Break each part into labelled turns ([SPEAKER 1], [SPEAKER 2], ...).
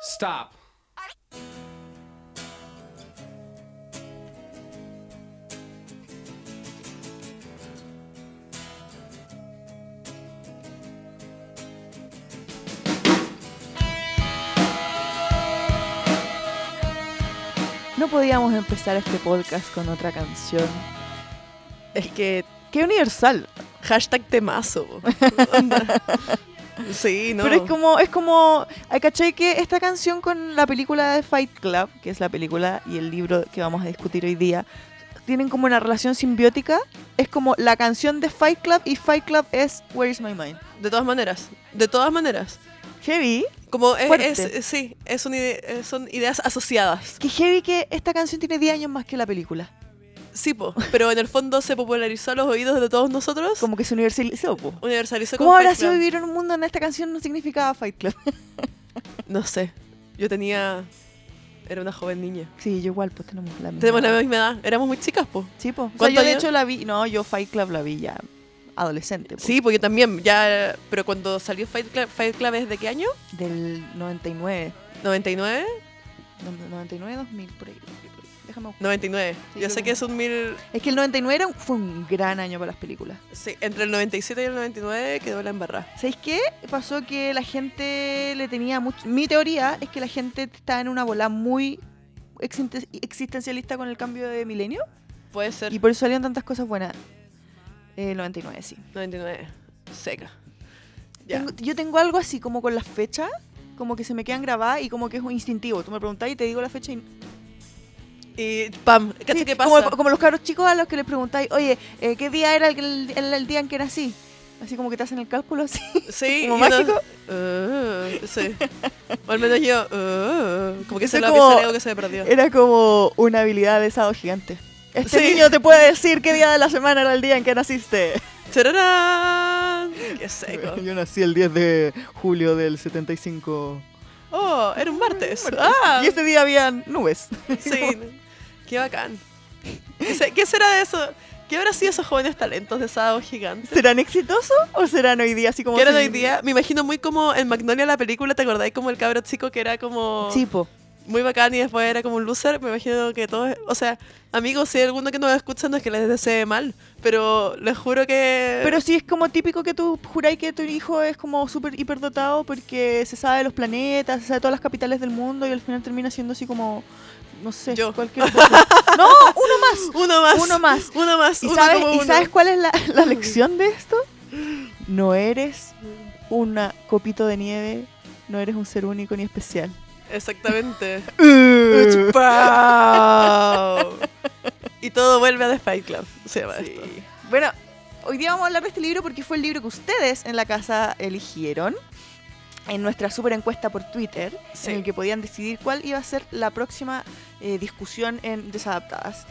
[SPEAKER 1] Stop.
[SPEAKER 2] No podíamos empezar este podcast con otra canción.
[SPEAKER 3] Es que, qué universal. Hashtag temazo. Onda. sí, no.
[SPEAKER 2] Pero es como, es como, ay, caché que esta canción con la película de Fight Club, que es la película y el libro que vamos a discutir hoy día, tienen como una relación simbiótica. Es como la canción de Fight Club y Fight Club es Where is My Mind.
[SPEAKER 3] De todas maneras. De todas maneras.
[SPEAKER 2] Heavy.
[SPEAKER 3] Como es,
[SPEAKER 2] Fuerte.
[SPEAKER 3] es- es- sí, es una ide- eh, son ideas asociadas.
[SPEAKER 2] Que heavy que esta canción tiene 10 años más que la película.
[SPEAKER 3] Sí, po, pero en el fondo se popularizó a los oídos de todos nosotros.
[SPEAKER 2] Como que se universalizó, po.
[SPEAKER 3] Universalizó
[SPEAKER 2] ¿Cómo
[SPEAKER 3] con
[SPEAKER 2] habrá
[SPEAKER 3] Fight
[SPEAKER 2] sido
[SPEAKER 3] Club.
[SPEAKER 2] vivir en un mundo donde esta canción no significaba Fight Club?
[SPEAKER 3] No sé. Yo tenía. Era una joven niña.
[SPEAKER 2] Sí, yo igual, pues tenemos la misma.
[SPEAKER 3] Tenemos la misma edad. Éramos muy chicas, po.
[SPEAKER 2] Sí, po. O sea,
[SPEAKER 3] ¿Cuántos
[SPEAKER 2] yo de
[SPEAKER 3] años?
[SPEAKER 2] hecho la vi, no, yo Fight Club la vi ya adolescente. po.
[SPEAKER 3] Sí, porque yo también. Ya, pero cuando salió Fight Club, Fight Club ¿es de qué año?
[SPEAKER 2] Del 99.
[SPEAKER 3] ¿99?
[SPEAKER 2] no, 99, 2000, por ahí. por ahí. Déjame buscar.
[SPEAKER 3] 99.
[SPEAKER 2] Sí,
[SPEAKER 3] yo
[SPEAKER 2] creo
[SPEAKER 3] sé
[SPEAKER 2] que
[SPEAKER 3] que es un mil...
[SPEAKER 2] Es que el 99 era un- fue un gran año para las películas.
[SPEAKER 3] Sí, entre el 97 y el 99 quedó la embarrada.
[SPEAKER 2] ¿Sabéis qué? Pasó que la gente le tenía mucho... Mi teoría es que la gente está en una bola muy existen- existencialista con el cambio de milenio.
[SPEAKER 3] Puede ser
[SPEAKER 2] Y por eso salieron tantas cosas buenas. eh, El 99, sí.
[SPEAKER 3] 99. Seca. Ya.
[SPEAKER 2] Tengo- yo tengo algo así como con las fechas, como que se me quedan grabadas y como que es un instintivo. Tú me preguntás y te digo la fecha y...
[SPEAKER 3] Y pam, ¿cacha
[SPEAKER 2] Sí,
[SPEAKER 3] qué pasa?
[SPEAKER 2] como, como los cabros chicos a los que les preguntáis, oye, eh, ¿qué día era el, el- el- el día en que nací? Así como que te hacen el cálculo así.
[SPEAKER 3] sí,
[SPEAKER 2] como
[SPEAKER 3] y uno-
[SPEAKER 2] mágico.
[SPEAKER 3] Ah, sí. O al menos yo. ah, como que
[SPEAKER 2] Eso
[SPEAKER 3] se
[SPEAKER 2] es
[SPEAKER 3] lo
[SPEAKER 2] como-
[SPEAKER 3] algo que se me perdió.
[SPEAKER 2] Era como una habilidad de sábado gigante. Este
[SPEAKER 3] Sí.
[SPEAKER 2] niño te puede decir qué día de la semana era el día en que naciste.
[SPEAKER 3] ¡Tararán! ¡Qué seco!
[SPEAKER 2] nací el 10 de julio del 75.
[SPEAKER 3] ¡Oh! Era un martes. ¡Ah!
[SPEAKER 2] Y ese día habían nubes.
[SPEAKER 3] Sí. ¡Qué bacán! ¿Qué se- ¿Qué será de eso? ¿Qué habrá sido esos jóvenes talentos de sábado gigante?
[SPEAKER 2] ¿Serán exitosos o serán hoy día así como...
[SPEAKER 3] Que eran
[SPEAKER 2] si-
[SPEAKER 3] hoy día, me imagino muy como en Magnolia la película, ¿te acordáis? Como el cabro chico que era como
[SPEAKER 2] Sí, po.
[SPEAKER 3] muy bacán y después era como un loser. Me imagino que todos, o sea, amigos, si hay alguno que nos escucha, no es que les desee mal, pero les juro que.
[SPEAKER 2] Pero sí es como típico que tú juráis que tu hijo es como súper hiperdotado porque se sabe de los planetas, se sabe de todas las capitales del mundo y al final termina siendo así como, no sé,
[SPEAKER 3] Yo.
[SPEAKER 2] cualquier cosa. no, uno más.
[SPEAKER 3] uno más.
[SPEAKER 2] uno más.
[SPEAKER 3] Uno más.
[SPEAKER 2] ¿Y
[SPEAKER 3] uno
[SPEAKER 2] sabes,
[SPEAKER 3] como
[SPEAKER 2] ¿y
[SPEAKER 3] uno.
[SPEAKER 2] sabes cuál es la, la lección de esto? No eres una copito de nieve, no eres un ser único ni especial.
[SPEAKER 3] Exactamente. Eh.
[SPEAKER 2] Sí.
[SPEAKER 3] Pau. y todo vuelve a The Fight Club. Se llama esto.
[SPEAKER 2] Bueno, hoy día vamos a hablar de este libro porque fue el libro que ustedes en la casa eligieron en nuestra super encuesta por Twitter,
[SPEAKER 3] Sí.
[SPEAKER 2] en el que podían decidir cuál iba a ser la próxima eh, discusión en Desadaptadas.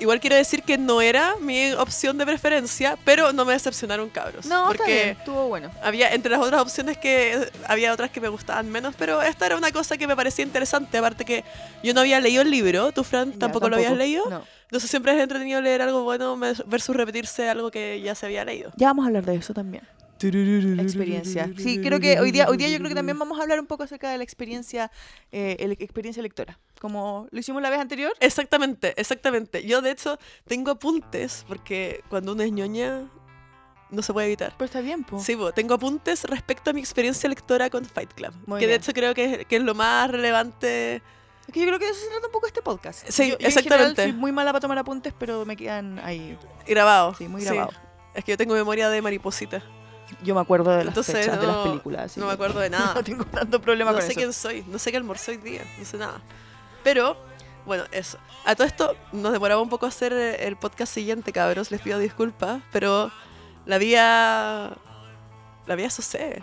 [SPEAKER 3] Igual quiero decir que no era mi opción de preferencia, pero no me decepcionaron cabros.
[SPEAKER 2] No,
[SPEAKER 3] porque
[SPEAKER 2] está bien, estuvo bueno.
[SPEAKER 3] Había entre las otras opciones que había otras que me gustaban menos, pero esta era una cosa que me parecía interesante. Aparte que yo no había leído el libro, tú Fran
[SPEAKER 2] Ya,
[SPEAKER 3] tampoco, lo habías leído.
[SPEAKER 2] No.
[SPEAKER 3] Entonces siempre es entretenido leer algo bueno mes- versus repetirse algo que ya se había leído.
[SPEAKER 2] Ya vamos a hablar de eso también. Experiencia. Sí, creo que hoy día, hoy día yo creo que también vamos a hablar un poco acerca de la experiencia, eh, el- experiencia lectora. Como lo hicimos la vez anterior.
[SPEAKER 3] Exactamente, exactamente. Yo de hecho tengo apuntes porque cuando uno es ñoña no se puede evitar.
[SPEAKER 2] Pero está bien, po.
[SPEAKER 3] Sí, po, tengo apuntes respecto a mi experiencia lectora con Fight Club,
[SPEAKER 2] Muy
[SPEAKER 3] que de
[SPEAKER 2] bien.
[SPEAKER 3] hecho creo que es, que es lo más relevante.
[SPEAKER 2] Es que yo creo que de eso se trata un poco este podcast.
[SPEAKER 3] Sí,
[SPEAKER 2] Yo- yo en
[SPEAKER 3] exactamente.
[SPEAKER 2] general soy muy mala para tomar apuntes, pero me quedan ahí.
[SPEAKER 3] Grabado.
[SPEAKER 2] Sí, muy grabado.
[SPEAKER 3] Es que yo tengo memoria de mariposita.
[SPEAKER 2] Yo me acuerdo de las
[SPEAKER 3] Entonces,
[SPEAKER 2] fechas de
[SPEAKER 3] no-
[SPEAKER 2] las películas. así
[SPEAKER 3] no me
[SPEAKER 2] que
[SPEAKER 3] acuerdo de nada.
[SPEAKER 2] No tengo tanto problema
[SPEAKER 3] no
[SPEAKER 2] con
[SPEAKER 3] sé
[SPEAKER 2] eso.
[SPEAKER 3] quién soy, no sé qué almorcé hoy día, no sé nada. Pero, bueno, eso. A todo esto nos demoraba un poco hacer eh, el podcast siguiente, cabros, les pido disculpas, pero la vía... La vía sucede.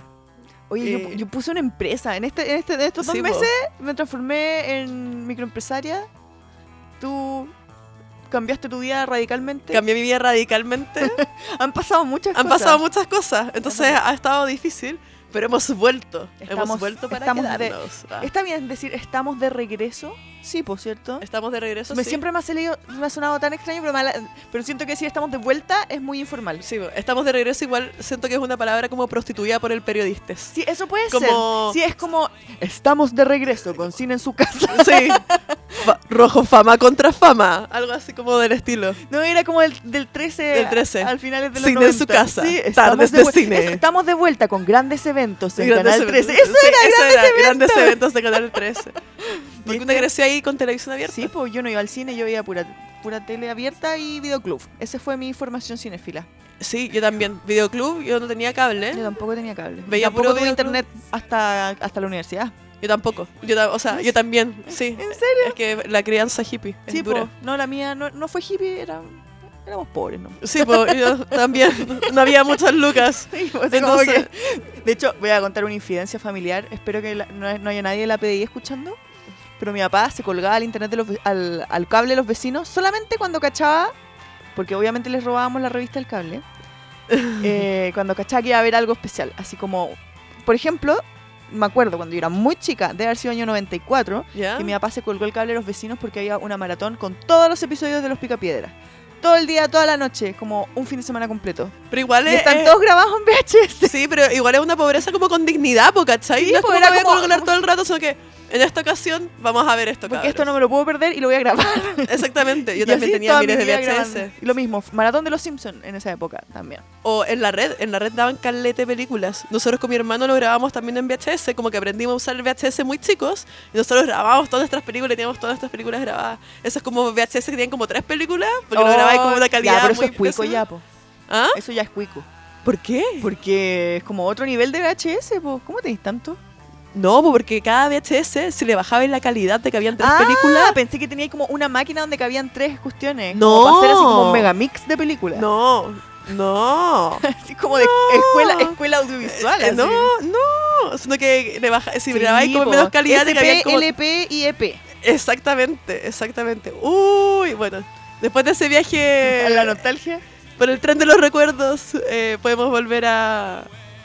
[SPEAKER 2] Oye, yo,
[SPEAKER 3] Eh.
[SPEAKER 2] yo puse una empresa. En este, en este, de estos dos
[SPEAKER 3] Sí, po.
[SPEAKER 2] meses me transformé en microempresaria. Tú cambiaste tu vida radicalmente.
[SPEAKER 3] Cambié mi vida radicalmente,
[SPEAKER 2] Han pasado muchas
[SPEAKER 3] han
[SPEAKER 2] cosas.
[SPEAKER 3] pasado muchas cosas, entonces ha estado difícil, pero hemos vuelto, hemos
[SPEAKER 2] Estamos-
[SPEAKER 3] vuelto para
[SPEAKER 2] estamos de-
[SPEAKER 3] quedarnos. Ah,
[SPEAKER 2] Está bien decir, estamos de regreso Sí, por cierto.
[SPEAKER 3] Estamos de regreso.
[SPEAKER 2] Me,
[SPEAKER 3] sí.
[SPEAKER 2] Siempre me ha salido, me ha sonado tan extraño, pero, me la- pero siento que si estamos de vuelta es muy informal.
[SPEAKER 3] Sí, bueno, estamos de regreso. Igual siento que es una palabra como prostituida por el periodista. Sí,
[SPEAKER 2] Sí, eso puede
[SPEAKER 3] Como-
[SPEAKER 2] ser. Sí, es como, estamos de regreso con Cine en su casa.
[SPEAKER 3] Fa- rojo fama contra fama. Algo así como del estilo.
[SPEAKER 2] No, era como del, del 13,
[SPEAKER 3] Del 13.
[SPEAKER 2] al final de los
[SPEAKER 3] Cine en su
[SPEAKER 2] 90.
[SPEAKER 3] casa.
[SPEAKER 2] Sí, estamos
[SPEAKER 3] Tardes de
[SPEAKER 2] vuel-
[SPEAKER 3] cine.
[SPEAKER 2] es- estamos de vuelta con grandes eventos en
[SPEAKER 3] Grandes
[SPEAKER 2] Canal 13.
[SPEAKER 3] eventos.
[SPEAKER 2] Eso
[SPEAKER 3] Sí,
[SPEAKER 2] era
[SPEAKER 3] eso
[SPEAKER 2] grandes
[SPEAKER 3] era,
[SPEAKER 2] eventos.
[SPEAKER 3] grandes eventos de Canal 13. Porque uno
[SPEAKER 2] ¿Viste?
[SPEAKER 3] creció ahí con televisión abierta.
[SPEAKER 2] Sí, pues yo no iba al cine, yo iba a pura, pura tele abierta y videoclub. Esa fue mi formación cinéfila.
[SPEAKER 3] Sí, yo también. Videoclub, yo no tenía cable.
[SPEAKER 2] Yo tampoco tenía cable.
[SPEAKER 3] ¿Eh? Veía
[SPEAKER 2] tampoco
[SPEAKER 3] puro
[SPEAKER 2] tuve
[SPEAKER 3] videoclub.
[SPEAKER 2] internet hasta, hasta la universidad.
[SPEAKER 3] Yo tampoco. Yo, ta- o sea, yo también. Sí.
[SPEAKER 2] ¿En serio?
[SPEAKER 3] Es que la crianza hippie es
[SPEAKER 2] sí,
[SPEAKER 3] dura.
[SPEAKER 2] po. No, la mía no, no fue hippie, era, éramos pobres, ¿no?
[SPEAKER 3] Sí, pues yo también. No había muchas lucas.
[SPEAKER 2] O sea, como
[SPEAKER 3] Entonces-
[SPEAKER 2] que- de hecho, voy a contar una infidencia familiar. Espero que la- no, no haya nadie de la PDI escuchando. Pero mi papá se colgaba al internet de los ve- al, al cable de los vecinos solamente cuando cachaba, porque obviamente les robábamos la revista del cable, eh, cuando cachaba que iba a haber algo especial. Así como, por ejemplo, me acuerdo cuando yo era muy chica, debe haber sido año 94,
[SPEAKER 3] ¿Ya?
[SPEAKER 2] que mi papá se colgó el cable de los vecinos porque había una maratón con todos los episodios de Los Picapiedras. Todo el día, toda la noche, como un fin de semana completo.
[SPEAKER 3] Pero igual
[SPEAKER 2] Y
[SPEAKER 3] es.
[SPEAKER 2] están
[SPEAKER 3] es-
[SPEAKER 2] todos grabados en VHS.
[SPEAKER 3] Sí, pero igual es una pobreza como con dignidad, po, ¿cachai?
[SPEAKER 2] Sí,
[SPEAKER 3] no es
[SPEAKER 2] po,
[SPEAKER 3] como
[SPEAKER 2] era
[SPEAKER 3] que voy a
[SPEAKER 2] como-
[SPEAKER 3] colgar todo el rato, sino que en esta ocasión vamos a ver esto,
[SPEAKER 2] Porque esto
[SPEAKER 3] cabros.
[SPEAKER 2] no me lo puedo perder y lo voy a grabar.
[SPEAKER 3] Exactamente,
[SPEAKER 2] Y
[SPEAKER 3] yo también
[SPEAKER 2] así
[SPEAKER 3] tenía
[SPEAKER 2] toda
[SPEAKER 3] miles
[SPEAKER 2] mi
[SPEAKER 3] de
[SPEAKER 2] vida
[SPEAKER 3] VHS.
[SPEAKER 2] grabando. Y Lo mismo, Maratón de los Simpsons en esa época también.
[SPEAKER 3] O en la red, en la red daban calete de películas. Nosotros con mi hermano lo grabamos también en VHS, como que aprendimos a usar el VHS muy chicos. Y nosotros grabábamos todas nuestras películas, y teníamos todas nuestras películas grabadas. Eso es como VHS que tenían como tres películas, porque lo
[SPEAKER 2] Oh,
[SPEAKER 3] grababa como una calidad
[SPEAKER 2] Ya, pero eso
[SPEAKER 3] muy
[SPEAKER 2] es cuico
[SPEAKER 3] impresionante.
[SPEAKER 2] ya, po.
[SPEAKER 3] ¿Ah?
[SPEAKER 2] Eso ya es cuico.
[SPEAKER 3] ¿Por qué?
[SPEAKER 2] Porque es como otro nivel de VHS, po. ¿Cómo tenéis tanto?
[SPEAKER 3] No, po, porque cada VHS se le bajaba en la calidad de que habían tres
[SPEAKER 2] ah,
[SPEAKER 3] películas.
[SPEAKER 2] pensé que tenía como una máquina donde cabían tres cuestiones.
[SPEAKER 3] No.
[SPEAKER 2] Como para hacer así como un megamix de películas.
[SPEAKER 3] No, no.
[SPEAKER 2] Así como de escuela, escuela audiovisual.
[SPEAKER 3] Eh,
[SPEAKER 2] así.
[SPEAKER 3] No, no. Sino que le baja, si
[SPEAKER 2] Sí,
[SPEAKER 3] grabáis con
[SPEAKER 2] po.
[SPEAKER 3] menos calidad, te
[SPEAKER 2] SP,
[SPEAKER 3] cabían como-
[SPEAKER 2] LP y E EP.
[SPEAKER 3] Exactamente, exactamente. Uy, bueno. Después de ese viaje
[SPEAKER 2] A la nostalgia.
[SPEAKER 3] por el tren de los recuerdos, eh, podemos volver a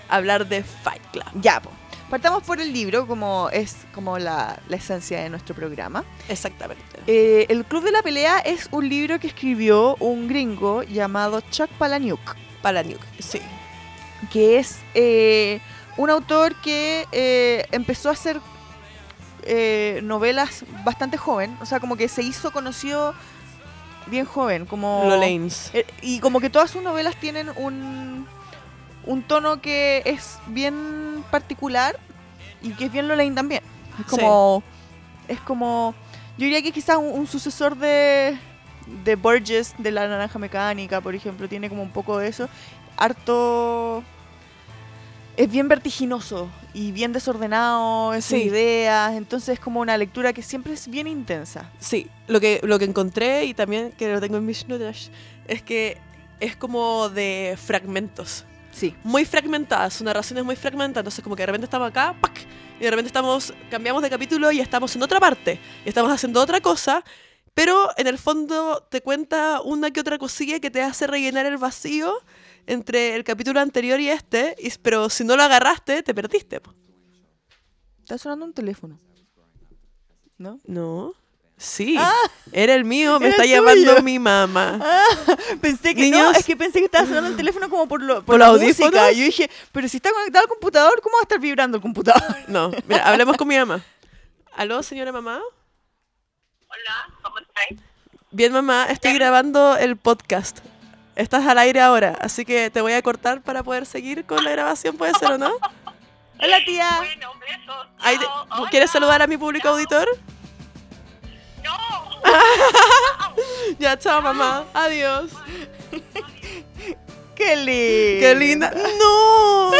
[SPEAKER 3] hablar de Fight Club.
[SPEAKER 2] Ya, po. Partamos por el libro, como es como la, la esencia de nuestro programa.
[SPEAKER 3] Exactamente.
[SPEAKER 2] Eh, el Club de la Pelea es un libro que escribió un gringo llamado Chuck Palahniuk,
[SPEAKER 3] Palaniuk, sí.
[SPEAKER 2] que es eh, un autor que eh, empezó a hacer eh, novelas bastante joven, o sea, como que se hizo conocido bien joven, como...
[SPEAKER 3] Lolanes.
[SPEAKER 2] Eh, y como que todas sus novelas tienen un, un tono que es bien particular y que es bien Lolaine también. Es como. Es como. Yo diría que quizás un, un sucesor de, de Burgess, de La Naranja Mecánica, por ejemplo, tiene como un poco de eso. Harto. Es bien vertiginoso y bien desordenado en sus
[SPEAKER 3] Sí.
[SPEAKER 2] ideas. Entonces, es como una lectura que siempre es bien intensa.
[SPEAKER 3] Sí, lo que, lo que encontré y también que lo tengo en mis notas es que es como de fragmentos.
[SPEAKER 2] Sí.
[SPEAKER 3] muy fragmentada, su narración es muy fragmentada, entonces como que de repente estamos acá, ¡pac! y de repente estamos, cambiamos de capítulo y estamos en otra parte, y estamos haciendo otra cosa, pero en el fondo te cuenta una que otra cosilla que te hace rellenar el vacío entre el capítulo anterior y este, y- pero si no lo agarraste, te perdiste. po.
[SPEAKER 2] Está sonando un teléfono. ¿No?
[SPEAKER 3] No. Sí,
[SPEAKER 2] Ah.
[SPEAKER 3] era el mío, me
[SPEAKER 2] Era
[SPEAKER 3] está
[SPEAKER 2] el
[SPEAKER 3] llamando
[SPEAKER 2] tuyo.
[SPEAKER 3] mi mamá.
[SPEAKER 2] Pensé que no,
[SPEAKER 3] Niños.
[SPEAKER 2] es que pensé que estaba sonando el teléfono como por, lo, por,
[SPEAKER 3] ¿Por
[SPEAKER 2] la
[SPEAKER 3] los audífonos?
[SPEAKER 2] música. Yo dije, pero si está conectado al computador, ¿cómo va a estar vibrando el computador?
[SPEAKER 3] No, mira, hablemos con mi mamá. ¿Aló, señora mamá?
[SPEAKER 1] Hola, ¿cómo estáis?
[SPEAKER 3] Bien, mamá, estoy grabando el podcast. Estás al aire ahora, así que te voy a cortar para poder seguir con la grabación, ¿puede ser o no?
[SPEAKER 2] Hola, tía.
[SPEAKER 1] Bueno, un beso.
[SPEAKER 3] Ahí te-
[SPEAKER 1] Chao. Hola.
[SPEAKER 3] ¿Quieres saludar a mi público auditor?
[SPEAKER 1] No.
[SPEAKER 3] Ya, chao, mamá. Adiós.
[SPEAKER 2] ¡Qué linda!
[SPEAKER 3] ¡Qué linda! ¡No!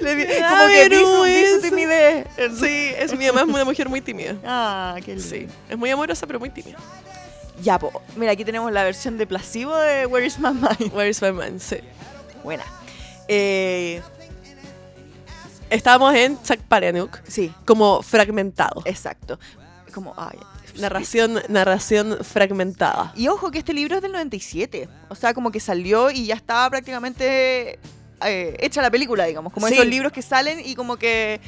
[SPEAKER 2] Le vi-
[SPEAKER 3] Me da
[SPEAKER 2] como que Ah, vi su, vi su
[SPEAKER 3] vergüenza.
[SPEAKER 2] timidez.
[SPEAKER 3] Sí, es mi mamá, es una mujer muy tímida.
[SPEAKER 2] Ah, qué lindo.
[SPEAKER 3] Sí, es muy amorosa, pero muy tímida.
[SPEAKER 2] Ya, po. Mira, aquí tenemos la versión de Placebo de Where is My Mind.
[SPEAKER 3] Where is my man? Sí.
[SPEAKER 2] Buena. Eh,
[SPEAKER 3] Estábamos en Chuck Palahniuk,
[SPEAKER 2] sí,
[SPEAKER 3] como fragmentado.
[SPEAKER 2] exacto. Como, ay.
[SPEAKER 3] Narración, narración fragmentada.
[SPEAKER 2] Y ojo que este libro es del 97. O sea, como que salió y ya estaba prácticamente eh, hecha la película, digamos. Como
[SPEAKER 3] Sí.
[SPEAKER 2] esos libros que salen y como que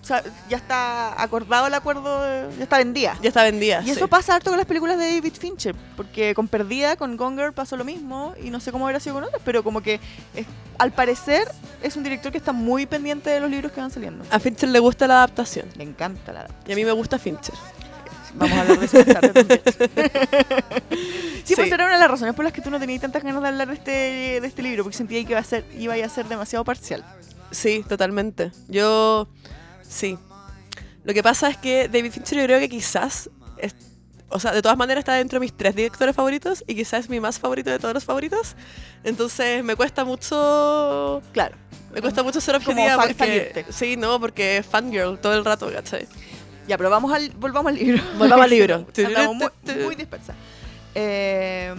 [SPEAKER 2] o sea, ya está acordado el acuerdo, eh, ya está vendida.
[SPEAKER 3] Ya está vendida.
[SPEAKER 2] Y eso
[SPEAKER 3] sí.
[SPEAKER 2] pasa harto con las películas de David Fincher, porque con Perdida, con Gonger pasó lo mismo, y no sé cómo habrá sido con otras, pero como que es- al parecer es un director que está muy pendiente de los libros que van saliendo.
[SPEAKER 3] A Fincher le gusta la adaptación.
[SPEAKER 2] Me encanta la...
[SPEAKER 3] Y a mí me gusta Fincher.
[SPEAKER 2] Vamos a hablar de eso más tarde también. sí, pues
[SPEAKER 3] Sí.
[SPEAKER 2] era una de las razones por las que tú no tenías tantas ganas de hablar de este, de este libro, porque sentías que iba a ser, iba a ser demasiado parcial.
[SPEAKER 3] Sí, totalmente. Yo, sí. Lo que pasa es que David Fincher yo creo que quizás, es- o sea, de todas maneras está dentro de mis tres directores favoritos y quizás es mi más favorito de todos los favoritos. Entonces me cuesta mucho,
[SPEAKER 2] Claro.
[SPEAKER 3] me cuesta mucho ser
[SPEAKER 2] Como
[SPEAKER 3] objetiva.
[SPEAKER 2] fan-
[SPEAKER 3] porque,
[SPEAKER 2] salirte.
[SPEAKER 3] sí, no, porque es fangirl todo el rato, ¿cachai?
[SPEAKER 2] Ya, pero vamos al, volvamos al libro.
[SPEAKER 3] Volvamos al libro.
[SPEAKER 2] Andamos muy, muy dispersa. Eh,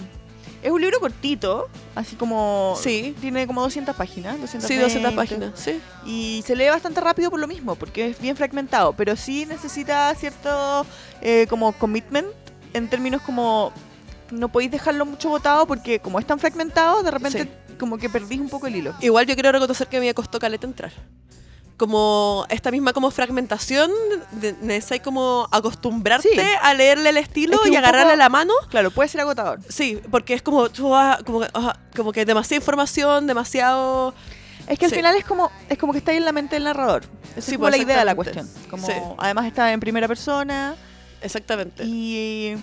[SPEAKER 2] es un libro cortito, así como...
[SPEAKER 3] Sí,
[SPEAKER 2] Tiene como 200 páginas. 200
[SPEAKER 3] sí, 200 páginas, sí.
[SPEAKER 2] Y se lee bastante rápido por lo mismo, porque es bien fragmentado, pero sí necesita cierto eh, como commitment en términos como no podéis dejarlo mucho botado porque como es tan fragmentado, de repente como que perdís un poco el hilo.
[SPEAKER 3] Igual yo quiero reconocer que me costó caleta entrar. Como esta misma como fragmentación, de- necesitas como acostumbrarte
[SPEAKER 2] Sí.
[SPEAKER 3] a leerle el estilo
[SPEAKER 2] Es que
[SPEAKER 3] y
[SPEAKER 2] un
[SPEAKER 3] agarrarle
[SPEAKER 2] poco-
[SPEAKER 3] la mano.
[SPEAKER 2] Claro, puede ser agotador.
[SPEAKER 3] Sí, porque es como tú vas- como, que- ajá, como que demasiada información, demasiado...
[SPEAKER 2] Es que al
[SPEAKER 3] Sí.
[SPEAKER 2] final es como es como que está ahí en la mente del narrador. Esa
[SPEAKER 3] Sí,
[SPEAKER 2] es como
[SPEAKER 3] pues,
[SPEAKER 2] la idea de la
[SPEAKER 3] exactamente.
[SPEAKER 2] cuestión. Como,
[SPEAKER 3] Sí.
[SPEAKER 2] Además está en primera persona
[SPEAKER 3] Exactamente.
[SPEAKER 2] y,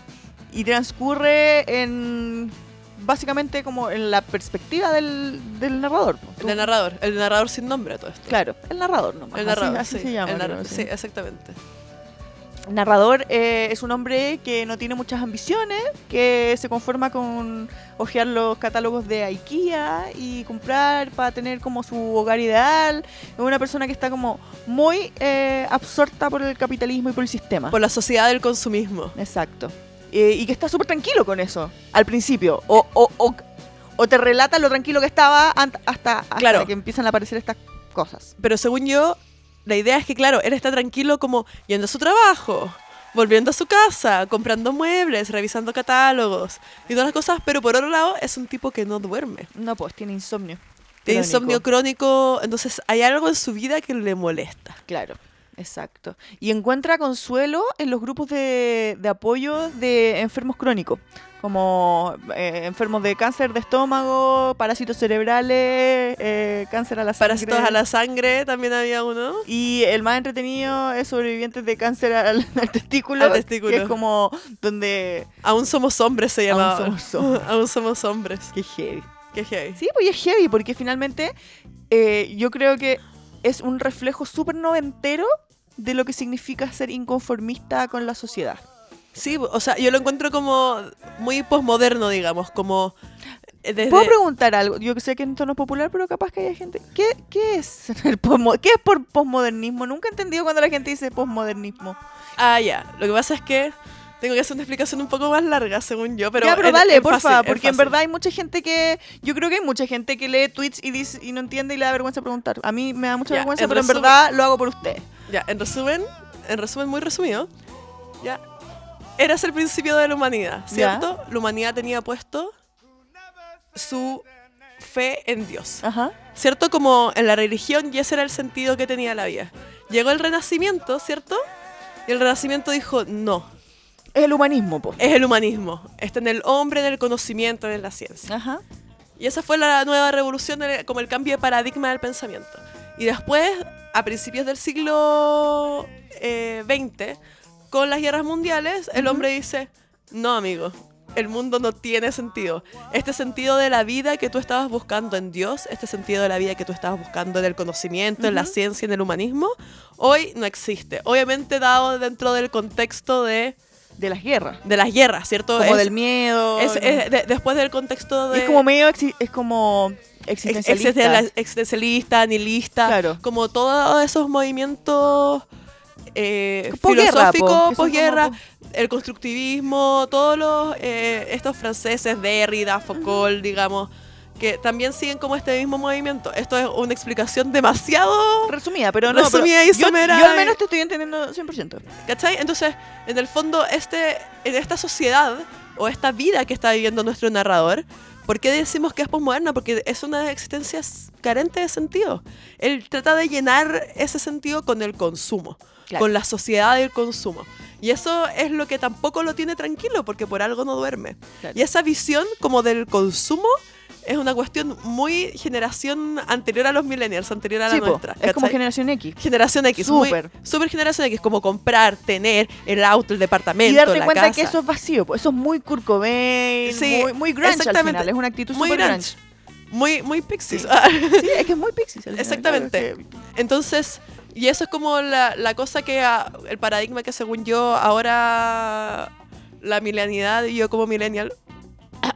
[SPEAKER 2] y transcurre en básicamente como en la perspectiva del, del narrador. po. Tú-
[SPEAKER 3] El narrador, el narrador sin nombre a todo esto.
[SPEAKER 2] Claro, el narrador nomás.
[SPEAKER 3] El
[SPEAKER 2] así-
[SPEAKER 3] narrador,
[SPEAKER 2] así,
[SPEAKER 3] sí,
[SPEAKER 2] se llama.
[SPEAKER 3] el narra-
[SPEAKER 2] creo, sí.
[SPEAKER 3] sí, exactamente.
[SPEAKER 2] Narrador eh, es un hombre que no tiene muchas ambiciones, que se conforma con hojear los catálogos de IKEA y comprar para tener como su hogar ideal. Es una persona que está como muy eh, absorta por el capitalismo y por el sistema.
[SPEAKER 3] Por la sociedad del consumismo.
[SPEAKER 2] Exacto. Eh, y que está súper tranquilo con eso al principio. O, o- o- o te relata lo tranquilo que estaba ant- hasta, hasta
[SPEAKER 3] Claro.
[SPEAKER 2] que empiezan a aparecer estas cosas.
[SPEAKER 3] Pero según yo, la idea es que, claro, él está tranquilo como yendo a su trabajo, volviendo a su casa, comprando muebles, revisando catálogos y todas las cosas, pero por otro lado es un tipo que no duerme.
[SPEAKER 2] No, pues tiene insomnio.
[SPEAKER 3] Tiene
[SPEAKER 2] Crónico.
[SPEAKER 3] insomnio crónico, entonces hay algo en su vida que le molesta.
[SPEAKER 2] Claro, exacto. Y encuentra consuelo en los grupos de, de apoyo de enfermos crónicos, como eh, enfermos de cáncer de estómago, parásitos cerebrales, eh, cáncer a la sangre.
[SPEAKER 3] Parásitos a la sangre también había uno.
[SPEAKER 2] Y el más entretenido es sobrevivientes de cáncer al, al testículo,
[SPEAKER 3] Al testículo.
[SPEAKER 2] que es como donde...
[SPEAKER 3] Aún somos hombres se
[SPEAKER 2] Aún
[SPEAKER 3] llamaba.
[SPEAKER 2] somos hombres.
[SPEAKER 3] Aún somos hombres.
[SPEAKER 2] Qué heavy.
[SPEAKER 3] Qué heavy.
[SPEAKER 2] Sí, pues y es heavy, porque finalmente eh, yo creo que es un reflejo súper noventero de lo que significa ser inconformista con la sociedad.
[SPEAKER 3] Sí, o sea, yo lo encuentro como muy posmoderno, digamos, como eh, desde
[SPEAKER 2] ¿Puedo preguntar algo? Yo sé que esto no es popular, pero capaz que haya gente. ¿Qué, qué es el posmo- ¿Qué es por posmodernismo? Nunca he entendido cuando la gente dice posmodernismo.
[SPEAKER 3] Ah, ya. Lo que pasa es que tengo que hacer una explicación un poco más larga, según yo, pero
[SPEAKER 2] ya, pero
[SPEAKER 3] es-
[SPEAKER 2] dale,
[SPEAKER 3] es
[SPEAKER 2] porfa,
[SPEAKER 3] fácil, es
[SPEAKER 2] porque en
[SPEAKER 3] fácil.
[SPEAKER 2] verdad hay mucha gente que. Yo creo que hay mucha gente que lee tweets y, dice, y no entiende y le da vergüenza preguntar. A mí me da mucha
[SPEAKER 3] Ya,
[SPEAKER 2] vergüenza,
[SPEAKER 3] en
[SPEAKER 2] pero en
[SPEAKER 3] resumen-
[SPEAKER 2] verdad lo hago por usted.
[SPEAKER 3] Ya, en resumen, en resumen muy resumido, ya. Eras el principio de la humanidad,
[SPEAKER 2] Ya.
[SPEAKER 3] ¿cierto? La humanidad tenía puesto su fe en Dios.
[SPEAKER 2] Ajá.
[SPEAKER 3] ¿cierto? Como en la religión y ese era el sentido que tenía la vida. Llegó el Renacimiento, ¿cierto? Y el Renacimiento dijo, no,
[SPEAKER 2] Es el humanismo, po.
[SPEAKER 3] es el humanismo, está en el hombre, en el conocimiento, en la ciencia.
[SPEAKER 2] Ajá.
[SPEAKER 3] Y esa fue la nueva revolución, el- como el cambio de paradigma del pensamiento. Y después, a principios del siglo eh, XX, con las guerras mundiales, el hombre dice, no, amigo, el mundo no tiene sentido. Este sentido de la vida que tú estabas buscando en Dios, este sentido de la vida que tú estabas buscando en el conocimiento, en la ciencia, en el humanismo, hoy no existe. Obviamente dado dentro del contexto de,
[SPEAKER 2] De las guerras.
[SPEAKER 3] de las guerras, ¿cierto?
[SPEAKER 2] Como
[SPEAKER 3] Es-
[SPEAKER 2] del miedo.
[SPEAKER 3] es-
[SPEAKER 2] ¿no?
[SPEAKER 3] es de- después del contexto de
[SPEAKER 2] Y es como medio. exi- Es como. Existencialista.
[SPEAKER 3] existencialista, existencialista nihilista,
[SPEAKER 2] Claro.
[SPEAKER 3] como todos esos movimientos eh,
[SPEAKER 2] Posguerra, po, que son
[SPEAKER 3] filosóficos,
[SPEAKER 2] como
[SPEAKER 3] posguerra,
[SPEAKER 2] po-
[SPEAKER 3] el constructivismo, todos los, eh, estos franceses, Derrida, Foucault, digamos, que también siguen como este mismo movimiento. Esto es una explicación demasiado...
[SPEAKER 2] Resumida, pero no.
[SPEAKER 3] Resumida y
[SPEAKER 2] pero yo,
[SPEAKER 3] somera
[SPEAKER 2] yo al
[SPEAKER 3] de-
[SPEAKER 2] menos te estoy entendiendo 100%.
[SPEAKER 3] ¿Cachai? Entonces, en el fondo, este, en esta sociedad o esta vida que está viviendo nuestro narrador ¿Por qué decimos que es posmoderna? Porque es una existencia s- carente de sentido. Él trata de llenar ese sentido con el consumo,
[SPEAKER 2] Claro.
[SPEAKER 3] con la sociedad del consumo. Y eso es lo que tampoco lo tiene tranquilo, porque por algo no duerme.
[SPEAKER 2] Claro.
[SPEAKER 3] Y esa visión como del consumo es una cuestión muy generación anterior a los millennials, anterior a la
[SPEAKER 2] Sí, po,
[SPEAKER 3] nuestra.
[SPEAKER 2] es como
[SPEAKER 3] ¿cachai?
[SPEAKER 2] generación X.
[SPEAKER 3] Generación X, muy-
[SPEAKER 2] Súper.
[SPEAKER 3] súper generación X, como comprar, tener el auto, el departamento,
[SPEAKER 2] Y darte
[SPEAKER 3] la
[SPEAKER 2] cuenta
[SPEAKER 3] casa.
[SPEAKER 2] que eso es vacío, po, eso es muy Kurt Cobain,
[SPEAKER 3] Sí,
[SPEAKER 2] muy, muy grunge al
[SPEAKER 3] exactamente.
[SPEAKER 2] final, es una actitud
[SPEAKER 3] muy
[SPEAKER 2] súper grunge.
[SPEAKER 3] grunge, muy muy pixies.
[SPEAKER 2] Sí.
[SPEAKER 3] Ah,
[SPEAKER 2] Sí, es que es muy pixies. al final,
[SPEAKER 3] Exactamente.
[SPEAKER 2] claro, es que-
[SPEAKER 3] Entonces, y eso es como la, la cosa que ah, el paradigma que según yo ahora la milenialidad y yo como millennial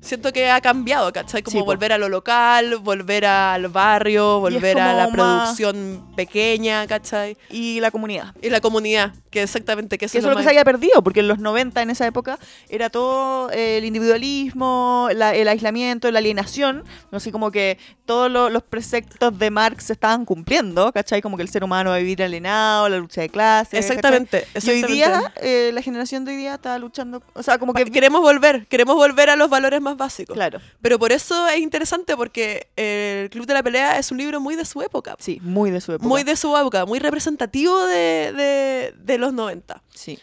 [SPEAKER 3] siento que ha cambiado, ¿cachai? Como
[SPEAKER 2] Sí, po.
[SPEAKER 3] volver a lo local, volver al barrio, volver a la
[SPEAKER 2] como más-
[SPEAKER 3] producción pequeña, ¿cachai?
[SPEAKER 2] y la comunidad.
[SPEAKER 3] Y la comunidad, que exactamente que eso
[SPEAKER 2] Que eso es lo que
[SPEAKER 3] más-
[SPEAKER 2] se había perdido, porque en los 90, en esa época, era todo eh, el individualismo, la- el aislamiento, la alienación, no sé, como que todos lo- los preceptos de Marx se estaban cumpliendo, ¿cachai? Como que el ser humano va a vivir alienado, la lucha de clases.
[SPEAKER 3] Exactamente,
[SPEAKER 2] ¿cachai? Y hoy día,
[SPEAKER 3] exactamente.
[SPEAKER 2] eh, la generación de hoy día está luchando, o sea, como que...
[SPEAKER 3] queremos volver, queremos volver a los valores más básicos.
[SPEAKER 2] Claro,
[SPEAKER 3] Pero por eso es interesante porque El Club de la Pelea es un libro muy de su época.
[SPEAKER 2] sí, muy de su época.
[SPEAKER 3] Muy de su época, muy representativo de, de- de los 90.
[SPEAKER 2] Sí.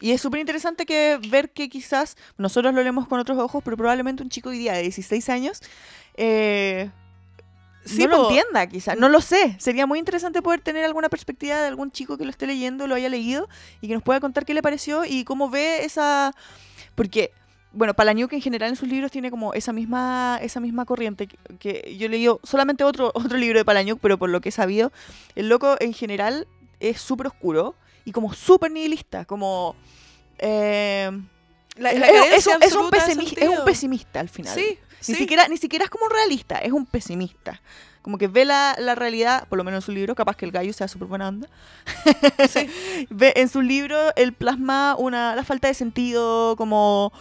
[SPEAKER 2] Y es súper interesante que ver que quizás nosotros lo leemos con otros ojos, pero probablemente un chico hoy día de 16 años eh,
[SPEAKER 3] Sí,
[SPEAKER 2] no lo
[SPEAKER 3] po.
[SPEAKER 2] entienda, quizás. No lo sé. Sería muy interesante poder tener alguna perspectiva de algún chico que lo esté leyendo, lo haya leído y que nos pueda contar qué le pareció y cómo ve esa. Porque, bueno, Palaniuk en general en sus libros tiene como esa misma, esa misma corriente. Que, que yo he leído solamente otro, otro libro de Palaniuk, pero por lo que he sabido, el loco en general es súper oscuro y como súper nihilista, como. eh,
[SPEAKER 3] La-
[SPEAKER 2] es,
[SPEAKER 3] la
[SPEAKER 2] es
[SPEAKER 3] carencia
[SPEAKER 2] un- es un
[SPEAKER 3] absoluta de
[SPEAKER 2] pesimi- es
[SPEAKER 3] sentido.
[SPEAKER 2] un pesimista al final.
[SPEAKER 3] Sí, sí.
[SPEAKER 2] Ni, siquiera, ni siquiera es como un realista, es un pesimista. Como que ve la, la realidad, por lo menos en su libro, capaz que el gallo sea súper buena onda.
[SPEAKER 3] sí.
[SPEAKER 2] Ve, en su libro él plasma una, la falta de sentido, como,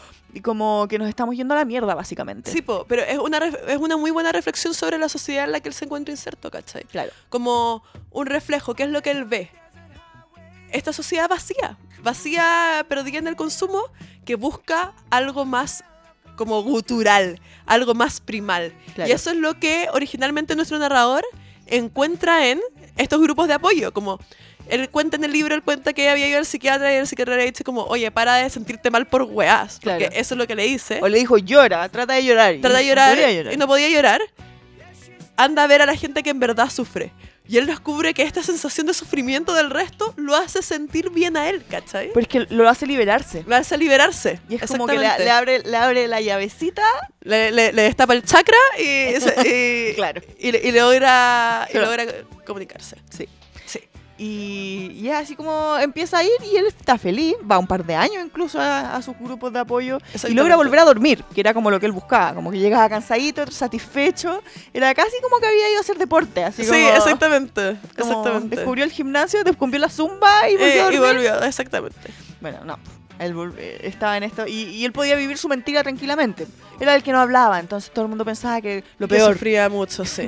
[SPEAKER 2] como que nos estamos yendo a la mierda, básicamente.
[SPEAKER 3] Sí, po, pero es una, ref- es una muy buena reflexión sobre la sociedad en la que él se encuentra inserto, ¿cachai?
[SPEAKER 2] claro.
[SPEAKER 3] como un reflejo, ¿qué es lo que él ve? Esta sociedad vacía, vacía pero diga en el consumo, que busca algo más como gutural, algo más primal.
[SPEAKER 2] Claro.
[SPEAKER 3] Y eso es lo que originalmente nuestro narrador encuentra en estos grupos de apoyo, como él cuenta en el libro, él cuenta que había ido al psiquiatra y el psiquiatra le dice como, oye, para de sentirte mal por weás,
[SPEAKER 2] Claro.
[SPEAKER 3] porque eso es lo que le dice.
[SPEAKER 2] O le dijo, llora, trata de llorar. y
[SPEAKER 3] Trata de
[SPEAKER 2] no
[SPEAKER 3] llorar,
[SPEAKER 2] podía
[SPEAKER 3] y no podía llorar. Anda a ver a la gente que en verdad sufre. Y él descubre que esta sensación de sufrimiento del resto lo hace sentir bien a él, ¿cachai?
[SPEAKER 2] Pero es que lo hace liberarse.
[SPEAKER 3] Lo hace liberarse.
[SPEAKER 2] Pues Y es como que le,
[SPEAKER 3] exactamente.
[SPEAKER 2] le abre, le abre la llavecita.
[SPEAKER 3] Le- le- le destapa el chakra y, se- y-
[SPEAKER 2] Claro.
[SPEAKER 3] y le- y logra, y
[SPEAKER 2] Pero-
[SPEAKER 3] logra comunicarse.
[SPEAKER 2] Sí.
[SPEAKER 3] Sí.
[SPEAKER 2] Y, y es así como empieza a ir y él está feliz, va un par de años incluso a, a sus grupos de apoyo y
[SPEAKER 3] Exactamente.
[SPEAKER 2] logra volver a dormir, que era como lo que él buscaba, como que llegaba cansadito, satisfecho, era casi como que había ido a hacer deporte, así
[SPEAKER 3] Sí,
[SPEAKER 2] como,
[SPEAKER 3] exactamente.
[SPEAKER 2] como
[SPEAKER 3] Exactamente.
[SPEAKER 2] descubrió el gimnasio, descubrió la zumba y volvió
[SPEAKER 3] Eh,
[SPEAKER 2] a
[SPEAKER 3] y
[SPEAKER 2] dormir.
[SPEAKER 3] volvió, exactamente.
[SPEAKER 2] Bueno, no, él vol- eh, estaba en esto y, y él podía vivir su mentira tranquilamente. Era el que no hablaba, entonces todo el mundo pensaba que lo
[SPEAKER 3] Que
[SPEAKER 2] peor.
[SPEAKER 3] sufría mucho, sí.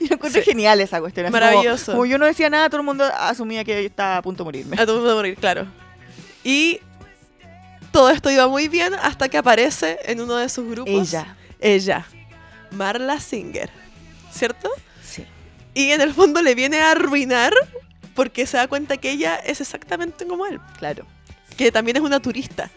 [SPEAKER 2] Y lo encontré
[SPEAKER 3] Sí.
[SPEAKER 2] genial esa cuestión. así como-
[SPEAKER 3] Maravilloso.
[SPEAKER 2] como yo no decía nada, todo el mundo asumía que estaba a punto de morirme.
[SPEAKER 3] A todo punto de morir, claro. Y todo esto iba muy bien hasta que aparece en uno de sus grupos.
[SPEAKER 2] Ella.
[SPEAKER 3] Ella. Marla Singer. ¿Cierto?
[SPEAKER 2] Sí.
[SPEAKER 3] Y en el fondo le viene a arruinar porque se da cuenta que ella es exactamente como él.
[SPEAKER 2] Claro.
[SPEAKER 3] Que también es una turista.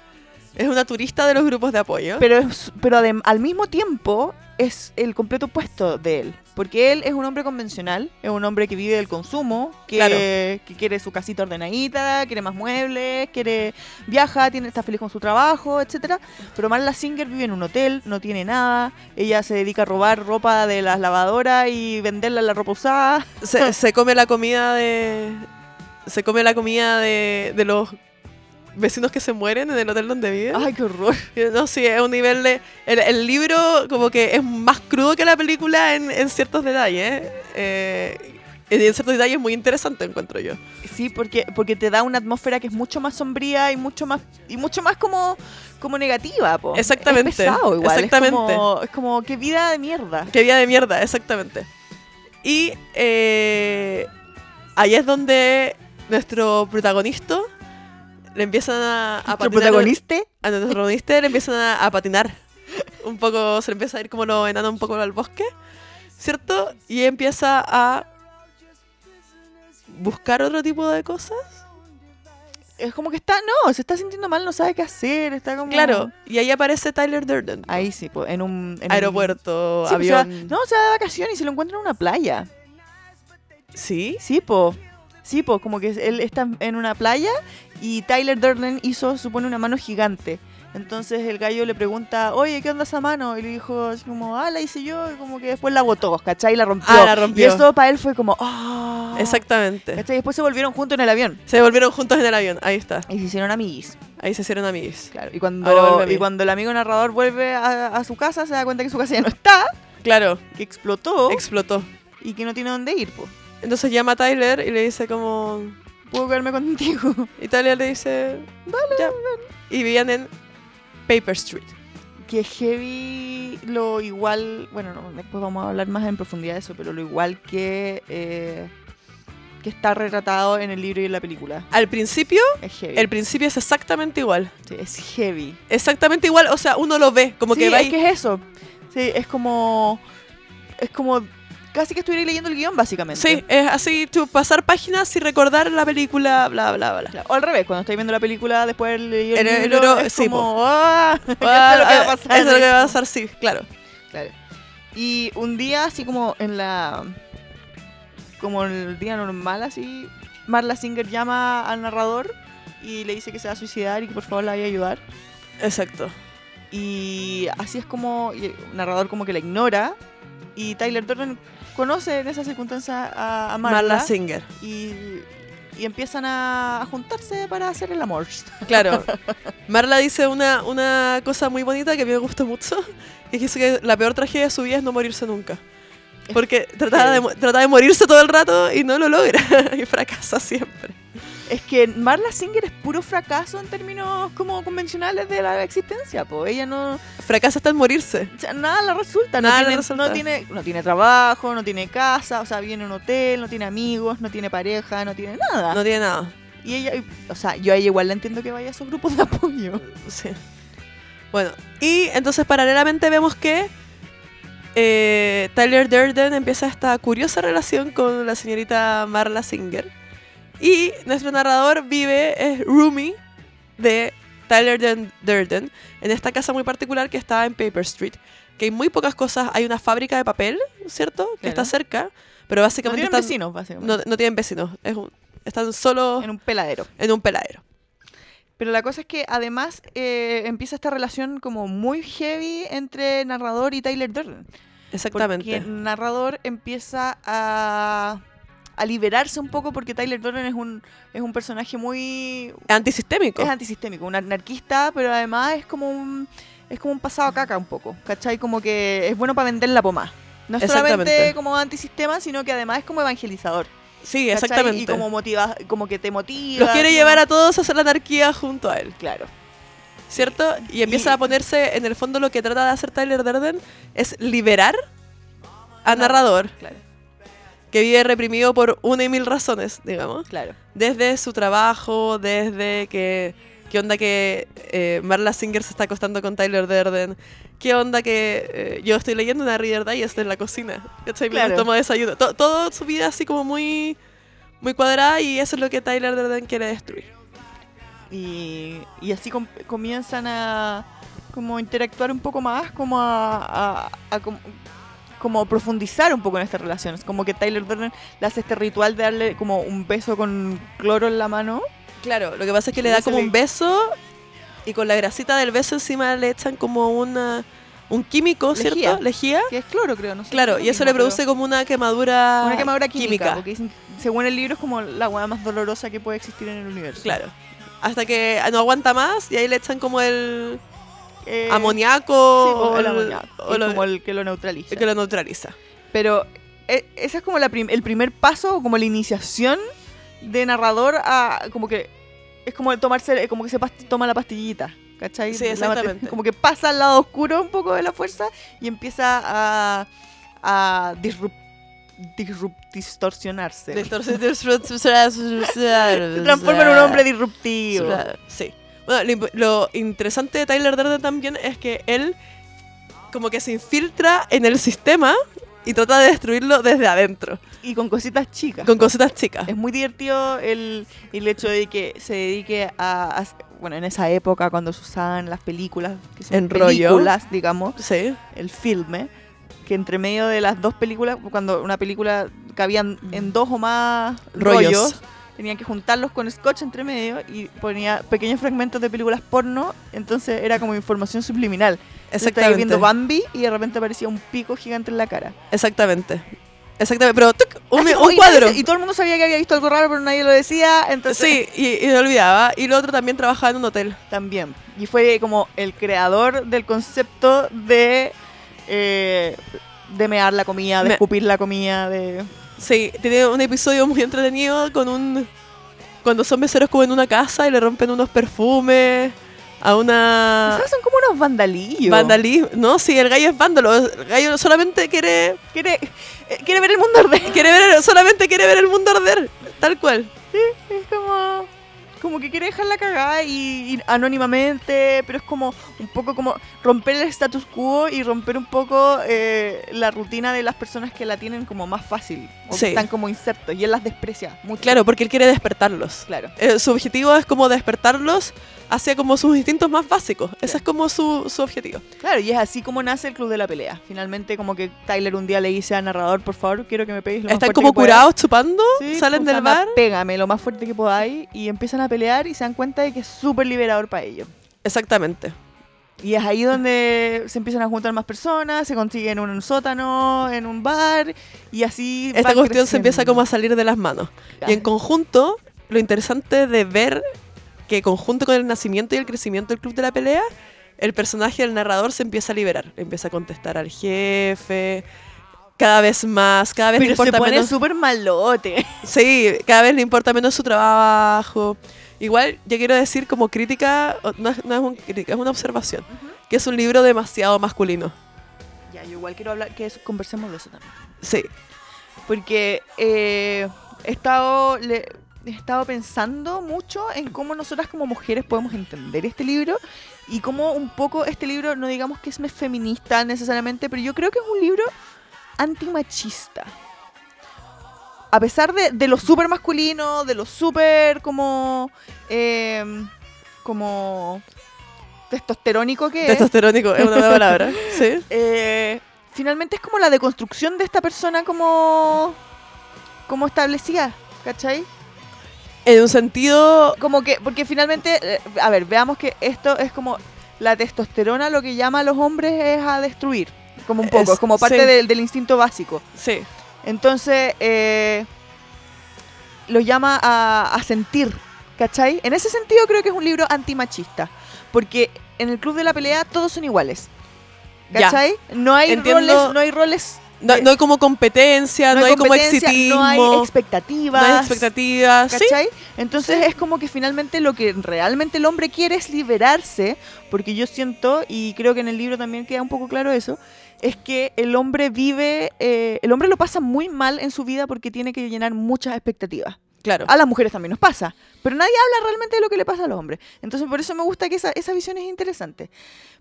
[SPEAKER 3] Es una turista de los grupos de apoyo.
[SPEAKER 2] Pero, es- pero adem- al mismo tiempo es el completo opuesto de él. Porque él es un hombre convencional, es un hombre que vive del consumo, que,
[SPEAKER 3] Claro.
[SPEAKER 2] que quiere su casita ordenadita, quiere más muebles, quiere viaja, tiene, está feliz con su trabajo, etcétera. Pero Marla Singer vive en un hotel, no tiene nada. Ella se dedica a robar ropa de las lavadoras y venderla en la ropa usada.
[SPEAKER 3] se, se come la comida de. Se come la comida de, de los vecinos que se mueren en el hotel donde viven.
[SPEAKER 2] Ay, qué horror.
[SPEAKER 3] No, sí, es un nivel de... El, el libro como que es más crudo que la película en, en ciertos detalles. eh, y en ciertos detalles muy interesante encuentro yo.
[SPEAKER 2] Sí, porque, porque te da una atmósfera que es mucho más sombría y mucho más y mucho más como, como negativa, po.
[SPEAKER 3] Exactamente,
[SPEAKER 2] Es pesado igual. es
[SPEAKER 3] exactamente.
[SPEAKER 2] como, es como, qué vida de mierda.
[SPEAKER 3] Qué día de mierda, exactamente. Y eh, ahí es donde nuestro protagonista le empiezan a, a
[SPEAKER 2] Nuestro
[SPEAKER 3] patinar-
[SPEAKER 2] protagonista
[SPEAKER 3] A nuestro protagonista le empiezan a, a patinar un poco, se le empieza a ir como lo enano un poco al bosque, ¿cierto? Y empieza a buscar otro tipo de cosas.
[SPEAKER 2] Es como que está, no, se está sintiendo mal, no sabe qué hacer, está como...
[SPEAKER 3] Claro, y ahí aparece Tyler Durden.
[SPEAKER 2] Ahí sí, pues, en un... en un-
[SPEAKER 3] Aeropuerto,
[SPEAKER 2] Sí, pues, se va-
[SPEAKER 3] avión.
[SPEAKER 2] no, se va de vacaciones y se lo encuentra en una playa.
[SPEAKER 3] ¿Sí?
[SPEAKER 2] Sí, po. Sí, po, como que él está en una playa y Tyler Durden hizo, supone, una mano gigante. Entonces el gallo le pregunta, oye, ¿qué onda esa mano? Y le dijo, así como, ah, la hice yo, y como que después la botó, ¿cachai? Y la rompió.
[SPEAKER 3] Ah, la rompió.
[SPEAKER 2] Y eso para él fue como, ah.
[SPEAKER 3] Exactamente.
[SPEAKER 2] ¿Cachai? Después se volvieron juntos en el avión.
[SPEAKER 3] Se volvieron juntos en el avión, ahí está.
[SPEAKER 2] Y se hicieron amiguis.
[SPEAKER 3] Ahí se hicieron amiguis.
[SPEAKER 2] Claro. Y
[SPEAKER 3] Ahora vuelve
[SPEAKER 2] cuando,
[SPEAKER 3] a mí.
[SPEAKER 2] y cuando el amigo narrador vuelve a, a su casa, se da cuenta que su casa ya no está,
[SPEAKER 3] Claro,
[SPEAKER 2] que explotó
[SPEAKER 3] explotó.
[SPEAKER 2] y que no tiene dónde ir, po.
[SPEAKER 3] Entonces llama a Tyler y le dice como...
[SPEAKER 2] Puedo quedarme contigo.
[SPEAKER 3] Y Tyler le dice... Dale, Y vivían en Paper Street.
[SPEAKER 2] que heavy lo igual, bueno, no, después vamos a hablar más en profundidad de eso, pero lo igual que eh, que está retratado en el libro y en la película.
[SPEAKER 3] Al principio,
[SPEAKER 2] Es heavy.
[SPEAKER 3] el principio es exactamente igual.
[SPEAKER 2] Sí, es heavy.
[SPEAKER 3] Exactamente igual, o sea, uno lo ve, como
[SPEAKER 2] Sí,
[SPEAKER 3] que va
[SPEAKER 2] es
[SPEAKER 3] y-
[SPEAKER 2] que es eso. Sí, es como es como casi que estuviera leyendo el guión básicamente.
[SPEAKER 3] Sí, es así, tú pasar páginas y recordar la película, bla, bla, bla.
[SPEAKER 2] Claro, O al revés, cuando estáis viendo la película después del leído el,
[SPEAKER 3] En el
[SPEAKER 2] libro,
[SPEAKER 3] libro,
[SPEAKER 2] es
[SPEAKER 3] sí,
[SPEAKER 2] como ¡ah! Eso es lo que va
[SPEAKER 3] Ah,
[SPEAKER 2] a
[SPEAKER 3] ah,
[SPEAKER 2] pasar.
[SPEAKER 3] Eso es lo que va a pasar, sí, claro.
[SPEAKER 2] Claro. Y un día así como en la... Como el día normal así, Marla Singer llama al narrador y le dice que se va a suicidar y que por favor la vaya a ayudar.
[SPEAKER 3] Exacto.
[SPEAKER 2] Y así es como y el narrador como que la ignora. Y Tyler Durden conoce en esa circunstancia a, a Marla,
[SPEAKER 3] Marla Singer.
[SPEAKER 2] y, y empiezan a, a juntarse para hacer el amor.
[SPEAKER 3] Claro. Marla dice una, una cosa muy bonita que a mí me gustó mucho, que dice que la peor tragedia de su vida es no morirse nunca. Porque trataba de, mo- trataba de morirse todo el rato y no lo logra. y fracasa siempre.
[SPEAKER 2] Es que Marla Singer es puro fracaso en términos como convencionales de la existencia. Pues ella no,
[SPEAKER 3] Fracasa hasta el morirse.
[SPEAKER 2] O sea, nada le resulta. No,
[SPEAKER 3] Nada le
[SPEAKER 2] tiene,
[SPEAKER 3] resulta.
[SPEAKER 2] No, tiene, no tiene trabajo, no tiene casa, o sea, viene a un hotel, no tiene amigos, no tiene pareja, no tiene nada.
[SPEAKER 3] No tiene nada.
[SPEAKER 2] Y ella, y- o sea, yo a ella igual la entiendo que vaya a esos grupos de apoyo.
[SPEAKER 3] Sí. Bueno, y entonces paralelamente vemos que eh, Tyler Durden empieza esta curiosa relación con la señorita Marla Singer. Y nuestro narrador vive, es Rumi de Tyler Durden- Durden, en esta casa muy particular que está en Paper Street. Que hay muy pocas cosas. Hay una fábrica de papel, ¿cierto?
[SPEAKER 2] Claro.
[SPEAKER 3] Que está cerca, pero
[SPEAKER 2] No
[SPEAKER 3] básicamente
[SPEAKER 2] tienen
[SPEAKER 3] están-
[SPEAKER 2] vecinos, básicamente.
[SPEAKER 3] no, no tienen vecinos. Es un- están solo
[SPEAKER 2] En un peladero.
[SPEAKER 3] en un peladero.
[SPEAKER 2] Pero la cosa es que además eh, empieza esta relación como muy heavy entre narrador y Tyler Durden. Porque
[SPEAKER 3] Exactamente.
[SPEAKER 2] el narrador empieza a, a liberarse un poco porque Tyler Durden es un, es un personaje muy,
[SPEAKER 3] Antisistémico.
[SPEAKER 2] Es antisistémico, un anarquista, pero además es como un es como un pasado a caca un poco, ¿cachai? Como que es bueno para vender la pomada. No es solamente
[SPEAKER 3] Exactamente.
[SPEAKER 2] como antisistema, sino que además es como evangelizador.
[SPEAKER 3] Sí,
[SPEAKER 2] ¿cachai?
[SPEAKER 3] exactamente.
[SPEAKER 2] Y como motiva, como que te motiva.
[SPEAKER 3] Los quiere
[SPEAKER 2] como-
[SPEAKER 3] llevar a todos a hacer la anarquía junto a él,
[SPEAKER 2] Claro.
[SPEAKER 3] ¿cierto? Y empieza
[SPEAKER 2] y-
[SPEAKER 3] a ponerse, en el fondo lo que trata de hacer Tyler Durden es liberar a
[SPEAKER 2] No.
[SPEAKER 3] narrador
[SPEAKER 2] Claro,
[SPEAKER 3] que vive reprimido por una y mil razones, digamos.
[SPEAKER 2] claro.
[SPEAKER 3] Desde su trabajo, desde que... ¿Qué onda que eh, Marla Singer se está acostando con Tyler Durden? ¿Qué onda que eh, yo estoy leyendo una Reader Digest en la cocina? ¿Cachai? Mientras
[SPEAKER 2] Claro.
[SPEAKER 3] tomo desayuno. To- toda su vida así como muy, muy cuadrada y eso es lo que Tyler Durden quiere destruir.
[SPEAKER 2] Y, y así com- comienzan a como interactuar un poco más, como a, a- a com- como profundizar un poco en estas relaciones. Como que Tyler Durden le hace este ritual de darle como un beso con cloro en la mano.
[SPEAKER 3] Claro, lo que pasa es que
[SPEAKER 2] Y
[SPEAKER 3] le da
[SPEAKER 2] se
[SPEAKER 3] como
[SPEAKER 2] le-
[SPEAKER 3] un beso y con la grasita del beso encima le echan como una, un químico,
[SPEAKER 2] Lejía.
[SPEAKER 3] ¿cierto? Lejía.
[SPEAKER 2] Que es cloro, creo, no sé.
[SPEAKER 3] Claro,
[SPEAKER 2] si
[SPEAKER 3] y eso le
[SPEAKER 2] mismo, pero-
[SPEAKER 3] produce como una quemadura,
[SPEAKER 2] Una quemadura química, porque dicen que, según el libro es como la hueá más dolorosa que puede existir en el universo.
[SPEAKER 3] Claro. Hasta que no aguanta más y ahí le echan como el
[SPEAKER 2] Eh,
[SPEAKER 3] amoníaco
[SPEAKER 2] sí,
[SPEAKER 3] o
[SPEAKER 2] o el
[SPEAKER 3] lo-
[SPEAKER 2] amoníaco,
[SPEAKER 3] o
[SPEAKER 2] es
[SPEAKER 3] lo-
[SPEAKER 2] como el que lo neutraliza.
[SPEAKER 3] que lo neutraliza.
[SPEAKER 2] Pero eh, ese es como la prim- el primer paso, o como la iniciación de narrador a como que es como el tomarse, eh, como que se pas- toma la pastillita. ¿Cachai?
[SPEAKER 3] Sí,
[SPEAKER 2] La mate-
[SPEAKER 3] exactamente.
[SPEAKER 2] como que pasa al lado oscuro un poco de la fuerza y empieza a, a disrup- disrup- distorsionarse. Se
[SPEAKER 3] Se
[SPEAKER 2] transforma en un hombre disruptivo.
[SPEAKER 3] Sí. Bueno, lo, imp- lo interesante de Tyler Durden también es que él como que se infiltra en el sistema y trata de destruirlo desde adentro,
[SPEAKER 2] Y con cositas chicas.
[SPEAKER 3] con cositas chicas.
[SPEAKER 2] Es muy divertido el, el hecho de que se dedique a, a- Bueno, en esa época cuando se usaban las películas, que son
[SPEAKER 3] En rollo.
[SPEAKER 2] películas, digamos,
[SPEAKER 3] Sí,
[SPEAKER 2] el filme, que entre medio de las dos películas, cuando una película cabían en dos o más rollos,
[SPEAKER 3] Mm. Rollos.
[SPEAKER 2] tenían que juntarlos con scotch entre medio y ponía pequeños fragmentos de películas porno, entonces era como información subliminal. Tú estabas
[SPEAKER 3] exactamente.
[SPEAKER 2] viendo Bambi y de repente aparecía un pico gigante en la cara.
[SPEAKER 3] exactamente. Exactamente, pero ¡tuc! un,
[SPEAKER 2] Así
[SPEAKER 3] e- un
[SPEAKER 2] como, y nadie
[SPEAKER 3] cuadro.
[SPEAKER 2] se- Y todo el mundo sabía que había visto algo raro, pero nadie lo decía. Entonces,
[SPEAKER 3] Sí, y, y me olvidaba. Y lo otro también trabajaba en un hotel.
[SPEAKER 2] también. Y fue como el creador del concepto de. eh, de mear la comida, de
[SPEAKER 3] Me-
[SPEAKER 2] escupir la comida, de.
[SPEAKER 3] Sí, tiene un episodio muy entretenido con un... Cuando son meseros como en una casa y le rompen unos perfumes a una...
[SPEAKER 2] Esas son como unos vandalillos.
[SPEAKER 3] Vandalismo. No, sí, el gallo es vándalo. El gallo solamente quiere.
[SPEAKER 2] Quiere, eh, quiere ver el mundo arder.
[SPEAKER 3] quiere ver, solamente quiere ver el mundo arder. Tal cual.
[SPEAKER 2] Es como. Como que quiere dejarla cagada y, y anónimamente, pero es como un poco como romper el status quo y romper un poco eh, la rutina de las personas que la tienen como más fácil o
[SPEAKER 3] Sí.
[SPEAKER 2] que están como insertos y él las desprecia mucho.
[SPEAKER 3] Claro, porque él quiere despertarlos.
[SPEAKER 2] Claro.
[SPEAKER 3] Eh, su objetivo es como despertarlos hacia como sus instintos más básicos. Ese es como su, su objetivo.
[SPEAKER 2] Claro, y es así como nace el Club de la Pelea. Finalmente, como que Tyler un día le dice a narrador, por favor, quiero que me pegues lo más
[SPEAKER 3] Están
[SPEAKER 2] fuerte
[SPEAKER 3] como
[SPEAKER 2] que puedas".
[SPEAKER 3] curados chupando,
[SPEAKER 2] Sí,
[SPEAKER 3] salen
[SPEAKER 2] puta,
[SPEAKER 3] del
[SPEAKER 2] ma-
[SPEAKER 3] bar.
[SPEAKER 2] Pégame lo más fuerte que podáis y empiezan a pelear y se dan cuenta de que es súper liberador para ellos.
[SPEAKER 3] Exactamente.
[SPEAKER 2] Y es ahí donde se empiezan a juntar más personas, se consiguen en un sótano, en un bar y así.
[SPEAKER 3] Esta
[SPEAKER 2] van
[SPEAKER 3] cuestión
[SPEAKER 2] creciendo.
[SPEAKER 3] se empieza como a salir de las manos. Y en conjunto, lo interesante de ver que conjunto con el nacimiento y el crecimiento del club de la pelea, el personaje del narrador se empieza a liberar, empieza a contestar al jefe, cada vez más, cada vez le
[SPEAKER 2] Pero se
[SPEAKER 3] importa
[SPEAKER 2] pone
[SPEAKER 3] menos.
[SPEAKER 2] súper malote.
[SPEAKER 3] Sí, cada vez le importa menos su trabajo. Igual, yo quiero decir como crítica, o- no es, no es un crítica, es una observación, que es un libro demasiado masculino.
[SPEAKER 2] ya, yo igual quiero hablar, que eso- conversemos de eso también.
[SPEAKER 3] Sí,
[SPEAKER 2] porque eh, he, estado, le- he estado pensando mucho en cómo nosotras como mujeres podemos entender este libro y cómo un poco este libro, no digamos que es me- feminista necesariamente, pero yo creo que es un libro antimachista. A pesar de, de lo súper masculino, de lo súper como... eh, como testosterónico que es,
[SPEAKER 3] testosterónico es una buena palabra. Sí,
[SPEAKER 2] eh, finalmente es como la deconstrucción de esta persona como, como establecida, ¿cachai?
[SPEAKER 3] en un sentido
[SPEAKER 2] Como que, porque finalmente, eh, a ver, veamos que esto es como la testosterona lo que llama a los hombres es a destruir, como un poco, es,
[SPEAKER 3] Es-
[SPEAKER 2] como parte
[SPEAKER 3] sí.
[SPEAKER 2] del- del instinto básico.
[SPEAKER 3] Sí,
[SPEAKER 2] Entonces, eh, lo llama a, a sentir, ¿cachai? En ese sentido creo que es un libro antimachista, porque en el club de la pelea todos son iguales.
[SPEAKER 3] Ya.
[SPEAKER 2] ¿Cachai? No hay
[SPEAKER 3] Entiendo.
[SPEAKER 2] roles, no hay roles,
[SPEAKER 3] no,
[SPEAKER 2] Eh,
[SPEAKER 3] no hay como competencia, no, hay, como
[SPEAKER 2] competencia,
[SPEAKER 3] exitismo,
[SPEAKER 2] no hay
[SPEAKER 3] no
[SPEAKER 2] expectativas.
[SPEAKER 3] hay expectativas. Sí,
[SPEAKER 2] ¿Cachai? Entonces
[SPEAKER 3] Sí.
[SPEAKER 2] es como que finalmente lo que realmente el hombre quiere es liberarse, porque yo siento, y creo que en el libro también queda un poco claro eso, es que el hombre vive, eh, el hombre lo pasa muy mal en su vida porque tiene que llenar muchas expectativas.
[SPEAKER 3] claro.
[SPEAKER 2] A las mujeres también nos pasa, pero nadie habla realmente de lo que le pasa a los hombres. Entonces por eso me gusta que esa, esa visión es interesante,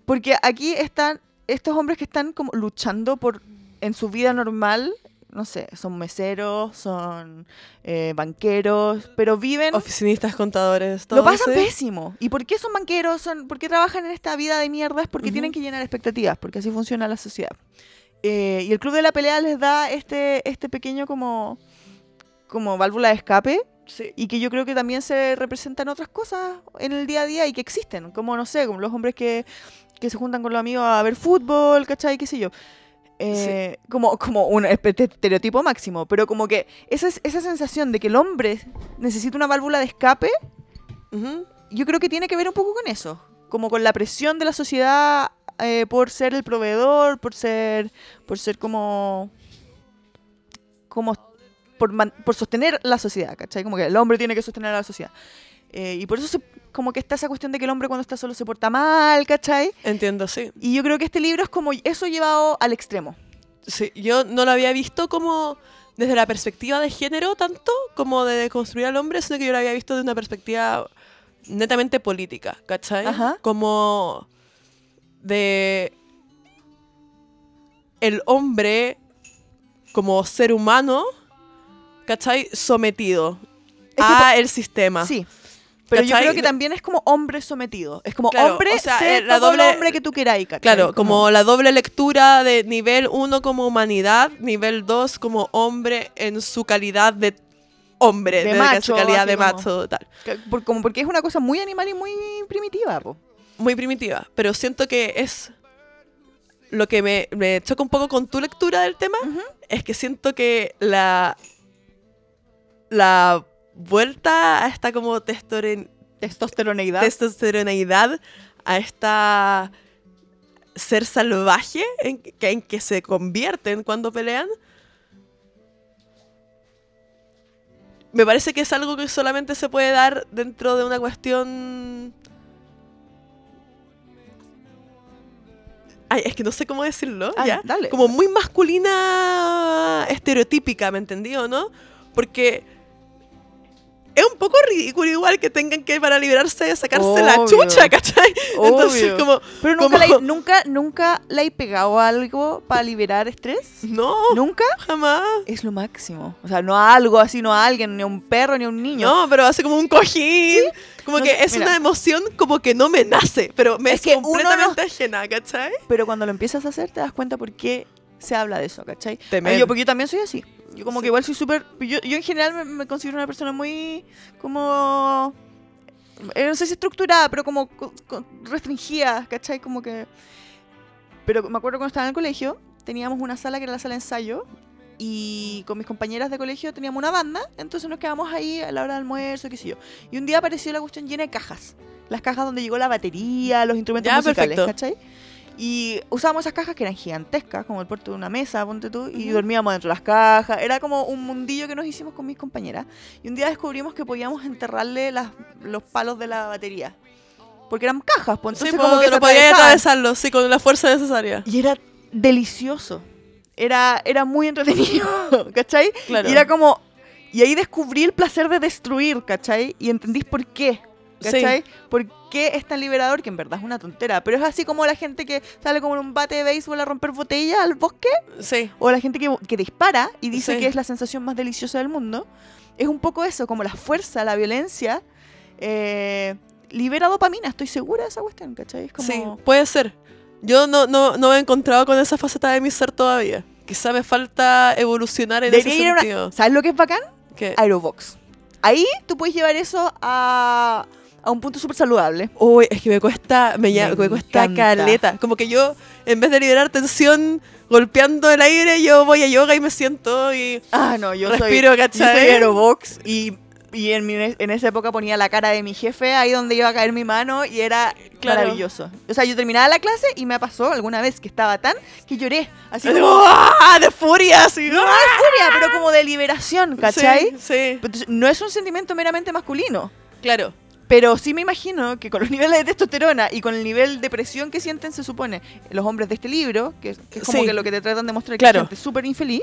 [SPEAKER 2] porque aquí están estos hombres que están como luchando por en su vida normal. No sé, son meseros, son eh, banqueros, pero viven
[SPEAKER 3] Oficinistas, contadores, todo
[SPEAKER 2] lo pasan pues?
[SPEAKER 3] ese-
[SPEAKER 2] pésimo. ¿Y por qué son banqueros? Son, ¿Por qué trabajan en esta vida de mierda? Es porque
[SPEAKER 3] Ujú.
[SPEAKER 2] tienen que llenar expectativas, porque así funciona la sociedad. Eh, y el Club de la Pelea les da este, este pequeño como, como válvula de escape
[SPEAKER 3] Sí.
[SPEAKER 2] y que yo creo que también se representan otras cosas en el día a día y que existen, como no sé, como los hombres que, que se juntan con los amigos a ver fútbol, ¿cachai? ¿Qué sé yo? Eh, como, como un espe- este estereotipo máximo, pero como que esa, es- esa sensación de que el hombre necesita una válvula de escape
[SPEAKER 3] Ujú.
[SPEAKER 2] yo creo que tiene que ver un poco con eso, como con la presión de la sociedad eh, por ser el proveedor, por ser, por ser como, como por, man- por sostener la sociedad, ¿cachai? Como que el hombre tiene que sostener a la sociedad. Eh, y por eso se- como que está esa cuestión de que el hombre cuando está solo se porta mal, ¿cachai?
[SPEAKER 3] Entiendo, sí.
[SPEAKER 2] Y yo creo que este libro es como eso llevado al extremo.
[SPEAKER 3] sí. Yo no lo había visto como desde la perspectiva de género tanto como de construir al hombre, sino que yo lo había visto desde una perspectiva netamente política, ¿cachai?
[SPEAKER 2] Ajá.
[SPEAKER 3] Como de el hombre como ser humano, ¿cachai? Sometido
[SPEAKER 2] que
[SPEAKER 3] a el sistema.
[SPEAKER 2] Sí. Pero yo
[SPEAKER 3] Ah. ¿Cachai?
[SPEAKER 2] creo que también es como hombre sometido. Es como
[SPEAKER 3] Claro,
[SPEAKER 2] hombre,
[SPEAKER 3] o sea,
[SPEAKER 2] sé
[SPEAKER 3] eh, la
[SPEAKER 2] todo el
[SPEAKER 3] doble-
[SPEAKER 2] hombre que tú queráis, ¿cachai?
[SPEAKER 3] Claro, como la doble lectura de nivel 1 como humanidad, nivel 2 como hombre en su calidad de hombre,
[SPEAKER 2] De
[SPEAKER 3] de, ca-
[SPEAKER 2] macho,
[SPEAKER 3] su calidad
[SPEAKER 2] así
[SPEAKER 3] de
[SPEAKER 2] como-
[SPEAKER 3] macho, tal.
[SPEAKER 2] que- por- como porque es una cosa muy animal y muy primitiva, po.
[SPEAKER 3] Muy primitiva, pero siento que es lo que me, me choca un poco con tu lectura del tema,
[SPEAKER 2] Ujú.
[SPEAKER 3] es que siento que la la vuelta a esta como testoren-
[SPEAKER 2] Testosteroneidad.
[SPEAKER 3] testosteroneidad, a esta ser salvaje en que, en que se convierten cuando pelean. Me parece que es algo que solamente se puede dar dentro de una cuestión... Ay, es que no sé cómo decirlo.
[SPEAKER 2] Ay,
[SPEAKER 3] ya.
[SPEAKER 2] dale.
[SPEAKER 3] Como muy masculina estereotípica, ¿me entendí o no? Porque es un poco ridículo igual que tengan que para liberarse sacarse la
[SPEAKER 2] Obvio.
[SPEAKER 3] chucha, ¿cachai? Entonces
[SPEAKER 2] Obvio.
[SPEAKER 3] como,
[SPEAKER 2] Pero
[SPEAKER 3] como-
[SPEAKER 2] nunca, la hay- nunca, nunca la he pegado a algo para liberar estrés.
[SPEAKER 3] no,
[SPEAKER 2] Nunca
[SPEAKER 3] jamás.
[SPEAKER 2] es lo máximo. O sea, no a algo así, no a alguien, ni a un perro, ni a un niño.
[SPEAKER 3] No, pero hace como un cojín. Como
[SPEAKER 2] No
[SPEAKER 3] que
[SPEAKER 2] sé,
[SPEAKER 3] es
[SPEAKER 2] mira.
[SPEAKER 3] una emoción como que no me nace, pero me
[SPEAKER 2] Es
[SPEAKER 3] es,
[SPEAKER 2] que uno
[SPEAKER 3] completamente ajena, ¿cachai?
[SPEAKER 2] Pero cuando lo empiezas a hacer, te das cuenta por qué se habla de eso, ¿cachai?
[SPEAKER 3] Temen.
[SPEAKER 2] Ay, yo, porque yo también soy así. Yo como
[SPEAKER 3] Sí.
[SPEAKER 2] que igual soy súper... Yo, yo en general me, me considero una persona muy como... eh, No sé si estructurada, pero como co- co- restringida, ¿cachai? Como que... Pero me acuerdo cuando estaba en el colegio, teníamos una sala que era la sala de ensayo y con mis compañeras de colegio teníamos una banda, entonces nos quedábamos ahí a la hora del almuerzo, qué sé yo. Y un día apareció la cuestión llena de cajas. Las cajas donde llegó la batería, los instrumentos
[SPEAKER 3] Ya,
[SPEAKER 2] musicales,
[SPEAKER 3] perfecto.
[SPEAKER 2] ¿cachai? Y usábamos esas cajas que eran gigantescas, como el puerto de una mesa, ponte tú, y
[SPEAKER 3] Ujú.
[SPEAKER 2] dormíamos dentro de las cajas. Era como un mundillo que nos hicimos con mis compañeras. Y un día descubrimos que podíamos enterrarle las, los palos de la batería. Porque eran cajas, pues
[SPEAKER 3] Sí,
[SPEAKER 2] entonces
[SPEAKER 3] po,
[SPEAKER 2] como que
[SPEAKER 3] no
[SPEAKER 2] se
[SPEAKER 3] podía
[SPEAKER 2] atravesaban.
[SPEAKER 3] atravesarlo, sí, con la fuerza necesaria.
[SPEAKER 2] Y era delicioso. Era, era muy entretenido, ¿cachai?
[SPEAKER 3] Claro.
[SPEAKER 2] Y era como. Y ahí descubrí el placer de destruir, ¿cachai? Y entendís por qué.
[SPEAKER 3] Sí.
[SPEAKER 2] ¿Cachai? ¿Por qué es tan liberador? Que en verdad es una tontera. Pero es así como la gente que sale como en un bate de béisbol a romper botella al bosque.
[SPEAKER 3] Sí.
[SPEAKER 2] O la gente que, que dispara y dice
[SPEAKER 3] Sí.
[SPEAKER 2] que es la sensación más deliciosa del mundo. Es un poco eso, como la fuerza, la violencia. eh, libera dopamina, estoy segura de esa cuestión, ¿cachai? Es como.
[SPEAKER 3] Sí, puede ser. Yo no, no, no me he encontrado con esa faceta de mi ser todavía. Quizá me falta evolucionar en
[SPEAKER 2] Debería
[SPEAKER 3] ese
[SPEAKER 2] ir a una-
[SPEAKER 3] sentido.
[SPEAKER 2] ¿Sabes lo que es bacán?
[SPEAKER 3] Que-
[SPEAKER 2] eh, Aerobox. Ahí tú puedes llevar eso a, a un punto súper saludable.
[SPEAKER 3] Uy, es que me cuesta, me, lla-
[SPEAKER 2] Me
[SPEAKER 3] me cuesta
[SPEAKER 2] encanta.
[SPEAKER 3] caleta. Como que yo, en vez de liberar tensión golpeando el aire, yo voy a yoga y me siento y
[SPEAKER 2] Ah, no, yo
[SPEAKER 3] respiro,
[SPEAKER 2] soy, yo soy
[SPEAKER 3] ¿cachai?
[SPEAKER 2] Aerobox y, y en, mi- en esa época ponía la cara de mi jefe ahí donde iba a caer mi mano y era
[SPEAKER 3] Claro.
[SPEAKER 2] maravilloso. O sea, yo terminaba la clase y me pasó alguna vez que estaba tan que lloré. Así
[SPEAKER 3] Así como,
[SPEAKER 2] como,
[SPEAKER 3] ¡ah! De furia, así. ¡ah!
[SPEAKER 2] furia, pero como de liberación, ¿cachai?
[SPEAKER 3] Sí, sí,
[SPEAKER 2] Pero entonces, no es un sentimiento meramente masculino.
[SPEAKER 3] claro.
[SPEAKER 2] Pero sí me imagino que con los niveles de testosterona y con el nivel de presión que sienten, se supone, los hombres de este libro, que, que es como
[SPEAKER 3] Sí.
[SPEAKER 2] que lo que te tratan de mostrar que
[SPEAKER 3] Claro.
[SPEAKER 2] es gente súper infeliz,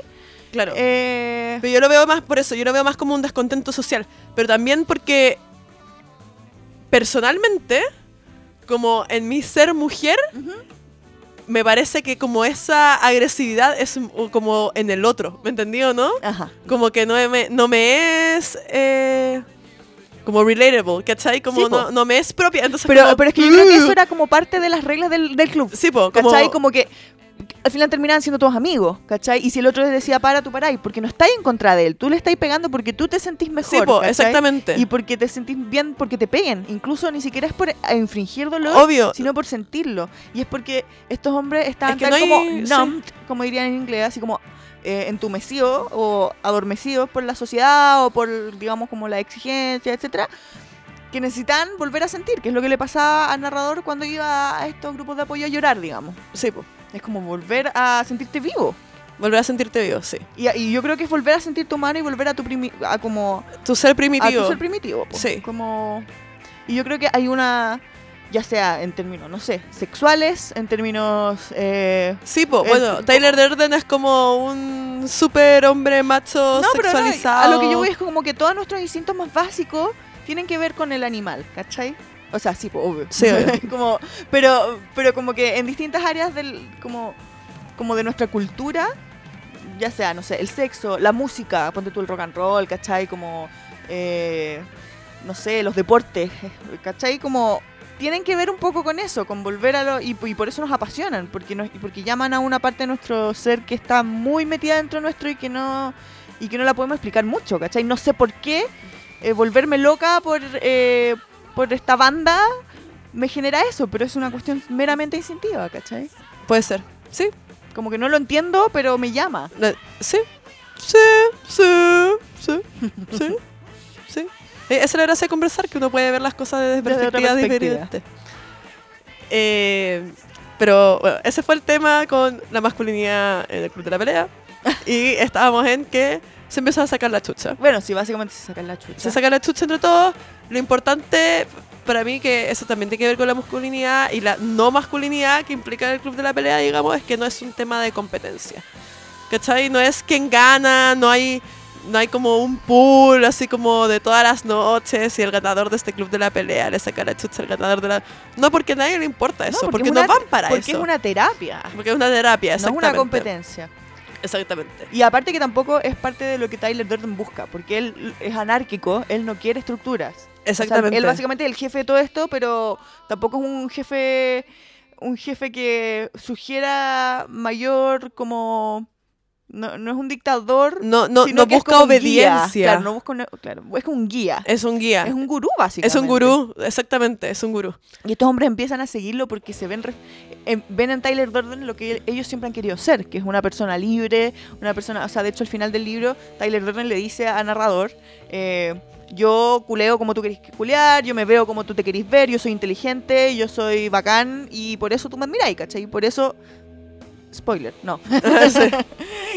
[SPEAKER 3] Claro.
[SPEAKER 2] eh,
[SPEAKER 3] Pero yo lo veo más por eso, yo lo veo más como un descontento social. Pero también porque personalmente, como en mi ser mujer,
[SPEAKER 2] Ujú.
[SPEAKER 3] me parece que como esa agresividad es mm, como en el otro, ¿me entendí o no?
[SPEAKER 2] ajá.
[SPEAKER 3] como que no me, no me es eh, como relatable, ¿cachai? Como
[SPEAKER 2] Sí, po.
[SPEAKER 3] no, no me es propia. Entonces
[SPEAKER 2] Pero,
[SPEAKER 3] como,
[SPEAKER 2] pero es que yo creo que
[SPEAKER 3] "Ugh".
[SPEAKER 2] eso era como parte de las reglas del, del club.
[SPEAKER 3] Sí, po, como,
[SPEAKER 2] ¿Cachai? Como que al final terminaban siendo todos amigos, ¿cachai? Y si el otro les decía para, tú paráis, porque no estáis en contra de él, tú le estáis pegando porque tú te sentís mejor.
[SPEAKER 3] sí, po,
[SPEAKER 2] ¿cachai?
[SPEAKER 3] exactamente.
[SPEAKER 2] Y porque te sentís bien porque te peguen. Incluso ni siquiera es por eh, infringir dolor,
[SPEAKER 3] Obvio.
[SPEAKER 2] sino por sentirlo. Y es porque estos hombres estaban
[SPEAKER 3] Oh. Es
[SPEAKER 2] tan
[SPEAKER 3] que no hay-
[SPEAKER 2] como
[SPEAKER 3] sí.
[SPEAKER 2] numbed, como dirían en inglés, así como eh, entumecidos o adormecidos por la sociedad o por, digamos, como la exigencia, etcétera que necesitan volver a sentir, que es lo que le pasaba al narrador cuando iba a estos grupos de apoyo a llorar, digamos.
[SPEAKER 3] Sí, po.
[SPEAKER 2] Es como volver a sentirte vivo.
[SPEAKER 3] Volver a sentirte vivo, sí.
[SPEAKER 2] Y, y yo creo que es volver a sentir tu mano y volver a tu primi- a como
[SPEAKER 3] Tu ser
[SPEAKER 2] a
[SPEAKER 3] primitivo.
[SPEAKER 2] Ah, tu ser primitivo. po.
[SPEAKER 3] Sí.
[SPEAKER 2] Como... Y yo creo que hay una, ya sea en términos, no sé, sexuales, en términos... eh,
[SPEAKER 3] Sí, po.
[SPEAKER 2] Es-
[SPEAKER 3] Bueno, Tyler Durden es como un super hombre macho
[SPEAKER 2] no, pero no,
[SPEAKER 3] sexualizado.
[SPEAKER 2] a lo que yo voy es como que todos nuestros instintos más básicos tienen que ver con el animal, ¿cachai? O sea, sí, po, obvio.
[SPEAKER 3] Sí, obvio.
[SPEAKER 2] como, pero, pero como que en distintas áreas del... Como, como de nuestra cultura, ya sea, no sé, el sexo, la música, ponte tú el rock and roll, ¿cachai? Como, eh, no sé, los deportes, ¿cachai? Como tienen que ver un poco con eso, con volver a lo... Y, y por eso nos apasionan, porque, nos, y porque llaman a una parte de nuestro ser que está muy metida dentro nuestro y que no, y que no la podemos explicar mucho, ¿cachai? No sé por qué eh, volverme loca por, eh, por esta banda me genera eso, pero es una cuestión meramente instintiva, ¿cachai?
[SPEAKER 3] Puede ser. Sí,
[SPEAKER 2] Como que no lo entiendo, pero me llama.
[SPEAKER 3] No, sí, sí, sí, sí, sí, sí. Eh, Esa es la gracia de conversar, que uno puede ver las cosas desde
[SPEAKER 2] Desde otra
[SPEAKER 3] perspectivas
[SPEAKER 2] perspectiva.
[SPEAKER 3] diferentes. Eh, pero bueno, ese fue el tema con la masculinidad en el Club de la Pelea. y estábamos en que se empezó a sacar la chucha.
[SPEAKER 2] Bueno, sí, básicamente se sacan la chucha.
[SPEAKER 3] Se saca la chucha entre todos. Lo importante para mí, que eso también tiene que ver con la masculinidad y la no masculinidad que implica el club de la pelea, digamos, es que no es un tema de competencia. ¿Cachai? No es quien gana, no hay, no hay como un pool así como de todas las noches y el ganador de este club de la pelea le saca la chucha al ganador de la. No, porque a nadie le importa
[SPEAKER 2] No,
[SPEAKER 3] eso, porque,
[SPEAKER 2] es
[SPEAKER 3] no
[SPEAKER 2] una-
[SPEAKER 3] van para
[SPEAKER 2] porque
[SPEAKER 3] eso.
[SPEAKER 2] es una terapia,
[SPEAKER 3] Porque es una terapia,
[SPEAKER 2] no es
[SPEAKER 3] exactamente.
[SPEAKER 2] una competencia.
[SPEAKER 3] Exactamente.
[SPEAKER 2] Y aparte que tampoco es parte de lo que Tyler Durden busca, porque él es anárquico, él no quiere estructuras. O sea,
[SPEAKER 3] Exactamente.
[SPEAKER 2] él básicamente es el jefe de todo esto, pero tampoco es un jefe un jefe que sugiera mayor como no, no es un dictador,
[SPEAKER 3] no no,
[SPEAKER 2] sino
[SPEAKER 3] no
[SPEAKER 2] que es
[SPEAKER 3] busca
[SPEAKER 2] como un guía.
[SPEAKER 3] obediencia.
[SPEAKER 2] Claro, no busca una- claro, es como un guía.
[SPEAKER 3] Es un guía.
[SPEAKER 2] Es un gurú básicamente.
[SPEAKER 3] Es un gurú, exactamente, es un gurú.
[SPEAKER 2] Y estos hombres empiezan a seguirlo porque se ven, ref- eh, ven en Tyler Durden lo que ellos siempre han querido ser, que es una persona libre, una persona, o sea, de hecho al final del libro Tyler Durden le dice a narrador, eh, yo culeo como tú querés culear, yo me veo como tú te querés ver, yo soy inteligente, yo soy bacán y por eso tú me admiráis, ¿cachai? Por eso... Spoiler, no.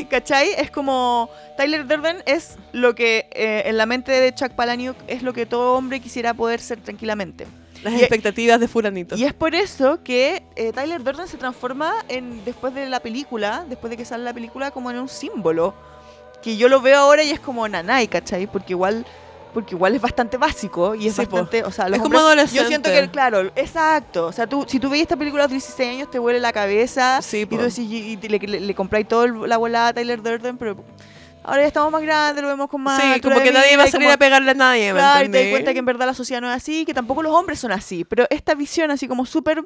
[SPEAKER 2] ¿Cachai? Es como Tyler Durden es lo que eh, en la mente de Chuck Palahniuk es lo que todo hombre quisiera poder ser tranquilamente.
[SPEAKER 3] Las
[SPEAKER 2] Y-
[SPEAKER 3] expectativas de fulanito.
[SPEAKER 2] Y es por eso que eh, Tyler Durden se transforma en después de la película, después de que sale la película, como en un símbolo. Que yo lo veo ahora y es como nanay, ¿cachai? Porque igual, porque igual es bastante básico y es
[SPEAKER 3] Sí, po.
[SPEAKER 2] bastante. O sea, los
[SPEAKER 3] Es como
[SPEAKER 2] hombres- Yo
[SPEAKER 3] adolescente.
[SPEAKER 2] siento que, claro, exacto. O sea, tú, si tú veis esta película a los 16 años, te huele la cabeza.
[SPEAKER 3] Sí,
[SPEAKER 2] y tú
[SPEAKER 3] po.
[SPEAKER 2] decís, y y te- le, le, le compráis toda la volada a Tyler Durden, pero ahora ya estamos más grandes, lo vemos con más.
[SPEAKER 3] sí,
[SPEAKER 2] altura
[SPEAKER 3] como
[SPEAKER 2] de
[SPEAKER 3] que nadie
[SPEAKER 2] vida
[SPEAKER 3] va a
[SPEAKER 2] y
[SPEAKER 3] salir
[SPEAKER 2] como-
[SPEAKER 3] a pegarle a nadie, ¿me
[SPEAKER 2] Claro, y te das
[SPEAKER 3] entendí?
[SPEAKER 2] cuenta que en verdad la sociedad no es así, que tampoco los hombres son así. Pero esta visión así como súper...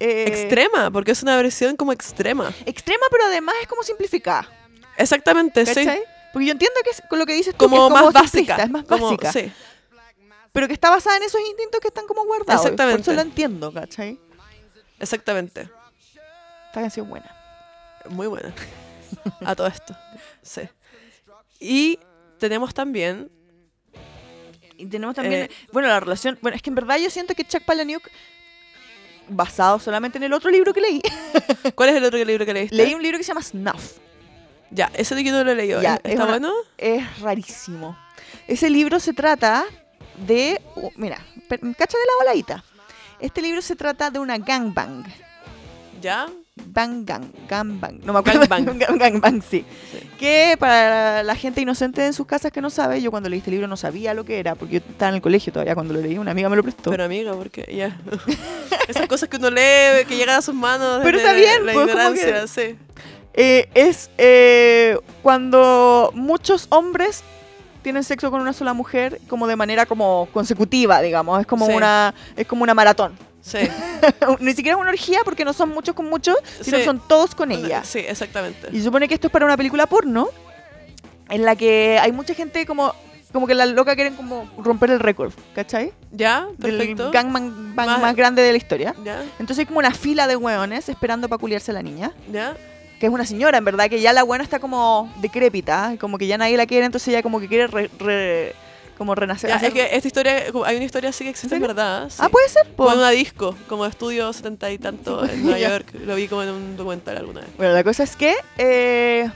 [SPEAKER 2] eh,
[SPEAKER 3] Extrema, porque es una versión como extrema.
[SPEAKER 2] Extrema, pero además es como simplificada.
[SPEAKER 3] Exactamente,
[SPEAKER 2] ¿Cachai?
[SPEAKER 3] sí.
[SPEAKER 2] Porque yo entiendo que es, con lo que dices tú,
[SPEAKER 3] Como,
[SPEAKER 2] que es
[SPEAKER 3] más
[SPEAKER 2] simplista,
[SPEAKER 3] básica.
[SPEAKER 2] Es más
[SPEAKER 3] como-
[SPEAKER 2] básica.
[SPEAKER 3] sí.
[SPEAKER 2] Pero que está basada en esos instintos que están como guardados.
[SPEAKER 3] Exactamente.
[SPEAKER 2] Por eso lo entiendo, ¿cachai?
[SPEAKER 3] exactamente.
[SPEAKER 2] Esta canción buena.
[SPEAKER 3] Muy buena. A todo esto. Sí. Y tenemos también.
[SPEAKER 2] Y tenemos también...
[SPEAKER 3] Eh,
[SPEAKER 2] bueno, la relación... Bueno, es que en verdad yo siento que Chuck Palahniuk, basado solamente en el otro libro que leí,
[SPEAKER 3] ¿Cuál es el otro libro que leíste?
[SPEAKER 2] leí un libro que se llama Snuff.
[SPEAKER 3] Ya, ese de que no lo he leído.
[SPEAKER 2] Ya, es
[SPEAKER 3] ¿Está
[SPEAKER 2] una-
[SPEAKER 3] bueno?
[SPEAKER 2] es rarísimo. Ese libro se trata de. uh, mira, per- cacha de la voladita. Este libro se trata de una gangbang.
[SPEAKER 3] Ya.
[SPEAKER 2] Bang gang, gangbang. No me acuerdo.
[SPEAKER 3] Gangbang.
[SPEAKER 2] Gang- gangbang, sí.
[SPEAKER 3] Sí.
[SPEAKER 2] Que para la gente inocente en sus casas que no sabe, yo cuando leí este libro no sabía lo que era, porque yo estaba en el colegio todavía cuando lo leí, una amiga me lo prestó.
[SPEAKER 3] Pero amiga, porque ya. Esas cosas que uno lee, que llegan a sus manos.
[SPEAKER 2] Pero
[SPEAKER 3] desde
[SPEAKER 2] está bien,
[SPEAKER 3] La
[SPEAKER 2] pues, como
[SPEAKER 3] ignorancia, sí.
[SPEAKER 2] Eh, es eh, cuando muchos hombres tienen sexo con una sola mujer como de manera como consecutiva, digamos, es como
[SPEAKER 3] Sí.
[SPEAKER 2] una es como una maratón.
[SPEAKER 3] Sí.
[SPEAKER 2] ni siquiera es una orgía porque no son muchos con muchos, sino
[SPEAKER 3] Sí.
[SPEAKER 2] que son todos con
[SPEAKER 3] Una-
[SPEAKER 2] ella.
[SPEAKER 3] Sí, exactamente.
[SPEAKER 2] Y se supone que esto es para una película porno en la que hay mucha gente como como que las locas quieren como romper el récord, ¿cachai?
[SPEAKER 3] ya,
[SPEAKER 2] Del
[SPEAKER 3] perfecto.
[SPEAKER 2] gangman bang
[SPEAKER 3] Más-
[SPEAKER 2] más grande de la historia.
[SPEAKER 3] Ya,
[SPEAKER 2] Entonces hay como una fila de hueones esperando para culiarse a la niña,
[SPEAKER 3] ya.
[SPEAKER 2] que es una señora, en verdad, que ya la buena está como decrépita, como que ya nadie la quiere, entonces ella como que quiere re- re- como renacer.
[SPEAKER 3] Ya,
[SPEAKER 2] hacer-
[SPEAKER 3] es que esta historia, como- hay una historia así que existe en
[SPEAKER 2] serio?
[SPEAKER 3] verdad. sí.
[SPEAKER 2] Ah, puede ser. po.
[SPEAKER 3] Como en una disco, como estudio setenta y tanto en Nueva
[SPEAKER 2] pues, Ya.
[SPEAKER 3] York. Lo vi como en un documental alguna vez.
[SPEAKER 2] Bueno, la cosa es que eh,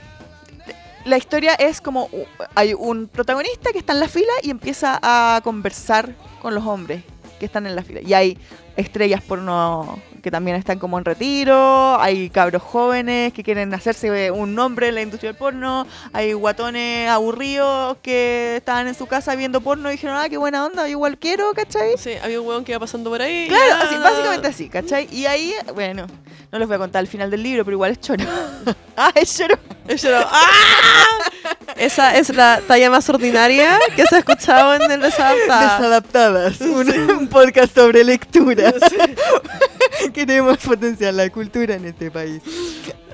[SPEAKER 2] la historia es como u- hay un protagonista que está en la fila y empieza a conversar con los hombres que están en la fila. Y hay estrellas porno que también están como en retiro, hay cabros jóvenes que quieren hacerse un nombre en la industria del porno, hay guatones aburridos que estaban en su casa viendo porno y dijeron, ah, qué buena onda, yo igual quiero, ¿cachai?
[SPEAKER 3] Sí, había un hueón que iba pasando por ahí.
[SPEAKER 2] Claro,
[SPEAKER 3] ya.
[SPEAKER 2] así, básicamente así, ¿cachai? Y ahí, bueno, No les voy a contar el final del libro, pero igual es choro. ah, es choro.
[SPEAKER 3] Yo lo- ¡Ah! Esa es la talla más ordinaria que se ha escuchado en el desadaptado.
[SPEAKER 2] Desadaptadas. Un, un podcast sobre lectura. Queremos potenciar la cultura en este país.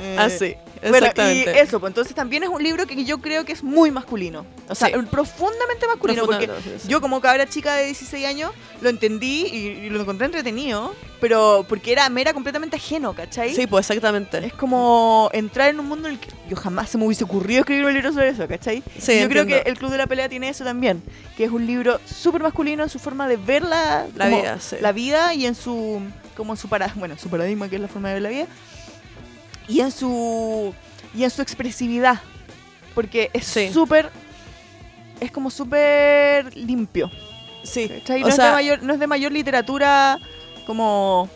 [SPEAKER 2] Eh,
[SPEAKER 3] Así,
[SPEAKER 2] Bueno, y
[SPEAKER 3] exactamente.
[SPEAKER 2] eso, pues entonces también es un libro que yo creo que es muy masculino. O sea,
[SPEAKER 3] Sí.
[SPEAKER 2] profundamente masculino. porque
[SPEAKER 3] Profundamente, sí.
[SPEAKER 2] yo, como cabra chica de 16 años, lo entendí y, y lo encontré entretenido, pero porque era, me era completamente ajeno, ¿cachai?
[SPEAKER 3] Sí, pues exactamente.
[SPEAKER 2] Es como entrar en un mundo en el que yo jamás se me hubiese ocurrido escribir un libro sobre eso, ¿cachai?
[SPEAKER 3] Sí,
[SPEAKER 2] yo creo
[SPEAKER 3] entiendo.
[SPEAKER 2] que El Club de la Pelea tiene eso también, que es un libro súper masculino en su forma de ver la,
[SPEAKER 3] La
[SPEAKER 2] como
[SPEAKER 3] vida, sí.
[SPEAKER 2] la vida y en su como en su para, bueno, en su paradigma que es la forma de ver la vida y en su y en su expresividad, porque es
[SPEAKER 3] Sí.
[SPEAKER 2] súper es como súper limpio.
[SPEAKER 3] Sí.
[SPEAKER 2] ¿cachai?
[SPEAKER 3] Eh, O
[SPEAKER 2] No, es de
[SPEAKER 3] sea,
[SPEAKER 2] mayor, no es de mayor literatura como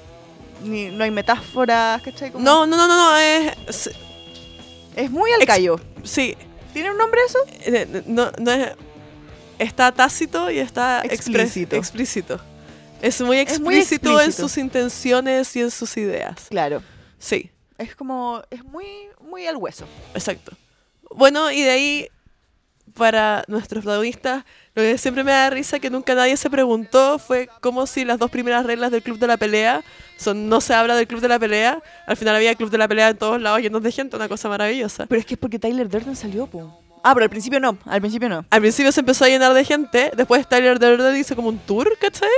[SPEAKER 2] ni- no hay metáforas, ¿cachai? Como-
[SPEAKER 3] no, no, no, no, no, es... es-
[SPEAKER 2] Es muy al
[SPEAKER 3] Ex-
[SPEAKER 2] callo.
[SPEAKER 3] Sí,
[SPEAKER 2] ¿Tiene un nombre eso?
[SPEAKER 3] eh, no, no es... Está tácito y está expres-
[SPEAKER 2] Explícito.
[SPEAKER 3] explícito. Es muy
[SPEAKER 2] Es
[SPEAKER 3] explícito,
[SPEAKER 2] muy
[SPEAKER 3] en
[SPEAKER 2] explícito.
[SPEAKER 3] sus intenciones y en sus ideas.
[SPEAKER 2] Claro.
[SPEAKER 3] Sí,
[SPEAKER 2] Es como, es muy, muy al hueso.
[SPEAKER 3] exacto. Bueno, y de ahí, para nuestros protagonistas, lo que siempre me da risa que nunca nadie se preguntó fue como si las dos primeras reglas del club de la pelea son no se habla del club de la pelea. Al final había club de la pelea en todos lados llenos de gente, una cosa maravillosa.
[SPEAKER 2] Pero es que es porque Tyler Durden salió, po. Ah, pero al principio no, al principio no.
[SPEAKER 3] Al principio se empezó a llenar de gente, después Tyler Durden hizo como un tour, ¿cachai?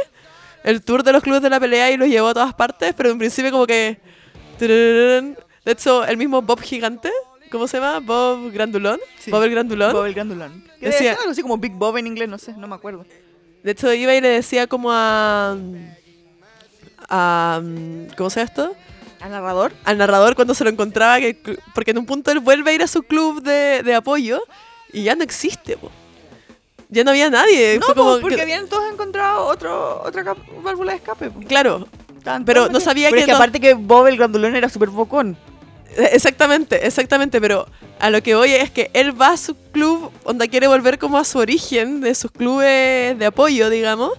[SPEAKER 3] El tour de los clubes de la pelea y los llevó a todas partes, pero en principio como que... turururun. De hecho, el mismo Bob Gigante, ¿cómo se llama? Bob Grandulón.
[SPEAKER 2] Sí.
[SPEAKER 3] Bob el Grandulón.
[SPEAKER 2] Bob el Grandulón. Que
[SPEAKER 3] Decía-
[SPEAKER 2] decía algo así como Big Bob en inglés, no sé, no me acuerdo.
[SPEAKER 3] De hecho, iba y le decía como a... a ¿Cómo se llama esto?
[SPEAKER 2] ¿Al narrador?
[SPEAKER 3] al narrador cuando se lo encontraba, que, cl- porque en un punto él vuelve a ir a su club de, de apoyo y ya no existe, po. ya no había nadie.
[SPEAKER 2] No,
[SPEAKER 3] Fue
[SPEAKER 2] po,
[SPEAKER 3] como
[SPEAKER 2] porque
[SPEAKER 3] que-
[SPEAKER 2] habían todos encontrado otro, otra cap- válvula de escape. po.
[SPEAKER 3] Claro,
[SPEAKER 2] Estaban
[SPEAKER 3] Pero
[SPEAKER 2] todos
[SPEAKER 3] no
[SPEAKER 2] metidos.
[SPEAKER 3] sabía
[SPEAKER 2] Pero
[SPEAKER 3] que
[SPEAKER 2] es que
[SPEAKER 3] no-
[SPEAKER 2] aparte que Bob el Grandulón era súper bocón.
[SPEAKER 3] e- exactamente, exactamente, pero a lo que voy es que él va a su club, donde quiere volver como a su origen, de sus clubes de apoyo, digamos,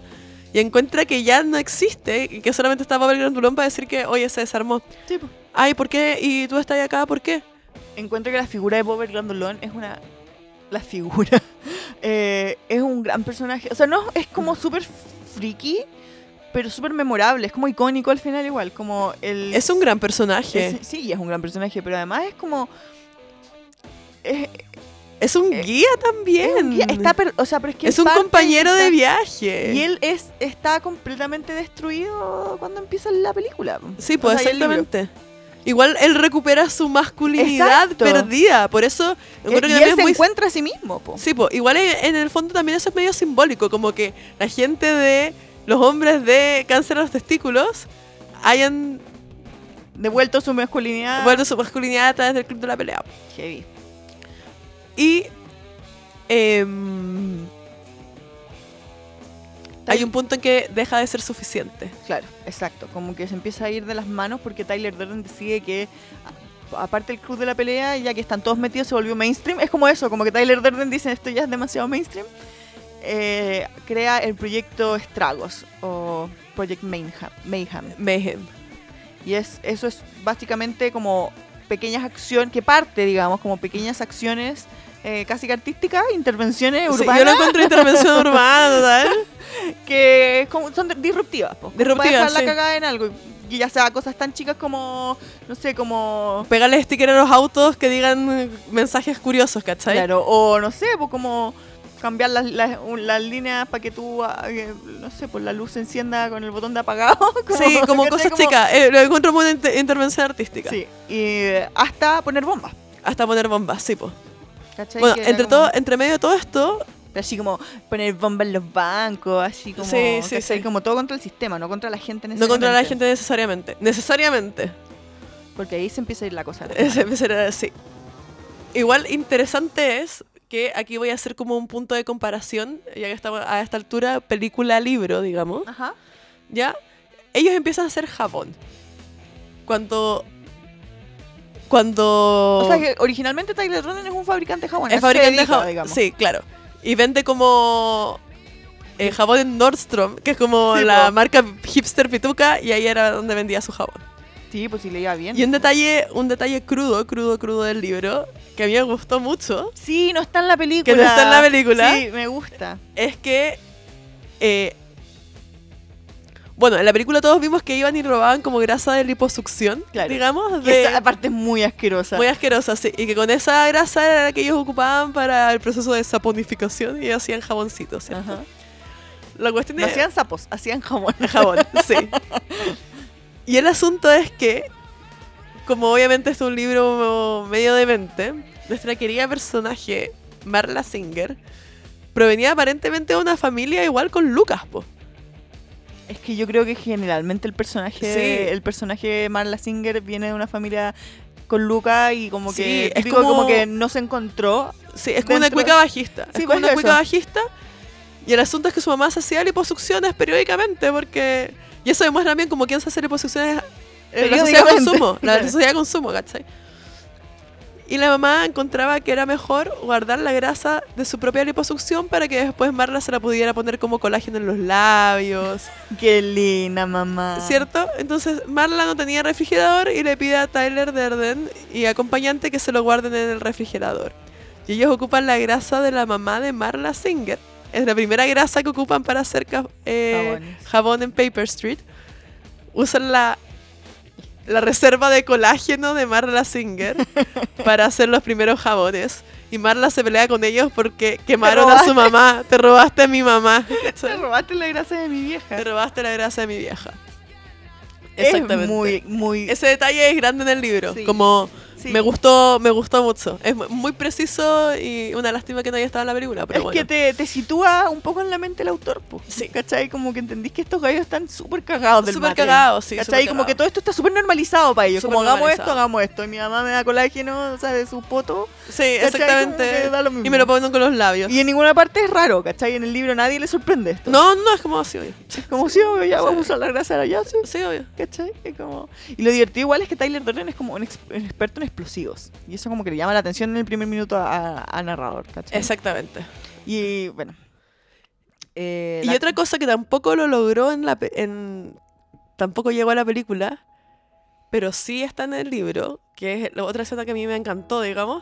[SPEAKER 3] y encuentra que ya no existe y que solamente está Bob el Grandulón para decir que, oye, se desarmó.
[SPEAKER 2] Sí, po.
[SPEAKER 3] Ay, ¿por qué? ¿Y tú estás acá? ¿Por qué?
[SPEAKER 2] encuentro que la figura de Bob el Grandolón es una... La figura. eh, es un gran personaje. O sea, no es como súper friki, pero súper memorable. Es como icónico al final igual. Como el...
[SPEAKER 3] Es un gran personaje.
[SPEAKER 2] es- sí, es un gran personaje, pero además es como... Es, eh,
[SPEAKER 3] Es un guía también.
[SPEAKER 2] es un guía- está per- o sea, pero es que
[SPEAKER 3] es un
[SPEAKER 2] parte
[SPEAKER 3] compañero de
[SPEAKER 2] está-
[SPEAKER 3] viaje.
[SPEAKER 2] Y él es, está completamente destruido cuando empieza la película.
[SPEAKER 3] sí,
[SPEAKER 2] O
[SPEAKER 3] pues
[SPEAKER 2] sea, y el libro.
[SPEAKER 3] exactamente. Igual él recupera su masculinidad
[SPEAKER 2] Exacto. Eh,
[SPEAKER 3] perdida. Por eso
[SPEAKER 2] Y
[SPEAKER 3] encuentro que
[SPEAKER 2] él
[SPEAKER 3] también
[SPEAKER 2] se
[SPEAKER 3] es muy.
[SPEAKER 2] encuentra a sí mismo, po.
[SPEAKER 3] Sí, pues igual en en el fondo también eso es medio simbólico. Como que la gente de. Los hombres de cáncer a los testículos hayan
[SPEAKER 2] Devuelto su masculinidad.
[SPEAKER 3] vuelto su masculinidad a través del club de la pelea.
[SPEAKER 2] Heavy.
[SPEAKER 3] Y. em, hay un punto en que deja de ser suficiente.
[SPEAKER 2] Claro, exacto. Como que se empieza a ir de las manos porque Tyler Durden decide que, a- aparte el club de la pelea, ya que están todos metidos, se volvió mainstream. Es como eso, como que Tyler Durden dice esto ya es demasiado mainstream. Eh, crea el proyecto Estragos o Project Mayhem. Mayhem.
[SPEAKER 3] Mayhem.
[SPEAKER 2] Y es, eso es básicamente como pequeñas acciones, que parte, digamos, como pequeñas acciones eh, casi que artísticas, intervenciones
[SPEAKER 3] Sí,
[SPEAKER 2] urbanas
[SPEAKER 3] yo lo encuentro intervención urbana, total.
[SPEAKER 2] que es como- son de- disruptivas. po, como
[SPEAKER 3] Disruptivas,
[SPEAKER 2] Para dejar la
[SPEAKER 3] sí.
[SPEAKER 2] cagada en algo. Y ya sea cosas tan chicas como, no sé, como...
[SPEAKER 3] Pegarle sticker a los autos que digan eh, mensajes curiosos, ¿cachai?
[SPEAKER 2] Claro, o no sé, po, como cambiar las, las, un- las líneas para que tú, ah, eh, no sé, pues la luz se encienda con el botón de apagado.
[SPEAKER 3] sí, como
[SPEAKER 2] ¿cachai?
[SPEAKER 3] cosas
[SPEAKER 2] Como-
[SPEAKER 3] chicas. Eh, lo encuentro muy una inter- intervención artística.
[SPEAKER 2] Sí, y eh, hasta poner bombas.
[SPEAKER 3] Hasta poner bombas, sí, po.
[SPEAKER 2] ¿cachai?
[SPEAKER 3] Bueno,
[SPEAKER 2] Que era
[SPEAKER 3] entre,
[SPEAKER 2] como-
[SPEAKER 3] todo, entre medio de todo esto,
[SPEAKER 2] Así como poner bombas en los bancos, así como...
[SPEAKER 3] Sí, sí,
[SPEAKER 2] ¿cachai?
[SPEAKER 3] sí.
[SPEAKER 2] Como todo contra el sistema, no contra la gente
[SPEAKER 3] no contra la
[SPEAKER 2] necesariamente.
[SPEAKER 3] gente necesariamente. Necesariamente.
[SPEAKER 2] Porque ahí se empieza a ir la cosa.
[SPEAKER 3] Ese empezar así. Igual interesante es que aquí voy a hacer como un punto de comparación, ya que estamos a esta altura, película-libro, digamos.
[SPEAKER 2] Ajá.
[SPEAKER 3] ¿ya? Ellos empiezan a hacer jabón. Cuando. Cuando.
[SPEAKER 2] O sea que originalmente Tyler Roden es un fabricante de jabón.
[SPEAKER 3] es
[SPEAKER 2] así se
[SPEAKER 3] fabricante de
[SPEAKER 2] dedica,
[SPEAKER 3] jabón.
[SPEAKER 2] digamos.
[SPEAKER 3] Sí, claro. Y vende como. eh, jabón en Nordstrom, que es como
[SPEAKER 2] Sí,
[SPEAKER 3] la
[SPEAKER 2] po.
[SPEAKER 3] marca hipster pituca, y ahí era donde vendía su jabón.
[SPEAKER 2] Sí, pues si le iba bien.
[SPEAKER 3] Y un detalle, un detalle crudo, crudo, crudo del libro, que a mí me gustó mucho,
[SPEAKER 2] Sí, no está en la película.
[SPEAKER 3] Que no está en la película.
[SPEAKER 2] Sí, me gusta.
[SPEAKER 3] es que. eh, bueno, en la película todos vimos que iban y robaban como grasa de liposucción,
[SPEAKER 2] Claro.
[SPEAKER 3] digamos,
[SPEAKER 2] Que
[SPEAKER 3] de,
[SPEAKER 2] Esa parte es muy asquerosa.
[SPEAKER 3] muy asquerosa, sí, y que con esa grasa era la que ellos ocupaban para el proceso de saponificación y hacían jaboncitos, ¿cierto?
[SPEAKER 2] Ajá.
[SPEAKER 3] La cuestión
[SPEAKER 2] No
[SPEAKER 3] es...
[SPEAKER 2] hacían sapos, hacían jamón.
[SPEAKER 3] jabón, sí. Y el asunto es que, como obviamente es un libro medio demente, nuestra querida personaje, Marla Singer, provenía aparentemente de una familia igual con Lucas, po.
[SPEAKER 2] Es que yo creo que generalmente el personaje,
[SPEAKER 3] Sí.
[SPEAKER 2] el personaje de Marla Singer viene de una familia con Luca y como
[SPEAKER 3] Sí,
[SPEAKER 2] que
[SPEAKER 3] es
[SPEAKER 2] típico como...
[SPEAKER 3] como-
[SPEAKER 2] que no se encontró.
[SPEAKER 3] Sí, es como
[SPEAKER 2] Dentro-
[SPEAKER 3] una cuica bajista.
[SPEAKER 2] Sí,
[SPEAKER 3] es como
[SPEAKER 2] pues
[SPEAKER 3] una
[SPEAKER 2] eso.
[SPEAKER 3] cuica bajista. Y el asunto es que su mamá se hacía liposucciones periódicamente porque... Y eso demuestra bien como quién se hace liposucciones en la sociedad de
[SPEAKER 2] Periódicamente,
[SPEAKER 3] consumo. La
[SPEAKER 2] claro.
[SPEAKER 3] sociedad de consumo, ¿cachai? Y la mamá encontraba que era mejor guardar la grasa de su propia liposucción para que después Marla se la pudiera poner como colágeno en los labios,
[SPEAKER 2] Qué linda mamá.
[SPEAKER 3] ¿cierto? Entonces Marla no tenía refrigerador y le pide a Tyler Derden y acompañante que se lo guarden en el refrigerador. Y ellos ocupan la grasa de la mamá de Marla Singer. Es la primera grasa que ocupan para hacer ca- eh,
[SPEAKER 2] Jabones.
[SPEAKER 3] jabón en Paper Street. Usan la, la reserva de colágeno de Marla Singer para hacer los primeros jabones. Y Marla se pelea con ellos porque quemaron a su mamá. Te robaste a mi mamá.
[SPEAKER 2] Te robaste la gracia de mi vieja.
[SPEAKER 3] Te robaste la grasa de mi vieja.
[SPEAKER 2] Es muy, muy.
[SPEAKER 3] Ese detalle es grande en el libro.
[SPEAKER 2] Sí.
[SPEAKER 3] Como
[SPEAKER 2] sí.
[SPEAKER 3] me gustó, me gustó mucho. Es mu- muy preciso y una lástima que no haya estado en la película, pero
[SPEAKER 2] es
[SPEAKER 3] bueno.
[SPEAKER 2] que te, te sitúa un poco en la mente el autor, pues.
[SPEAKER 3] Sí.
[SPEAKER 2] ¿Cachai? Como que entendís que estos gallos están súper cagados del
[SPEAKER 3] Súper
[SPEAKER 2] mate.
[SPEAKER 3] cagados, sí,
[SPEAKER 2] ¿Cachai?
[SPEAKER 3] súper
[SPEAKER 2] Como que
[SPEAKER 3] cagados.
[SPEAKER 2] todo esto está súper normalizado para ellos.
[SPEAKER 3] Súper
[SPEAKER 2] como hagamos esto,
[SPEAKER 3] normalizado.
[SPEAKER 2] hagamos esto. Y mi mamá me da colágeno, o sea, de su poto.
[SPEAKER 3] Sí,
[SPEAKER 2] ¿cachai? Como
[SPEAKER 3] exactamente.
[SPEAKER 2] que da lo mismo.
[SPEAKER 3] Y me lo ponen con los labios.
[SPEAKER 2] Y en ninguna parte es raro, ¿cachai? En el libro nadie le sorprende esto.
[SPEAKER 3] No, no, es como así, obvio.
[SPEAKER 2] Es como, sí, obvio, ya
[SPEAKER 3] sí.
[SPEAKER 2] vamos a usar la grasa de allá, sí.
[SPEAKER 3] Sí, obvio.
[SPEAKER 2] ¿Cachai? Es como... Y lo divertido igual es que Tyler Durden es como un, ex- un experto en explosivos. Y eso como que le llama la atención en el primer minuto a, a- a narrador, ¿cachai?
[SPEAKER 3] Exactamente.
[SPEAKER 2] Y bueno. Eh,
[SPEAKER 3] Y
[SPEAKER 2] la-
[SPEAKER 3] otra cosa que tampoco lo logró en la... pe- en- Tampoco llegó a la película, pero sí está en el libro, que es la otra escena que a mí me encantó, digamos.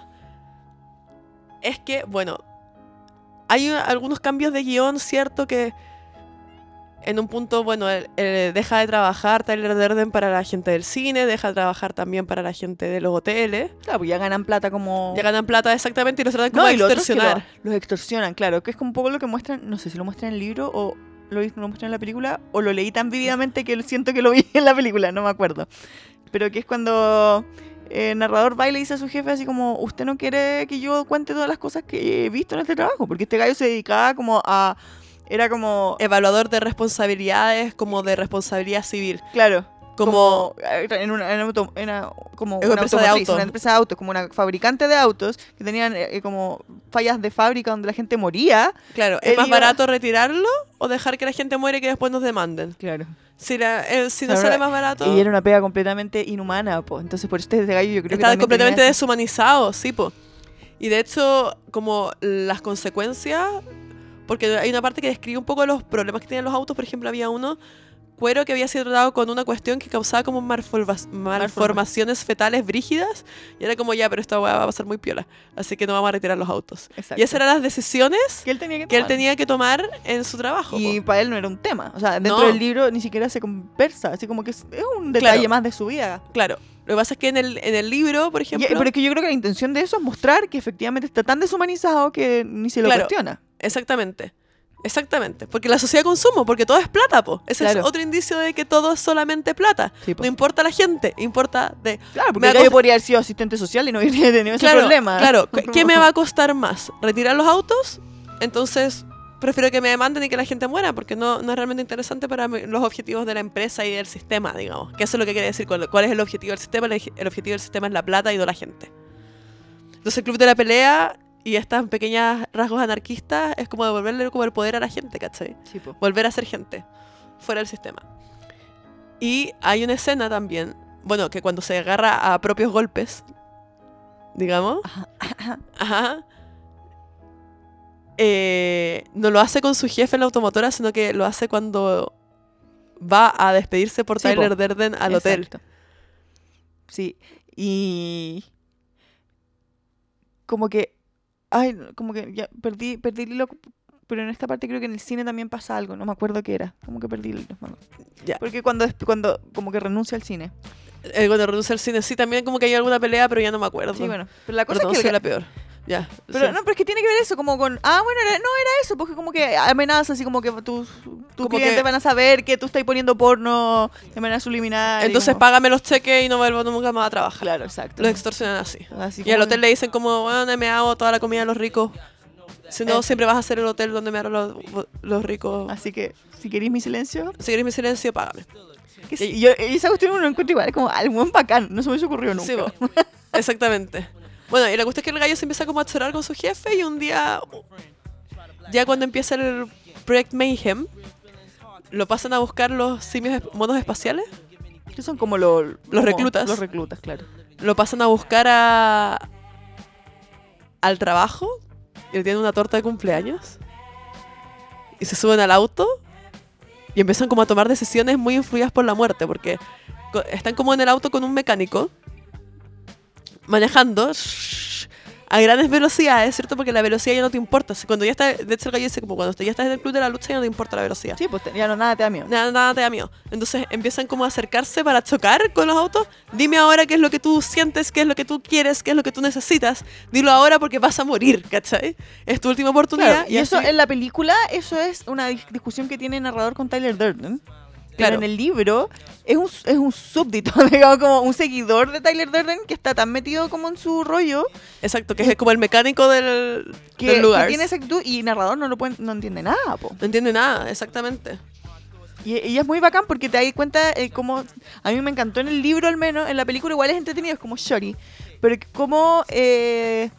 [SPEAKER 3] Es que, bueno, hay una- algunos cambios de guión, ¿cierto? Que en un punto, bueno, él- él deja de trabajar Tyler Durden para la gente del cine, deja de trabajar también para la gente de los hoteles.
[SPEAKER 2] Claro, pues ya ganan plata como...
[SPEAKER 3] Ya ganan plata exactamente y los tratan como
[SPEAKER 2] no,
[SPEAKER 3] de
[SPEAKER 2] y lo otro es que lo-
[SPEAKER 3] extorsionar.
[SPEAKER 2] los extorsionan, claro. Que es como un poco lo que muestran, no sé si lo muestran en el libro o lo, lo muestran en la película, o lo leí tan vívidamente que siento que lo vi en la película, no me acuerdo. Pero que es cuando eh, el narrador va y le dice a su jefe así como, usted no quiere que yo cuente todas las cosas que he visto en este trabajo, porque este gallo se dedicaba como a... Era como... eh,
[SPEAKER 3] Evaluador de responsabilidades, como de responsabilidad civil.
[SPEAKER 2] Claro.
[SPEAKER 3] como
[SPEAKER 2] como eh, en una, en auto- en una- como
[SPEAKER 3] Es una
[SPEAKER 2] una
[SPEAKER 3] empresa de
[SPEAKER 2] automotriz,
[SPEAKER 3] autos.
[SPEAKER 2] una empresa de autos, como una fabricante de autos que tenían eh, eh, como fallas de fábrica donde la gente moría.
[SPEAKER 3] Claro,
[SPEAKER 2] Él
[SPEAKER 3] ¿es más
[SPEAKER 2] iba-
[SPEAKER 3] barato retirarlo o dejar que la gente muere y que después nos demanden?
[SPEAKER 2] Claro.
[SPEAKER 3] Si, la- eh, si nos
[SPEAKER 2] Claro,
[SPEAKER 3] sale más barato,
[SPEAKER 2] Y era una pega completamente inhumana, po. Entonces por este gallo yo creo que
[SPEAKER 3] está
[SPEAKER 2] también
[SPEAKER 3] completamente
[SPEAKER 2] tenía-
[SPEAKER 3] deshumanizado, sí, po. Y de hecho, como las consecuencias, porque hay una parte que describe un poco los problemas que tienen los autos, por ejemplo, había uno cuero que había sido tratado con una cuestión que causaba como malformas- malformaciones fetales brígidas y era como ya, pero esta weá va a pasar muy piola, así que no vamos a retirar los autos.
[SPEAKER 2] Exacto.
[SPEAKER 3] Y esas eran las decisiones
[SPEAKER 2] que él tenía que,
[SPEAKER 3] que él
[SPEAKER 2] tomar.
[SPEAKER 3] tenía que tomar en su trabajo. po.
[SPEAKER 2] y para él no era un tema. O sea, dentro
[SPEAKER 3] No.
[SPEAKER 2] del libro ni siquiera se conversa. Así como que es, es un detalle
[SPEAKER 3] Claro.
[SPEAKER 2] más de su vida.
[SPEAKER 3] Claro. Lo que pasa es que en el, en el libro, por
[SPEAKER 2] Y- eh,
[SPEAKER 3] ejemplo.
[SPEAKER 2] pero es que yo creo que la intención de eso es mostrar que efectivamente está tan deshumanizado que ni se lo
[SPEAKER 3] Claro.
[SPEAKER 2] cuestiona.
[SPEAKER 3] Exactamente. Exactamente. Porque la sociedad de consumo, porque todo es plata, po. Ese es
[SPEAKER 2] Claro. Pues
[SPEAKER 3] otro indicio de que todo es solamente plata.
[SPEAKER 2] Sí, po.
[SPEAKER 3] No importa la gente, importa de.
[SPEAKER 2] Claro,
[SPEAKER 3] Me
[SPEAKER 2] porque yo
[SPEAKER 3] acoge-
[SPEAKER 2] podría haber sido asistente social y no hubiera tenido ese
[SPEAKER 3] claro,
[SPEAKER 2] problema.
[SPEAKER 3] Claro, ¿qué- ¿qué me va a costar más? ¿Retirar los autos? Entonces, prefiero que me demanden y que la gente muera, porque no, no es realmente interesante para mí- los objetivos de la empresa y del sistema, digamos. Que eso es lo que quiere decir. ¿Cuál, cuál es el objetivo del sistema? El, el objetivo del sistema es la plata y no la gente. Entonces, el club de la pelea y estas pequeñas rasgos anarquistas es como devolverle como el poder a la gente, ¿cachai?
[SPEAKER 2] Sí, po.
[SPEAKER 3] volver a ser gente fuera del sistema. Y hay una escena también, bueno, que cuando se agarra a propios golpes, digamos, ajá, eh, no lo hace con su jefe en la automotora, sino que lo hace cuando va a despedirse por
[SPEAKER 2] Sí, po.
[SPEAKER 3] Tyler Derden al hotel.
[SPEAKER 2] Exacto. Sí. Y. Como que. Ay, no, como que ya perdí, perdí el hilo. Pero en esta parte creo que en el cine también pasa algo. No me acuerdo qué era. Como que perdí el hilo. no me acuerdo.
[SPEAKER 3] Ya.
[SPEAKER 2] Porque cuando, es- cuando. Como que renuncia al cine.
[SPEAKER 3] Eh, cuando reduce el cine, sí, también como que hay alguna pelea, pero ya no me acuerdo.
[SPEAKER 2] Sí, bueno. Pero la cosa
[SPEAKER 3] Perdón,
[SPEAKER 2] es que.
[SPEAKER 3] soy
[SPEAKER 2] el-
[SPEAKER 3] la peor. Ya.
[SPEAKER 2] Pero
[SPEAKER 3] sí.
[SPEAKER 2] no, pero es que tiene que ver eso, como con, ah, bueno, era- no era eso, porque como que amenaza, así como que tus, tus
[SPEAKER 3] Como
[SPEAKER 2] clientes
[SPEAKER 3] que-
[SPEAKER 2] van a saber que tú estás poniendo porno de manera subliminal. y
[SPEAKER 3] Entonces
[SPEAKER 2] como-
[SPEAKER 3] págame los cheques y no vuelvo nunca más a trabajar.
[SPEAKER 2] Claro, exacto.
[SPEAKER 3] Los extorsionan así.
[SPEAKER 2] Así
[SPEAKER 3] Y al
[SPEAKER 2] como-
[SPEAKER 3] hotel le dicen como, bueno, me hago toda la comida de los ricos. Si no,
[SPEAKER 2] Eh. Ah.
[SPEAKER 3] siempre vas a ser el hotel donde me hago los, los ricos.
[SPEAKER 2] Así que, si queréis mi silencio,
[SPEAKER 3] Si quieres mi silencio, págame.
[SPEAKER 2] que sí, yo, y esa cuestión uno encuentra igual, es como, al buen bacán, no se me hubiese ocurrido nunca.
[SPEAKER 3] Sí, bo. Exactamente. Bueno, y la cuestión es que el gallo se empieza como a chorar con su jefe y un día, ya cuando empieza el Project Mayhem, lo pasan a buscar los simios esp- monos espaciales.
[SPEAKER 2] Que son como, lo- como
[SPEAKER 3] reclutas.
[SPEAKER 2] Los reclutas, claro.
[SPEAKER 3] Lo pasan a buscar a al trabajo y le tienen una torta de cumpleaños. Y se suben al auto y empiezan como a tomar decisiones muy influidas por la muerte, porque co- están como en el auto con un mecánico manejando shhh, a grandes velocidades, ¿cierto? Porque la velocidad ya no te importa. Si Cuando ya está, de hecho el gallo dice como cuando ya estás en el club de la lucha ya no te importa la velocidad.
[SPEAKER 2] Sí, pues ya no, nada te da miedo.
[SPEAKER 3] Nada, nada te da miedo. Entonces empiezan como a acercarse para chocar con los autos. Dime ahora qué es lo que tú sientes, qué es lo que tú quieres, qué es lo que tú necesitas. Dilo ahora porque vas a morir, ¿cachai? Es tu última oportunidad.
[SPEAKER 2] Claro, y eso
[SPEAKER 3] así-
[SPEAKER 2] en la película, eso es una dis- discusión que tiene el narrador con Tyler Durden. Pero
[SPEAKER 3] Claro.
[SPEAKER 2] en el libro es un, es un súbdito, digamos, como un seguidor de Tyler Durden que está tan metido como en su rollo
[SPEAKER 3] Exacto, que es como el mecánico del,
[SPEAKER 2] que,
[SPEAKER 3] del
[SPEAKER 2] que
[SPEAKER 3] lugar.
[SPEAKER 2] tiene esa actitud y el narrador no lo puede- no entiende nada, po.
[SPEAKER 3] No entiende nada, exactamente.
[SPEAKER 2] Y, y es muy bacán porque te das cuenta eh, cómo... A mí me encantó en el libro al menos, en la película igual es entretenido, es como Shory. Pero que cómo... Eh,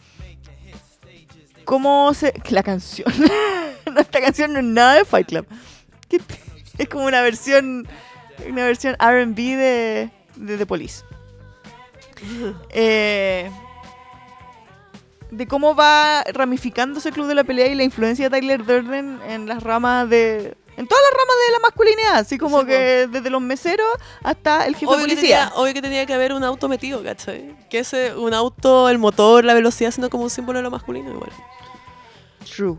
[SPEAKER 2] cómo se... que La canción... no, esta canción no es nada de Fight Club. Que t- es como una versión... Una versión R&B de, de The Police. Eh, de cómo va ramificándose el club de la pelea y la influencia de Tyler Durden en las ramas de... En todas las ramas de la masculinidad, así como
[SPEAKER 3] Sí, po.
[SPEAKER 2] que desde los meseros hasta el jefe de
[SPEAKER 3] Obvio que,
[SPEAKER 2] policía.
[SPEAKER 3] tenía, obvio que tenía que haber un auto metido, ¿cachai? Que ese, un auto, el motor, la velocidad, siendo como un símbolo de lo masculino igual.
[SPEAKER 2] True.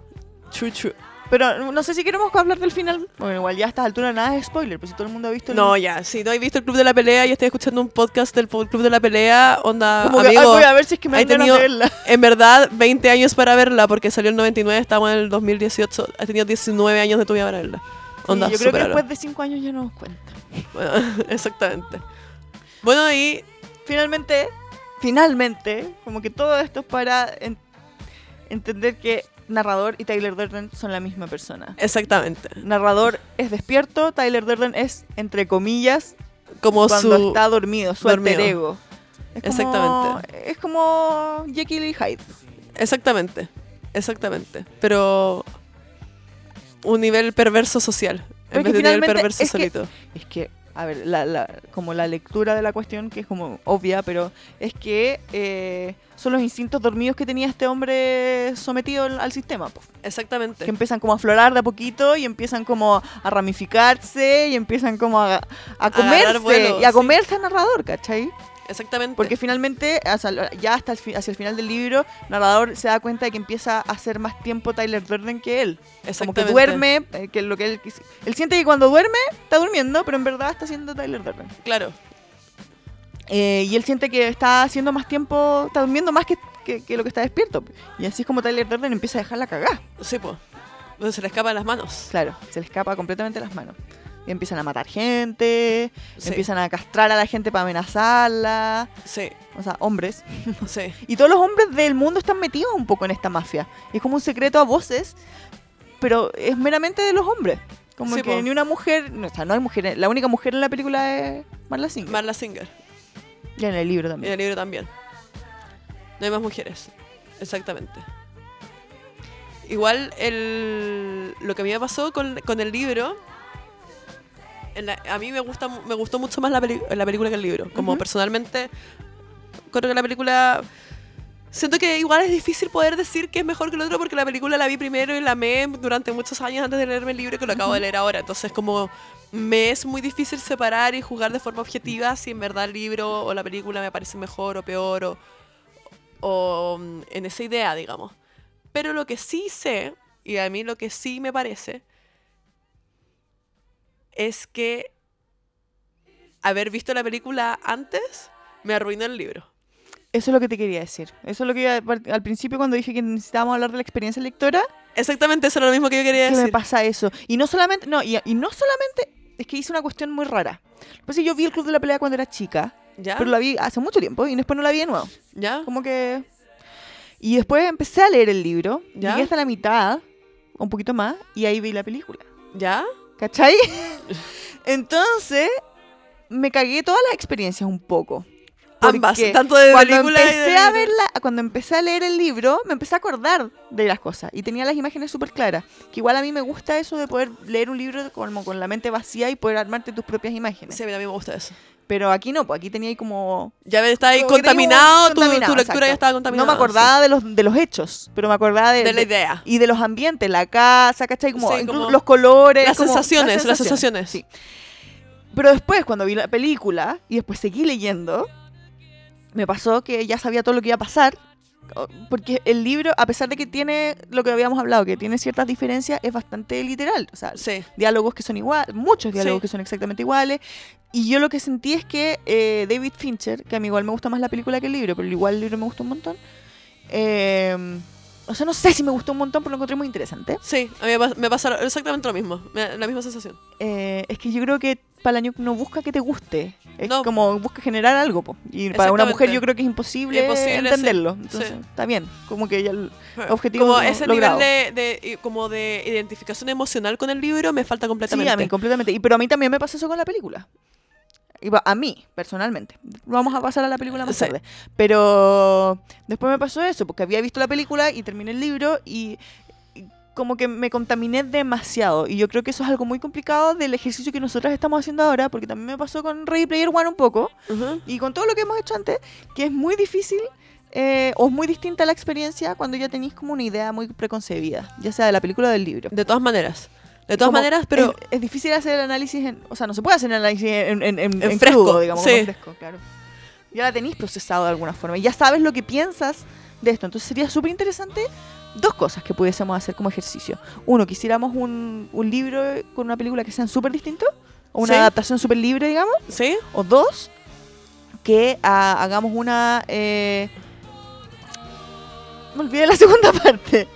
[SPEAKER 3] True, true.
[SPEAKER 2] Pero no sé si queremos hablar del final. Bueno, igual ya a estas alturas nada es spoiler, pero si todo el mundo ha visto el-
[SPEAKER 3] No, ya, si no he visto el Club de la Pelea y estoy escuchando un podcast del po- Club de la Pelea, onda,
[SPEAKER 2] Como que,
[SPEAKER 3] Ah, amigo,
[SPEAKER 2] ay, voy a ver si es que me
[SPEAKER 3] ahí
[SPEAKER 2] dan ganas
[SPEAKER 3] tenido-
[SPEAKER 2] de verla.
[SPEAKER 3] en verdad, 20 años para verla, porque salió el 99, estamos en el 2018, has tenido 19 años de tu vida para verla. Onda,
[SPEAKER 2] Sí, yo creo que
[SPEAKER 3] supéralo.
[SPEAKER 2] después de cinco años ya no nos cuenta.
[SPEAKER 3] Bueno, exactamente. Bueno, y
[SPEAKER 2] Finalmente, finalmente, como que todo esto es para en- entender que narrador y Tyler Durden son la misma persona.
[SPEAKER 3] exactamente,
[SPEAKER 2] Narrador es despierto, Tyler Durden es, entre comillas,
[SPEAKER 3] como
[SPEAKER 2] cuando
[SPEAKER 3] su...
[SPEAKER 2] está dormido, su
[SPEAKER 3] dormido.
[SPEAKER 2] alter ego. Es como-
[SPEAKER 3] Exactamente.
[SPEAKER 2] Es como Jekyll y Hyde.
[SPEAKER 3] Exactamente, exactamente, pero un nivel perverso social,
[SPEAKER 2] Pero
[SPEAKER 3] en
[SPEAKER 2] es que
[SPEAKER 3] vez de un nivel
[SPEAKER 2] finalmente
[SPEAKER 3] perverso
[SPEAKER 2] es que-
[SPEAKER 3] solito.
[SPEAKER 2] Es que, a ver, la, la- como la lectura de la cuestión, que es como obvia, pero es que eh, son los instintos dormidos que tenía este hombre sometido al, al sistema. po.
[SPEAKER 3] Exactamente.
[SPEAKER 2] Que empiezan como a aflorar de a poquito y empiezan como a ramificarse y empiezan como a, a comerse
[SPEAKER 3] agarrar vuelo,
[SPEAKER 2] y a
[SPEAKER 3] sí.
[SPEAKER 2] comerse al narrador, ¿cachai?
[SPEAKER 3] Exactamente.
[SPEAKER 2] Porque finalmente, hasta el- ya hasta el fi- hacia el final del libro, narrador se da cuenta de que empieza a hacer más tiempo Tyler Durden que él. Como que
[SPEAKER 3] Exactamente.
[SPEAKER 2] duerme, eh, que lo que él quis- él siente que cuando duerme está durmiendo, pero en verdad está siendo Tyler Durden.
[SPEAKER 3] Claro.
[SPEAKER 2] Eh, y él siente que está haciendo más tiempo, está durmiendo más que, que- que lo que está despierto. Y así es como Tyler Durden empieza a dejar la cagá.
[SPEAKER 3] Sí, pues. se le escapan las manos.
[SPEAKER 2] Claro, se le escapa completamente de las manos. Y empiezan a matar gente,
[SPEAKER 3] Sí,
[SPEAKER 2] empiezan a castrar a la gente para amenazarla,
[SPEAKER 3] Sí,
[SPEAKER 2] o sea, hombres.
[SPEAKER 3] sí.
[SPEAKER 2] Y todos los hombres del mundo están metidos un poco en esta mafia. Es como un secreto a voces, pero es meramente de los hombres. Como
[SPEAKER 3] Sí,
[SPEAKER 2] que
[SPEAKER 3] po.
[SPEAKER 2] ni una mujer, no, o sea, no hay mujeres, la única mujer en la película es Marla Singer.
[SPEAKER 3] Marla Singer.
[SPEAKER 2] y en el libro
[SPEAKER 3] En
[SPEAKER 2] también.
[SPEAKER 3] el libro también. No hay más mujeres. Exactamente. Igual el, lo que a mí me pasó con, con el libro. en la- a mí me gusta mu- me gustó mucho más la, peli- la película que el libro. Como
[SPEAKER 2] Ujú.
[SPEAKER 3] personalmente, creo que la película. Siento que igual es difícil poder decir que es mejor que el otro porque la película la vi primero y la amé durante muchos años antes de leerme el libro que lo acabo de leer ahora. Entonces, como me es muy difícil separar y jugar de forma objetiva si en verdad el libro o la película me parece mejor o peor o, o mm, en esa idea, digamos. Pero lo que sí sé, y a mí lo que sí me parece, es que haber visto la película antes me arruinó el libro.
[SPEAKER 2] Eso es lo que te quería decir. Eso es lo que iba a- al principio cuando dije que necesitábamos hablar de la experiencia lectora,
[SPEAKER 3] Exactamente, eso era lo mismo que yo quería
[SPEAKER 2] que me
[SPEAKER 3] decir.
[SPEAKER 2] pasa eso. Y no solamente, no, y, y no solamente, es que hice una cuestión muy rara. Pues sí, yo vi el Club de la Pelea cuando era chica,
[SPEAKER 3] ¿Ya?
[SPEAKER 2] pero la vi hace mucho tiempo y después no la vi de nuevo.
[SPEAKER 3] ¿Ya?
[SPEAKER 2] Como que... Y después empecé a leer el libro,
[SPEAKER 3] ¿Ya?
[SPEAKER 2] llegué hasta la mitad, un poquito más, y ahí vi la película.
[SPEAKER 3] ¿Ya?
[SPEAKER 2] ¿Cachai? Entonces, me cagué todas las experiencias un poco.
[SPEAKER 3] Ambas,
[SPEAKER 2] Porque
[SPEAKER 3] tanto de
[SPEAKER 2] cuando
[SPEAKER 3] película y de
[SPEAKER 2] empecé a
[SPEAKER 3] libro.
[SPEAKER 2] verla, cuando empecé a leer el libro, me empecé a acordar de las cosas y tenía las imágenes súper claras. Que igual a mí me gusta eso de poder leer un libro como con la mente vacía y poder armarte tus propias imágenes.
[SPEAKER 3] Sí, a mí también me gusta eso.
[SPEAKER 2] Pero aquí no, pues aquí tenía ahí como
[SPEAKER 3] Ya está ahí
[SPEAKER 2] como que tenía un
[SPEAKER 3] contaminado, tu, tu
[SPEAKER 2] contaminado,
[SPEAKER 3] lectura ya
[SPEAKER 2] exacto.
[SPEAKER 3] estaba contaminada.
[SPEAKER 2] No me acordaba de los de los hechos, pero me acordaba
[SPEAKER 3] sí,
[SPEAKER 2] de,
[SPEAKER 3] de la
[SPEAKER 2] de-
[SPEAKER 3] idea.
[SPEAKER 2] y de los ambientes, la casa, ¿cachai? Como,
[SPEAKER 3] Sí,
[SPEAKER 2] incluso
[SPEAKER 3] como
[SPEAKER 2] los colores,
[SPEAKER 3] Las
[SPEAKER 2] como-
[SPEAKER 3] sensaciones, las sensaciones.
[SPEAKER 2] Sí. Pero después, cuando vi la película y después seguí leyendo, me pasó que ya sabía todo lo que iba a pasar. o- Porque el libro, a pesar de que tiene lo que habíamos hablado, que tiene ciertas diferencias, es bastante literal. O sea,
[SPEAKER 3] Sí.
[SPEAKER 2] diálogos que son iguales, muchos diálogos
[SPEAKER 3] Sí.
[SPEAKER 2] que son exactamente iguales. Y yo lo que sentí es que eh, David Fincher, que a mí igual me gusta más la película que el libro, pero igual el libro me gusta un montón. eh, o sea, no sé si me gustó un montón, pero lo encontré muy interesante.
[SPEAKER 3] Sí, a mí me pas- me pasa exactamente lo mismo, me- la misma sensación.
[SPEAKER 2] Eh, es que yo creo que Palaniuk no busca que te guste. Es
[SPEAKER 3] No.
[SPEAKER 2] como busca generar algo. po. Y para una
[SPEAKER 3] Exactamente.
[SPEAKER 2] mujer yo creo que es imposible,
[SPEAKER 3] Imposible, sí.
[SPEAKER 2] entenderlo. Entonces,
[SPEAKER 3] Sí.
[SPEAKER 2] está bien. Como que ya el
[SPEAKER 3] Eh,
[SPEAKER 2] objetivo
[SPEAKER 3] como
[SPEAKER 2] lo-
[SPEAKER 3] ese
[SPEAKER 2] logrado.
[SPEAKER 3] nivel de, de- y como de identificación emocional con el libro me falta
[SPEAKER 2] Sí,
[SPEAKER 3] completamente.
[SPEAKER 2] a mí completamente. Y, pero a mí también me pasa eso con la película. Y va- a mí, personalmente. Vamos a pasar a la película más
[SPEAKER 3] Sí.
[SPEAKER 2] tarde. Pero después me pasó eso, porque había visto la película y terminé el libro y, y como que me contaminé demasiado. Y yo creo que eso es algo muy complicado del ejercicio que nosotras estamos haciendo ahora, porque también me pasó con Ready Player One un poco
[SPEAKER 3] Ujú.
[SPEAKER 2] y con todo lo que hemos hecho antes, que es muy difícil eh, o es muy distinta la experiencia cuando ya tenéis como una idea muy preconcebida, ya sea de la película o del libro.
[SPEAKER 3] De todas maneras. De todas
[SPEAKER 2] Como
[SPEAKER 3] maneras, pero
[SPEAKER 2] Es, es difícil hacer el análisis en. O sea, no se puede hacer el análisis en, en, en-
[SPEAKER 3] En
[SPEAKER 2] en
[SPEAKER 3] fresco,
[SPEAKER 2] crudo, digamos,
[SPEAKER 3] sí.
[SPEAKER 2] como en fresco, claro. Ya la tenéis procesado de alguna forma. y Ya sabes lo que piensas de esto. Entonces sería súper interesante dos cosas que pudiésemos hacer como ejercicio. Uno, quisiéramos un, un libro con una película que sean súper distintos. O una
[SPEAKER 3] Sí.
[SPEAKER 2] adaptación súper libre, digamos.
[SPEAKER 3] sí,
[SPEAKER 2] O dos, que ah, hagamos una. eh, me olvidé la segunda parte.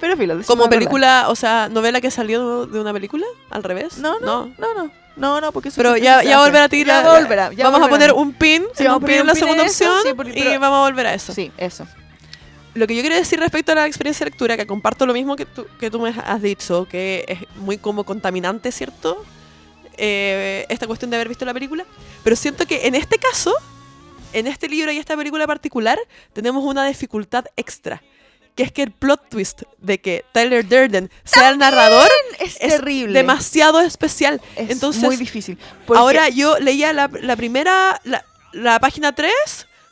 [SPEAKER 2] Pero filo, si me
[SPEAKER 3] como
[SPEAKER 2] acuerdo.
[SPEAKER 3] película, o sea, novela que salió de una película, al revés.
[SPEAKER 2] No, No, no, no, no, porque eso
[SPEAKER 3] Pero
[SPEAKER 2] siempre
[SPEAKER 3] ya,
[SPEAKER 2] se
[SPEAKER 3] ya
[SPEAKER 2] hace.
[SPEAKER 3] volverá a ti
[SPEAKER 2] Ya
[SPEAKER 3] la-
[SPEAKER 2] volverá, ya
[SPEAKER 3] vamos a
[SPEAKER 2] volverá.
[SPEAKER 3] poner un pin,
[SPEAKER 2] Sí, vamos a
[SPEAKER 3] en un pin
[SPEAKER 2] poner
[SPEAKER 3] en
[SPEAKER 2] un
[SPEAKER 3] la
[SPEAKER 2] pin en
[SPEAKER 3] segunda
[SPEAKER 2] eso,
[SPEAKER 3] opción
[SPEAKER 2] sí, porque-
[SPEAKER 3] y
[SPEAKER 2] pero-
[SPEAKER 3] vamos a volver a eso.
[SPEAKER 2] Sí, eso.
[SPEAKER 3] Lo que yo quiero decir respecto a la experiencia de lectura, que comparto lo mismo que tú, que tú me has dicho, que es muy como contaminante, ¿cierto? Eh, esta cuestión de haber visto la película. Pero siento que en este caso, en este libro y esta película particular, tenemos una dificultad extra. Que es que el plot twist de que Tyler Durden sea el narrador
[SPEAKER 2] Es,
[SPEAKER 3] es
[SPEAKER 2] terrible.
[SPEAKER 3] demasiado especial.
[SPEAKER 2] es
[SPEAKER 3] Entonces,
[SPEAKER 2] muy difícil. porque-
[SPEAKER 3] Ahora yo leía la, la primera, la, la página 3,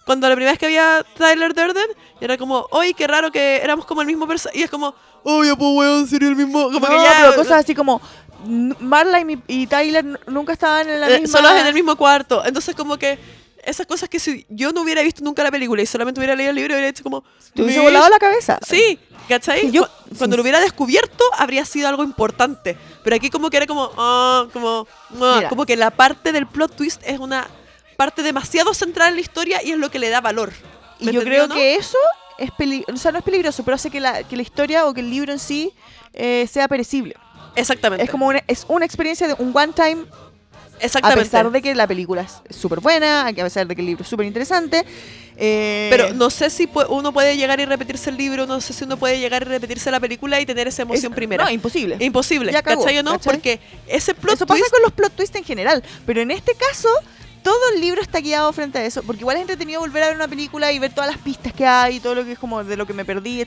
[SPEAKER 3] cuando la primera vez que había Tyler Durden, y era como, oye, qué raro que éramos como el mismo personaje. Y es como, obvio, pues weón, sería el mismo. Como
[SPEAKER 2] no,
[SPEAKER 3] que ya.
[SPEAKER 2] pero cosas así como n- Marla y, mi- y Tyler n- nunca estaban en la
[SPEAKER 3] eh,
[SPEAKER 2] misma.
[SPEAKER 3] solos en el mismo cuarto. Entonces, como que esas cosas que si yo no hubiera visto nunca la película y solamente hubiera leído el libro, hubiera hecho como.
[SPEAKER 2] Te hubiese
[SPEAKER 3] "Mish".
[SPEAKER 2] volado la cabeza.
[SPEAKER 3] Sí, ¿cachai?
[SPEAKER 2] Que yo-
[SPEAKER 3] Cu- Cuando lo hubiera descubierto, habría sido algo importante. Pero aquí como que era como, ah, como, ah,
[SPEAKER 2] Mira.
[SPEAKER 3] como que la parte del plot twist es una parte demasiado central en la historia y es lo que le da valor.
[SPEAKER 2] Y
[SPEAKER 3] ¿Me
[SPEAKER 2] yo
[SPEAKER 3] entendió,
[SPEAKER 2] creo
[SPEAKER 3] no?
[SPEAKER 2] que eso es peligroso. O sea, no es peligroso, pero hace que la, que la historia o que el libro en sí eh, sea perecible.
[SPEAKER 3] Exactamente.
[SPEAKER 2] Es como una, es una experiencia de un one time a
[SPEAKER 3] Exactamente.
[SPEAKER 2] pesar de que la película es súper buena, a pesar de que el libro es súper interesante. eh,
[SPEAKER 3] Pero no sé si pu- uno puede llegar y repetirse el libro, no sé si uno puede llegar y repetirse la película y tener esa
[SPEAKER 2] es-
[SPEAKER 3] emoción primera.
[SPEAKER 2] No, imposible.
[SPEAKER 3] Imposible,
[SPEAKER 2] Ya cagó,
[SPEAKER 3] ¿cachai o no?
[SPEAKER 2] ¿cachai?
[SPEAKER 3] Porque ese plot
[SPEAKER 2] eso
[SPEAKER 3] twist
[SPEAKER 2] pasa con los plot twists en general, pero en este caso todo el libro está guiado frente a eso, porque igual es entretenido volver a ver una película y ver todas las pistas que hay y todo lo que es como de lo que me perdí.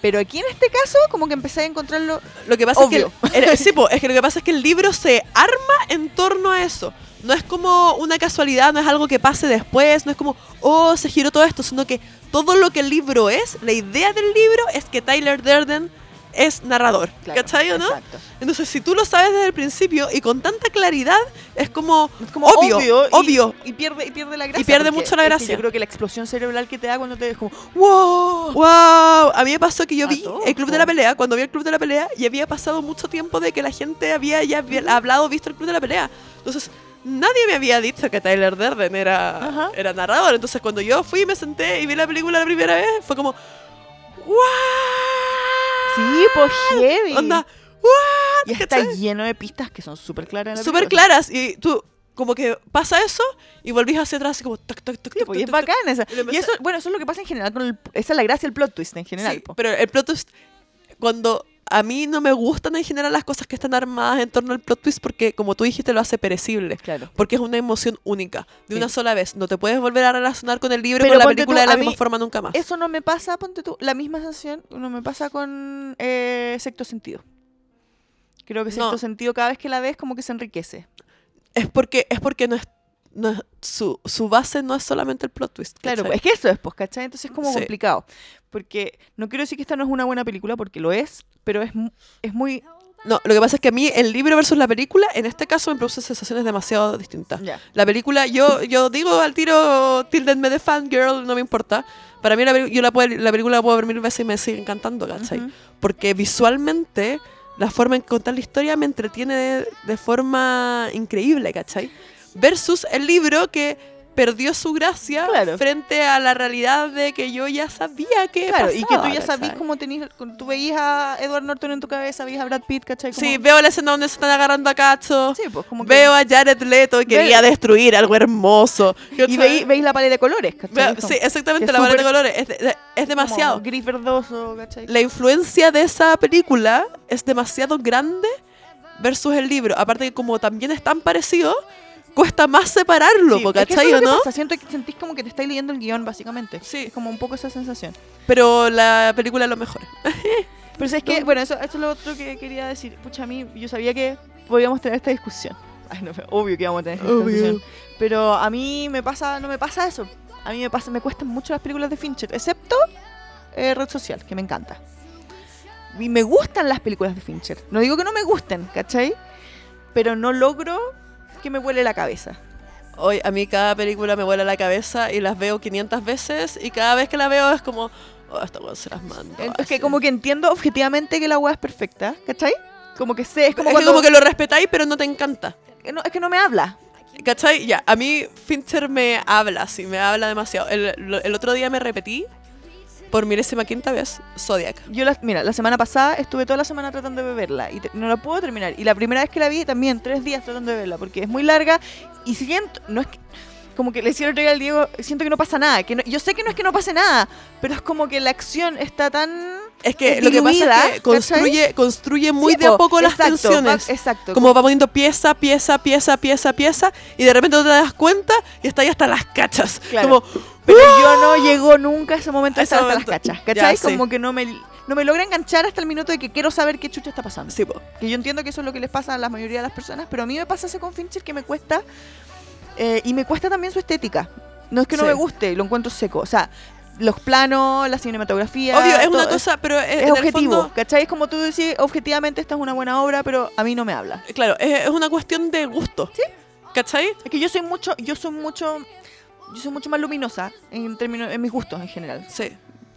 [SPEAKER 2] Pero aquí en este caso como que empecé a encontrarlo
[SPEAKER 3] Lo que pasa
[SPEAKER 2] Obvio.
[SPEAKER 3] es que el, el- sí, po, es que lo que pasa es que el libro se arma en torno a eso. No es como una casualidad, no es algo que pase después, no es como, oh, se giró todo esto, sino que todo lo que el libro es, la idea del libro es que Tyler Durden es narrador,
[SPEAKER 2] Claro,
[SPEAKER 3] ¿cachai o no?
[SPEAKER 2] Exacto.
[SPEAKER 3] Entonces, si tú lo sabes desde el principio y con tanta claridad, es como,
[SPEAKER 2] Es como
[SPEAKER 3] obvio,
[SPEAKER 2] obvio,
[SPEAKER 3] obvio.
[SPEAKER 2] y- Y, pierde, y pierde la gracia.
[SPEAKER 3] pierde
[SPEAKER 2] porque
[SPEAKER 3] mucho la
[SPEAKER 2] es que
[SPEAKER 3] gracia. Ah,
[SPEAKER 2] yo creo que la explosión cerebral que te da cuando te ves como,
[SPEAKER 3] ¡Wow! A mí me pasó que yo
[SPEAKER 2] A
[SPEAKER 3] vi
[SPEAKER 2] todo,
[SPEAKER 3] el Club de
[SPEAKER 2] po.
[SPEAKER 3] la Pelea, cuando vi el Club de la Pelea, y había pasado mucho tiempo de que la gente había ya vi- hablado, visto el Club de la Pelea. Entonces, nadie me había dicho que Tyler Durden era,
[SPEAKER 2] Ajá.
[SPEAKER 3] era narrador. Entonces, cuando yo fui y me senté y vi la película la primera vez, fue como, ¡Wow!
[SPEAKER 2] sí, pues heavy.
[SPEAKER 3] Onda, ¡Wow!
[SPEAKER 2] y está lleno de pistas que son súper claras. en la
[SPEAKER 3] Súper
[SPEAKER 2] película.
[SPEAKER 3] claras. Y tú, como que pasa eso, y volvís hacia atrás, así como, toc, toc, toc,
[SPEAKER 2] Sí,
[SPEAKER 3] toc,
[SPEAKER 2] pues, y
[SPEAKER 3] toc,
[SPEAKER 2] es
[SPEAKER 3] toc, toc.
[SPEAKER 2] bacán esa.
[SPEAKER 3] Y lo
[SPEAKER 2] Y eso,
[SPEAKER 3] empecé-
[SPEAKER 2] bueno, eso es lo que pasa en general con el, esa es la gracia del plot twist en general.
[SPEAKER 3] Sí,
[SPEAKER 2] po.
[SPEAKER 3] pero el plot twist, cuando a mí no me gustan en general las cosas que están armadas en torno al plot twist porque, como tú dijiste, lo hace perecible.
[SPEAKER 2] Claro.
[SPEAKER 3] Porque es una emoción única,
[SPEAKER 2] Sí.
[SPEAKER 3] de una sola vez. No te puedes volver a relacionar con el libro y
[SPEAKER 2] Pero
[SPEAKER 3] con la
[SPEAKER 2] ponte tú,
[SPEAKER 3] película de la
[SPEAKER 2] a
[SPEAKER 3] misma
[SPEAKER 2] mí-
[SPEAKER 3] forma nunca más.
[SPEAKER 2] Eso no me pasa, ponte tú, la misma sensación, no me pasa con eh, sexto sentido. Creo que sexto
[SPEAKER 3] No.
[SPEAKER 2] sentido cada vez que la ves como que se enriquece.
[SPEAKER 3] Es porque, es porque no es, no es- su, su base no es solamente el plot twist.
[SPEAKER 2] Claro,
[SPEAKER 3] ¿cachai?
[SPEAKER 2] es que eso es, pues, ¿cachai? Entonces es como
[SPEAKER 3] Sí.
[SPEAKER 2] complicado. Porque no quiero decir que esta no es una buena película, porque lo es, pero es, mu- es muy...
[SPEAKER 3] No, lo que pasa es que a mí el libro versus la película, en este caso, me produce sensaciones demasiado distintas.
[SPEAKER 2] Ya.
[SPEAKER 3] La película, yo, yo digo al tiro, tildenme de fangirl, no me importa. Para mí la, peli- yo la, puedo- la película la puedo ver mil veces y me sigue encantando, ¿cachai?
[SPEAKER 2] Ujú.
[SPEAKER 3] Porque visualmente la forma en contar la historia me entretiene de, de forma increíble, ¿cachai? Versus el libro que perdió su gracia
[SPEAKER 2] Claro.
[SPEAKER 3] frente a la realidad de que yo ya sabía que
[SPEAKER 2] Claro, y que tú
[SPEAKER 3] pasaba,
[SPEAKER 2] ya sabías
[SPEAKER 3] ¿cachai?
[SPEAKER 2] cómo tenías, cuando tú veías a Edward Norton en tu cabeza, veías a Brad Pitt, ¿cachai? Como-
[SPEAKER 3] Sí, veo la escena donde se están agarrando a cacho.
[SPEAKER 2] Sí, pues como que-
[SPEAKER 3] Veo a Jared Leto y quería destruir algo hermoso.
[SPEAKER 2] Y
[SPEAKER 3] ¿cachai?
[SPEAKER 2] veí- veis la paleta de colores, ¿cachai?
[SPEAKER 3] Vea-
[SPEAKER 2] Es como-
[SPEAKER 3] sí, exactamente,
[SPEAKER 2] que
[SPEAKER 3] la paleta de
[SPEAKER 2] súper-
[SPEAKER 3] colores. Es, de- de- es demasiado.
[SPEAKER 2] como Gris verdoso, ¿cachai?
[SPEAKER 3] La influencia de esa película es demasiado grande versus el libro. Aparte que como también es tan parecido, cuesta más separarlo,
[SPEAKER 2] Sí,
[SPEAKER 3] po,
[SPEAKER 2] es que eso
[SPEAKER 3] ¿cachai
[SPEAKER 2] es lo
[SPEAKER 3] o
[SPEAKER 2] que
[SPEAKER 3] no?
[SPEAKER 2] pasa, siento que sentís como que te estáis leyendo el guión, básicamente.
[SPEAKER 3] Sí.
[SPEAKER 2] Es como un poco esa sensación.
[SPEAKER 3] Pero la película lo mejor.
[SPEAKER 2] Pero es que, bueno, eso, eso es lo otro que quería decir. Pucha, a mí, yo sabía que podíamos tener esta discusión. Ay, no, obvio que íbamos a tener esta
[SPEAKER 3] Obvio.
[SPEAKER 2] discusión. Pero a mí me pasa, no me pasa eso. A mí me pasa, me cuestan mucho las películas de Fincher, excepto eh, Red Social, que me encanta. Y me gustan las películas de Fincher. No digo que no me gusten, ¿cachai? Pero no logro que me huele la cabeza.
[SPEAKER 3] Hoy a mí cada película me vuela la cabeza y las veo 500 veces y cada vez que la veo es como, oh, esta weón se las mando.
[SPEAKER 2] Es
[SPEAKER 3] así.
[SPEAKER 2] que como que entiendo objetivamente que la weá es perfecta, ¿cachai? Como que sé, es como
[SPEAKER 3] Es que
[SPEAKER 2] cuando... eh,
[SPEAKER 3] como que lo respetáis pero no te encanta.
[SPEAKER 2] no, es que no me habla.
[SPEAKER 3] ¿Cachai? Ya, a mí Fincher me habla, sí, me habla demasiado. El, lo- el otro día me repetí, por milésima quinta vez, Zodiac.
[SPEAKER 2] Yo, la, mira, la semana pasada estuve toda la semana tratando de verla y te- no la puedo terminar. Y la primera vez que la vi también, tres días tratando de verla, porque es muy larga y siento, no es que, como que le hicieron llegar al Diego, siento que no pasa nada. que no- Yo sé que no es que no pase nada, pero es como que la acción está tan...
[SPEAKER 3] Es que
[SPEAKER 2] Es
[SPEAKER 3] lo que pasa
[SPEAKER 2] diluida,
[SPEAKER 3] es que construye, construye muy
[SPEAKER 2] Sí,
[SPEAKER 3] de a
[SPEAKER 2] po,
[SPEAKER 3] poco las
[SPEAKER 2] exacto, va-
[SPEAKER 3] canciones.
[SPEAKER 2] exacto.
[SPEAKER 3] Como va poniendo pieza, pieza, pieza, pieza, pieza, y de repente no te das cuenta y está ahí hasta las cachas.
[SPEAKER 2] Claro.
[SPEAKER 3] Como,
[SPEAKER 2] Pero yo no llegó nunca a ese momento de
[SPEAKER 3] ¡Ah! Ese
[SPEAKER 2] estar hasta las
[SPEAKER 3] momento.
[SPEAKER 2] cachas, ¿cachai?
[SPEAKER 3] Ya, sí.
[SPEAKER 2] Como que no me, no me logra enganchar hasta el minuto de que quiero saber qué chucha está pasando.
[SPEAKER 3] sí, po.
[SPEAKER 2] Que yo entiendo que eso es lo que les pasa a la mayoría de las personas, pero a mí me pasa ese con Fincher que me cuesta. eh, y me cuesta también su estética. No es que no
[SPEAKER 3] Sí.
[SPEAKER 2] me guste, lo encuentro seco. O sea, los planos, la cinematografía.
[SPEAKER 3] obvio, es una
[SPEAKER 2] todo-
[SPEAKER 3] cosa, pero es,
[SPEAKER 2] Es,
[SPEAKER 3] en el
[SPEAKER 2] objetivo,
[SPEAKER 3] fondo-
[SPEAKER 2] ¿cachai? Es como tú decís, objetivamente esta es una buena obra, pero a mí no me habla.
[SPEAKER 3] claro, es, es una cuestión de gusto. ¿Cachai?
[SPEAKER 2] Es que yo soy mucho, yo soy mucho, yo soy mucho más luminosa en términos, en mis gustos en general.
[SPEAKER 3] Sí.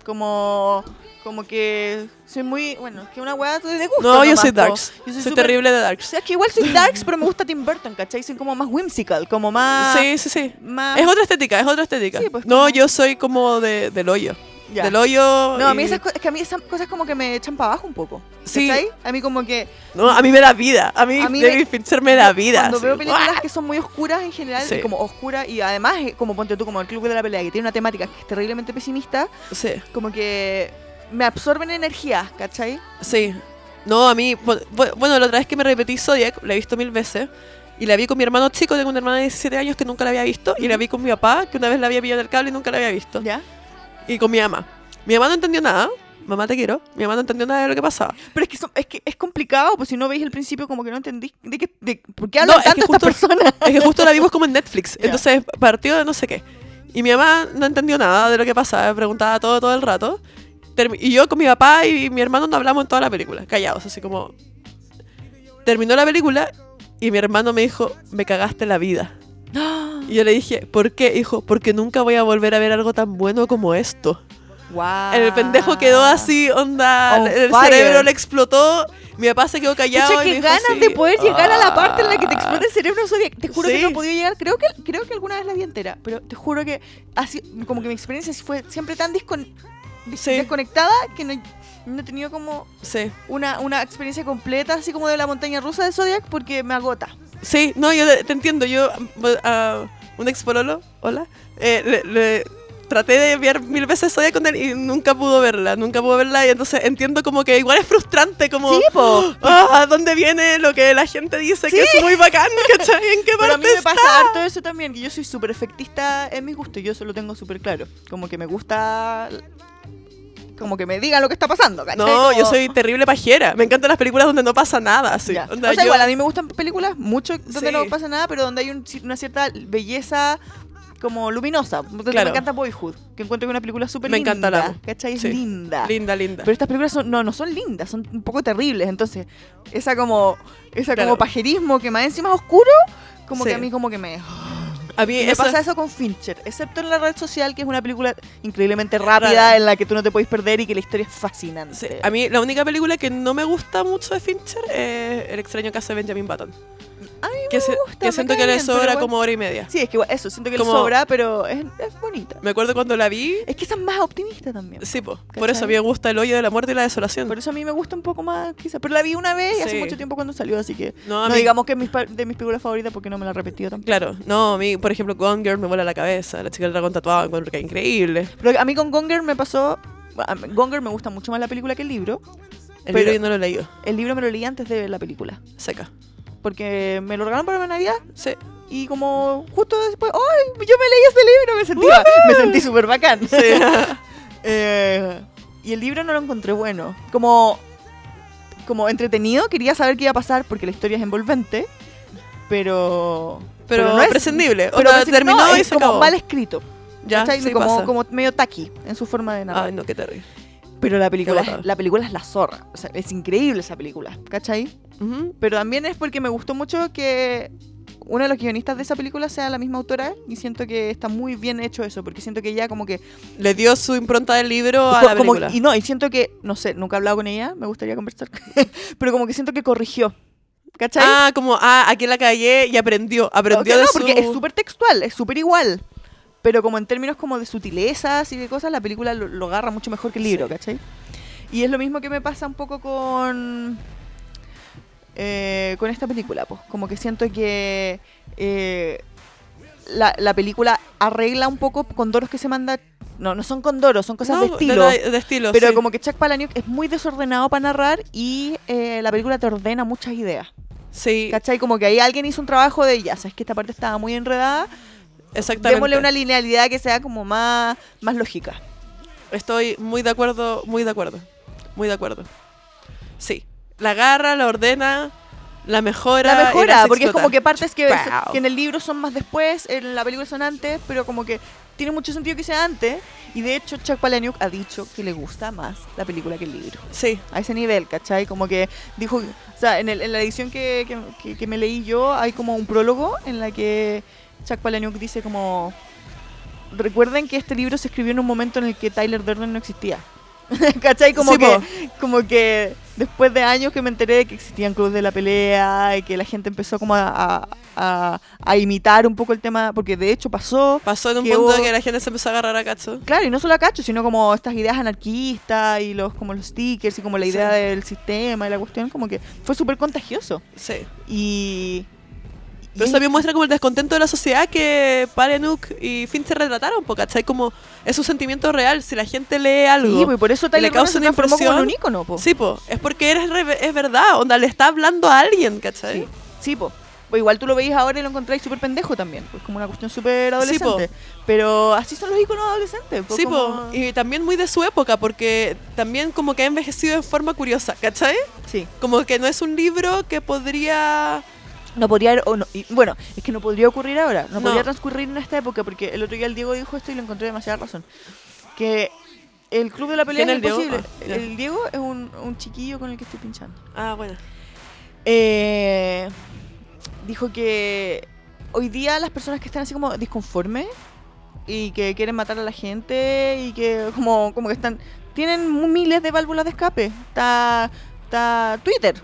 [SPEAKER 2] Como, como que soy muy, bueno, es que una weá de gusto.
[SPEAKER 3] No, yo
[SPEAKER 2] nomás,
[SPEAKER 3] soy
[SPEAKER 2] po.
[SPEAKER 3] Darks.
[SPEAKER 2] Yo
[SPEAKER 3] Soy,
[SPEAKER 2] súper-
[SPEAKER 3] terrible de
[SPEAKER 2] O
[SPEAKER 3] Darks.
[SPEAKER 2] sea, es que igual soy darks, pero me gusta Tim Burton, ¿cachai? Soy como más whimsical, como más...
[SPEAKER 3] sí, sí, sí.
[SPEAKER 2] más-
[SPEAKER 3] Es otra estética, es otra estética.
[SPEAKER 2] Sí, pues,
[SPEAKER 3] no,
[SPEAKER 2] como-
[SPEAKER 3] yo soy como de, del hoyo.
[SPEAKER 2] ya.
[SPEAKER 3] Del hoyo.
[SPEAKER 2] No, a mí
[SPEAKER 3] y-
[SPEAKER 2] esas, co- es que a mí esas cosas como que me echan para abajo un poco.
[SPEAKER 3] Sí.
[SPEAKER 2] ¿Cachai? A mí como que...
[SPEAKER 3] No, a mí me da vida. A mí,
[SPEAKER 2] A mí
[SPEAKER 3] David
[SPEAKER 2] me-
[SPEAKER 3] Fincher me da vida.
[SPEAKER 2] Cuando
[SPEAKER 3] así.
[SPEAKER 2] veo películas que son muy oscuras en general,
[SPEAKER 3] Sí.
[SPEAKER 2] como oscuras, y además, eh, como ponte tú, como el Club de la Pelea, que tiene una temática que es terriblemente pesimista,
[SPEAKER 3] ¡guau! Ah, Sí,
[SPEAKER 2] como que me absorben energía, ¿cachai?
[SPEAKER 3] sí. No, a mí. bu- bu- Bueno, la otra vez que me repetí Zodiac, la he visto mil veces. Y la vi con mi hermano chico, tengo una hermana de 17 años que nunca la había visto. Y la vi con mi papá, que una vez la había pillado en el cable y nunca la había visto.
[SPEAKER 2] ¿Ya?
[SPEAKER 3] Y con mi mamá. Mi mamá no entendió nada. Mamá, te quiero. Mi mamá no entendió nada de lo que pasaba.
[SPEAKER 2] Pero es que, son- es que es complicado, pues si no veis el principio como que no entendís de qué, de, por qué hablan
[SPEAKER 3] No, es que
[SPEAKER 2] tanto estas
[SPEAKER 3] justo-
[SPEAKER 2] personas.
[SPEAKER 3] Es que justo la vimos como en Netflix.
[SPEAKER 2] Ya.
[SPEAKER 3] Entonces partió de no sé qué. Y mi mamá no entendió nada de lo que pasaba. Preguntaba todo, todo el rato. termi- y yo con mi papá y mi hermano no hablamos en toda la película, callados, así como... Terminó la película y mi hermano me dijo, me cagaste la vida. Y yo le dije, ¿por qué, hijo? Porque nunca voy a volver a ver algo tan bueno como esto.
[SPEAKER 2] Wow.
[SPEAKER 3] El pendejo quedó así, onda,
[SPEAKER 2] Ah. On
[SPEAKER 3] el
[SPEAKER 2] fire.
[SPEAKER 3] cerebro le explotó, mi papá se quedó callado.
[SPEAKER 2] Pucha,
[SPEAKER 3] y me
[SPEAKER 2] qué
[SPEAKER 3] dijo
[SPEAKER 2] ganas
[SPEAKER 3] así,
[SPEAKER 2] de poder llegar a la parte en la que te
[SPEAKER 3] "Ah".
[SPEAKER 2] explota el cerebro Sodia. Te juro que
[SPEAKER 3] Sí.
[SPEAKER 2] no he podido llegar. Creo que, creo que alguna vez la vi entera, pero te juro que así, como que mi experiencia fue siempre tan discon- dis-
[SPEAKER 3] Sí.
[SPEAKER 2] desconectada que no, no he tenido como
[SPEAKER 3] Sí.
[SPEAKER 2] una, una experiencia completa, así como de la montaña rusa de Zodiac, porque me agota.
[SPEAKER 3] Sí, no, yo te, te entiendo. Yo, bo- a un ex pololo, hola, eh, le, le traté de enviar mil veces Sodia con él y nunca pudo verla, nunca pudo verla. Y entonces entiendo como que igual es frustrante, como.
[SPEAKER 2] Sí, po.
[SPEAKER 3] Ah, ¿dónde viene lo que la gente dice que es muy bacán? ¿Cachai? ¿En qué
[SPEAKER 2] Pero a mí
[SPEAKER 3] parte
[SPEAKER 2] me
[SPEAKER 3] está?
[SPEAKER 2] pasa harto eso también, que yo soy súper efectista en mis gustos, yo eso lo tengo súper claro. Como que me gusta. Como que me digan lo que está pasando, ¿cachai?
[SPEAKER 3] No, yo
[SPEAKER 2] Como-
[SPEAKER 3] soy terrible pajera. Me encantan las películas donde no pasa nada. Así.
[SPEAKER 2] Ya.
[SPEAKER 3] Onda,
[SPEAKER 2] o sea,
[SPEAKER 3] yo-
[SPEAKER 2] igual, a mí me gustan películas mucho donde
[SPEAKER 3] Sí.
[SPEAKER 2] no pasa nada, pero donde hay un- una cierta belleza como luminosa. Entonces,
[SPEAKER 3] Claro.
[SPEAKER 2] Me encanta Boyhood, que encuentro que es una película súper
[SPEAKER 3] Me
[SPEAKER 2] linda.
[SPEAKER 3] encanta, la amo.
[SPEAKER 2] ¿Cachai? Es
[SPEAKER 3] Sí.
[SPEAKER 2] linda.
[SPEAKER 3] Linda, linda.
[SPEAKER 2] ah, Pero estas películas son, no, no son lindas, son un poco terribles. Entonces, esa como, esa
[SPEAKER 3] Claro.
[SPEAKER 2] como pajerismo que más encima es oscuro, como
[SPEAKER 3] Sí.
[SPEAKER 2] que a mí como que me...
[SPEAKER 3] a mí
[SPEAKER 2] Y me
[SPEAKER 3] esa-
[SPEAKER 2] pasa eso con Fincher, excepto en La Red Social, que es una película increíblemente rápida
[SPEAKER 3] Rara.
[SPEAKER 2] en la que tú no te podéis perder y que la historia es fascinante.
[SPEAKER 3] Sí, a mí la única película que no me gusta mucho de Fincher es El extraño caso de Benjamin Button. que se-
[SPEAKER 2] gusta,
[SPEAKER 3] que
[SPEAKER 2] me
[SPEAKER 3] siento
[SPEAKER 2] cae
[SPEAKER 3] que le
[SPEAKER 2] bien, pero
[SPEAKER 3] sobra
[SPEAKER 2] igual-
[SPEAKER 3] como hora y media.
[SPEAKER 2] Sí, es que igual- eso, siento que
[SPEAKER 3] Como-
[SPEAKER 2] le sobra, pero es, es bonita.
[SPEAKER 3] Me acuerdo cuando la vi.
[SPEAKER 2] Es que esa es más optimista también.
[SPEAKER 3] Sí, po, por eso a mí
[SPEAKER 2] ¿Cachai?
[SPEAKER 3] me gusta El hoyo de la muerte y la desolación.
[SPEAKER 2] Por eso a mí me gusta un poco más, quizás. Pero la vi una vez y hace
[SPEAKER 3] Sí.
[SPEAKER 2] mucho tiempo cuando salió, así que
[SPEAKER 3] No, a
[SPEAKER 2] no
[SPEAKER 3] mí-
[SPEAKER 2] digamos que es mis pa- de mis películas favoritas porque no me la he repetido tampoco.
[SPEAKER 3] Claro, no, a mí, por ejemplo, Gone Girl me vuela la cabeza. La chica del dragón tatuado, encuentro que es increíble.
[SPEAKER 2] Pero a mí con Gonger me pasó. a mí- Gonger me gusta mucho más la película que el libro.
[SPEAKER 3] El
[SPEAKER 2] Pero-
[SPEAKER 3] libro yo no lo he leído.
[SPEAKER 2] El libro me lo leí antes de ver la película.
[SPEAKER 3] Seca.
[SPEAKER 2] Porque me lo regalaron para la Navidad
[SPEAKER 3] Sí.
[SPEAKER 2] y como justo después, ¡ay! Yo me leí ese libro, me sentí, me sentí súper bacán.
[SPEAKER 3] Sí.
[SPEAKER 2] Eh, y el libro no lo encontré bueno. Como, como entretenido, quería saber qué iba a pasar porque la historia es envolvente, pero...
[SPEAKER 3] Pero prescindible. O sea,
[SPEAKER 2] presen-
[SPEAKER 3] terminó
[SPEAKER 2] no,
[SPEAKER 3] y
[SPEAKER 2] es
[SPEAKER 3] se
[SPEAKER 2] como
[SPEAKER 3] acabó.
[SPEAKER 2] mal escrito.
[SPEAKER 3] ya,
[SPEAKER 2] ¿cachai?
[SPEAKER 3] sí
[SPEAKER 2] como,
[SPEAKER 3] pasa.
[SPEAKER 2] como medio taqui en su forma de narrar.
[SPEAKER 3] Ay, no, qué terrible.
[SPEAKER 2] pero la película,
[SPEAKER 3] bacán.
[SPEAKER 2] es, la película es la zorra. O sea, es increíble esa película, ¿cachai?
[SPEAKER 3] Ujú.
[SPEAKER 2] Pero también es porque me gustó mucho que uno de los guionistas de esa película sea la misma autora y siento que está muy bien hecho eso, porque siento que ella como que
[SPEAKER 3] Le dio su impronta del libro a
[SPEAKER 2] Co-
[SPEAKER 3] la
[SPEAKER 2] como-
[SPEAKER 3] película.
[SPEAKER 2] y no, y siento que, no sé, nunca he hablado con ella, me gustaría conversar, pero como que siento que corrigió. ¿Cachai?
[SPEAKER 3] Ah, como, ah, aquí en la calle y aprendió.
[SPEAKER 2] Como que
[SPEAKER 3] Aprendió
[SPEAKER 2] no,
[SPEAKER 3] de
[SPEAKER 2] porque
[SPEAKER 3] su...
[SPEAKER 2] es súper textual, es súper igual. Pero como en términos como de sutilezas y de cosas, la película lo, lo agarra mucho mejor que el libro,
[SPEAKER 3] Sí.
[SPEAKER 2] ¿cachai? Y es lo mismo que me pasa un poco con. eh, con esta película, pues. Como que siento que. eh, la, la película arregla un poco condoros que se manda. No, no son condoros, son cosas
[SPEAKER 3] No,
[SPEAKER 2] de estilo.
[SPEAKER 3] de, de estilo,
[SPEAKER 2] Pero
[SPEAKER 3] sí.
[SPEAKER 2] como que Chuck Palahniuk es muy desordenado para narrar y eh, la película te ordena muchas ideas.
[SPEAKER 3] Sí,
[SPEAKER 2] ¿Cachai? Como que ahí alguien hizo un trabajo de, ya sabes que esta parte estaba muy enredada,
[SPEAKER 3] exactamente.
[SPEAKER 2] démosle una linealidad que sea como más, más lógica.
[SPEAKER 3] Estoy muy de acuerdo, muy de acuerdo. Muy de acuerdo. Sí. La agarra, la ordena, la mejora.
[SPEAKER 2] La
[SPEAKER 3] y
[SPEAKER 2] mejora,
[SPEAKER 3] hace
[SPEAKER 2] porque es como que
[SPEAKER 3] explotar.
[SPEAKER 2] partes que,
[SPEAKER 3] Chupao.
[SPEAKER 2] que en el libro son más después, en la película son antes, pero como que tiene mucho sentido que sea antes. Y de hecho, Chuck Palahniuk ha dicho que le gusta más la película que el libro.
[SPEAKER 3] Sí,
[SPEAKER 2] a ese nivel, ¿cachai? Como que dijo, o sea, en, el- en la edición que, que- que- que me leí yo hay como un prólogo en la que Chuck Palahniuk dice como, recuerden que este libro se escribió en un momento en el que Tyler Durden no existía. ¿Cachai? Como,
[SPEAKER 3] Sí, po.
[SPEAKER 2] que, como que después de años que me enteré de que existían clubes de la pelea y que la gente empezó como a, a- a- a imitar un poco el tema, porque de hecho pasó,
[SPEAKER 3] pasó en un
[SPEAKER 2] Que
[SPEAKER 3] punto
[SPEAKER 2] hubo-
[SPEAKER 3] que la gente se empezó a agarrar a cacho.
[SPEAKER 2] Claro, y no solo a Cacho, sino como estas ideas anarquistas y los como los stickers y como la idea
[SPEAKER 3] Sí.
[SPEAKER 2] del sistema y la cuestión, como que fue súper contagioso.
[SPEAKER 3] Sí.
[SPEAKER 2] Y.
[SPEAKER 3] Pero
[SPEAKER 2] y-
[SPEAKER 3] eso también muestra como el descontento de la sociedad que Palenuk y Fincher retrataron, porque ¿cachai? Como es un sentimiento real. Si la gente lee algo.
[SPEAKER 2] sí, po, y por eso Tyler
[SPEAKER 3] le
[SPEAKER 2] Durden
[SPEAKER 3] causa
[SPEAKER 2] se
[SPEAKER 3] una
[SPEAKER 2] transformó como
[SPEAKER 3] impresión.
[SPEAKER 2] un ícono, po.
[SPEAKER 3] Sí, po, es porque eres re- es verdad, onda, le está hablando a alguien, ¿cachai?
[SPEAKER 2] Sí, sí, po. Pues igual tú lo veis ahora y lo encontráis súper pendejo también. Pues como una cuestión súper
[SPEAKER 3] Sí, po.
[SPEAKER 2] adolescente. Pero así son los íconos adolescentes. po,
[SPEAKER 3] Sí,
[SPEAKER 2] como-
[SPEAKER 3] po, y también muy de su época, porque también como que ha envejecido de forma curiosa, ¿cachai?
[SPEAKER 2] Sí.
[SPEAKER 3] Como que no es un libro que podría...
[SPEAKER 2] No podría. o no- y, bueno, es que no podría ocurrir ahora. No,
[SPEAKER 3] No.
[SPEAKER 2] podría transcurrir en esta época porque el otro día el Diego dijo esto y lo encontré demasiada razón. Que El club de la pelea es
[SPEAKER 3] ¿Quién es el Diego?
[SPEAKER 2] imposible.
[SPEAKER 3] Ah, ya.
[SPEAKER 2] el Diego es un, un chiquillo con el que estoy pinchando.
[SPEAKER 3] Ah, bueno.
[SPEAKER 2] Eh, dijo que hoy día las personas que están así como disconformes y que quieren matar a la gente y que como, como que están... Tienen mu- miles de válvulas de escape. Está, está Twitter.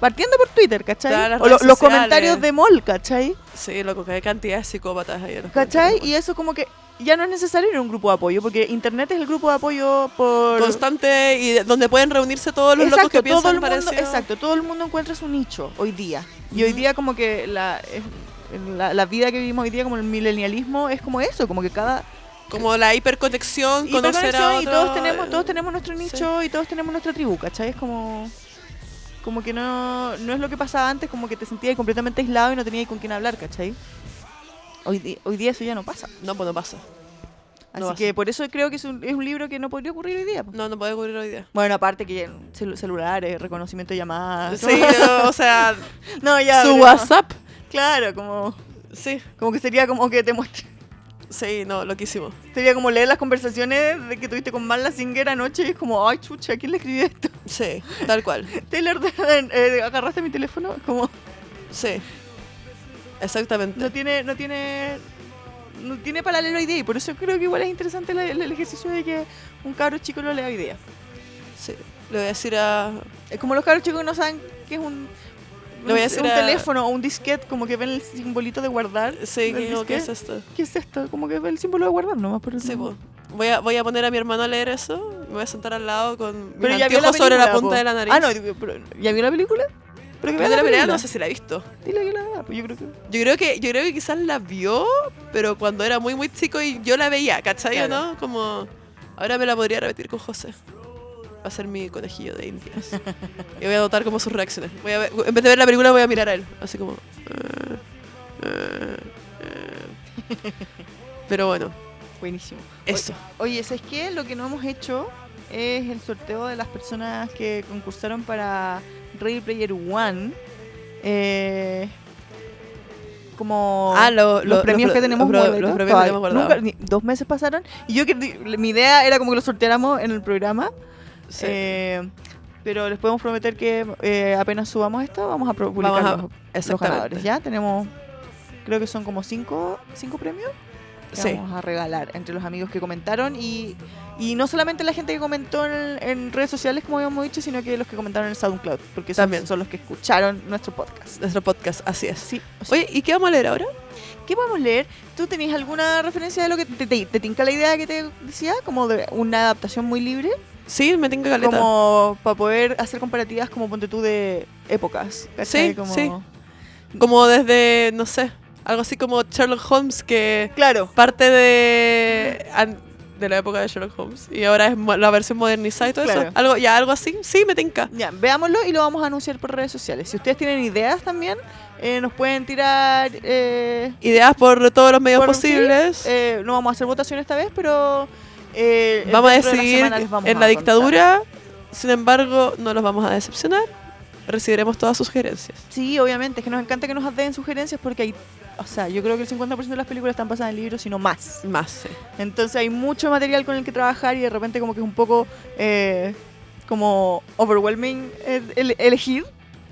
[SPEAKER 2] Partiendo por Twitter,
[SPEAKER 3] Está
[SPEAKER 2] ¿cachai?
[SPEAKER 3] las
[SPEAKER 2] O lo-
[SPEAKER 3] redes
[SPEAKER 2] los
[SPEAKER 3] sociales.
[SPEAKER 2] comentarios de Mol, ¿cachai?
[SPEAKER 3] Sí, loco, que hay cantidad de psicópatas ahí. en los
[SPEAKER 2] ¿Cachai?
[SPEAKER 3] comentarios.
[SPEAKER 2] Y eso como que ya no es necesario ir a un grupo de apoyo, porque Internet es el grupo de apoyo por...
[SPEAKER 3] Constante y de- donde pueden reunirse todos los locos que piensan
[SPEAKER 2] todo el mundo,
[SPEAKER 3] parecido.
[SPEAKER 2] exacto, todo el mundo encuentra su nicho hoy día. Y hoy
[SPEAKER 3] Ujú.
[SPEAKER 2] día como que la, es- la, la vida que vivimos hoy día, como el milenialismo, es como eso, como que cada...
[SPEAKER 3] Como la hiperconexión, conocer a
[SPEAKER 2] hiperconexión
[SPEAKER 3] otro.
[SPEAKER 2] y todos tenemos,
[SPEAKER 3] eh,
[SPEAKER 2] todos tenemos nuestro
[SPEAKER 3] sí.
[SPEAKER 2] nicho y todos tenemos nuestra tribu, ¿cachai? Es como... Como que no, no es lo que pasaba antes, como que te sentías completamente aislado y no tenías con quién hablar, ¿cachai? Hoy, di- hoy día eso ya no pasa.
[SPEAKER 3] No, pues no pasa.
[SPEAKER 2] Así
[SPEAKER 3] No va a
[SPEAKER 2] que
[SPEAKER 3] ser.
[SPEAKER 2] por eso creo que es un, es un libro que no podría ocurrir hoy día. po.
[SPEAKER 3] No, no puede ocurrir hoy día.
[SPEAKER 2] Bueno, aparte que ya- celu- celulares, reconocimiento de llamadas.
[SPEAKER 3] Sí, no, o sea,
[SPEAKER 2] No, ya.
[SPEAKER 3] su
[SPEAKER 2] pero-
[SPEAKER 3] WhatsApp.
[SPEAKER 2] Claro, como,
[SPEAKER 3] Sí,
[SPEAKER 2] como que sería como que te muestre.
[SPEAKER 3] sí, no, loquísimo.
[SPEAKER 2] Sería como leer las conversaciones de que tuviste con Marla Singer anoche y es como, ay, chucha, ¿quién le escribió esto?
[SPEAKER 3] Sí, tal cual.
[SPEAKER 2] Taylor, eh, agarraste mi teléfono. Como,
[SPEAKER 3] Sí.
[SPEAKER 2] no
[SPEAKER 3] Exactamente.
[SPEAKER 2] tiene, no tiene, no tiene paralelo hoy día y por eso creo que igual es interesante la- la- el ejercicio de que un cabro chico lo lea hoy día.
[SPEAKER 3] Sí. Le voy a decir a.
[SPEAKER 2] Es como los cabros chicos que no saben qué es un,
[SPEAKER 3] Le voy a
[SPEAKER 2] un-
[SPEAKER 3] decir
[SPEAKER 2] un
[SPEAKER 3] a-
[SPEAKER 2] teléfono o un disquete, como que ven el simbolito de guardar.
[SPEAKER 3] Sí,
[SPEAKER 2] del
[SPEAKER 3] que digo, ¿qué es
[SPEAKER 2] disquete.
[SPEAKER 3] esto?
[SPEAKER 2] ¿Qué es esto? Como que ve el símbolo de guardar nomás. Pero,
[SPEAKER 3] Sí,
[SPEAKER 2] no-
[SPEAKER 3] po. Voy a, voy a poner a mi hermano a leer eso. Me voy a sentar al lado con
[SPEAKER 2] pero
[SPEAKER 3] mis
[SPEAKER 2] ya vio
[SPEAKER 3] anteojos sobre la
[SPEAKER 2] película,
[SPEAKER 3] punta
[SPEAKER 2] po.
[SPEAKER 3] de la nariz.
[SPEAKER 2] Ah, no, digo, pero- ¿ya vio la película? Pero que vea
[SPEAKER 3] Yo la pelea
[SPEAKER 2] película.
[SPEAKER 3] no sé si la he visto.
[SPEAKER 2] Dile que la vea, pues yo creo que...
[SPEAKER 3] Yo creo que yo creo que quizás la vio, pero cuando era muy muy chico y yo la veía, ¿cachai o
[SPEAKER 2] Claro.
[SPEAKER 3] no? Como ahora me la podría repetir con José. Va a ser mi conejillo de indias. y voy a notar como sus reacciones. Voy a ver- en vez de ver la película voy a mirar a él, así como "Eh, eh, eh". Pero bueno,
[SPEAKER 2] Buenísimo.
[SPEAKER 3] eso.
[SPEAKER 2] Oye, oye, ¿sabes qué? Lo que no hemos hecho es el sorteo de las personas que concursaron para Ready Player One. Eh, como
[SPEAKER 3] Ah, lo- lo-
[SPEAKER 2] los premios
[SPEAKER 3] los
[SPEAKER 2] que
[SPEAKER 3] pro-
[SPEAKER 2] tenemos
[SPEAKER 3] los pro-
[SPEAKER 2] guardados.
[SPEAKER 3] los premios que tenemos
[SPEAKER 2] Todavía-
[SPEAKER 3] guardados.
[SPEAKER 2] nunca- ni- dos meses pasaron y yo que mi idea era como que los sorteáramos en el programa
[SPEAKER 3] Sí.
[SPEAKER 2] Eh, pero les podemos prometer que eh, apenas subamos esto, vamos a pro- publicar
[SPEAKER 3] Vamos a-
[SPEAKER 2] los- los,
[SPEAKER 3] exactamente.
[SPEAKER 2] ganadores. Ya tenemos, creo que son como cinco, cinco premios que
[SPEAKER 3] Sí.
[SPEAKER 2] vamos a regalar entre los amigos que comentaron y, y no solamente la gente que comentó en, en redes sociales, como habíamos dicho, sino que los que comentaron en SoundCloud, porque son-
[SPEAKER 3] También.
[SPEAKER 2] son los que escucharon nuestro podcast.
[SPEAKER 3] Nuestro podcast, así es.
[SPEAKER 2] Sí, o sea,
[SPEAKER 3] Oye, ¿y qué vamos a leer ahora?
[SPEAKER 2] ¿Qué podemos leer? ¿Tú tenías alguna referencia de lo que te, te, te tinca la idea que te decía? Como de una adaptación muy libre.
[SPEAKER 3] Sí, me tengo caleta.
[SPEAKER 2] como para poder hacer comparativas como ponte tú de épocas ¿cachai?
[SPEAKER 3] Sí,
[SPEAKER 2] como...
[SPEAKER 3] sí. Como desde, no sé, algo así como Sherlock Holmes que
[SPEAKER 2] claro
[SPEAKER 3] parte de an- de la época de Sherlock Holmes y ahora es mo- la versión modernizada y todo
[SPEAKER 2] Claro.
[SPEAKER 3] eso. Algo ya algo así. Sí, me tinca.
[SPEAKER 2] ya veámoslo y lo vamos a anunciar por redes sociales si ustedes tienen ideas también eh, nos pueden tirar eh,
[SPEAKER 3] Ideas por todos los medios
[SPEAKER 2] Por- sí,
[SPEAKER 3] posibles.
[SPEAKER 2] eh, no vamos a hacer votación esta vez pero eh,
[SPEAKER 3] vamos a
[SPEAKER 2] dentro de la
[SPEAKER 3] decidir
[SPEAKER 2] semana les vamos
[SPEAKER 3] en
[SPEAKER 2] a
[SPEAKER 3] la
[SPEAKER 2] contar.
[SPEAKER 3] dictadura. Sin embargo, no los vamos a decepcionar. Recibiremos todas sus sugerencias.
[SPEAKER 2] sí obviamente es que nos encanta que nos den sugerencias porque hay o sea, yo creo que el 50% de las películas están basadas en libros, sino más.
[SPEAKER 3] Más. sí.
[SPEAKER 2] Entonces hay mucho material con el que trabajar y de repente como que es un poco eh, como overwhelming eh, ele- elegir.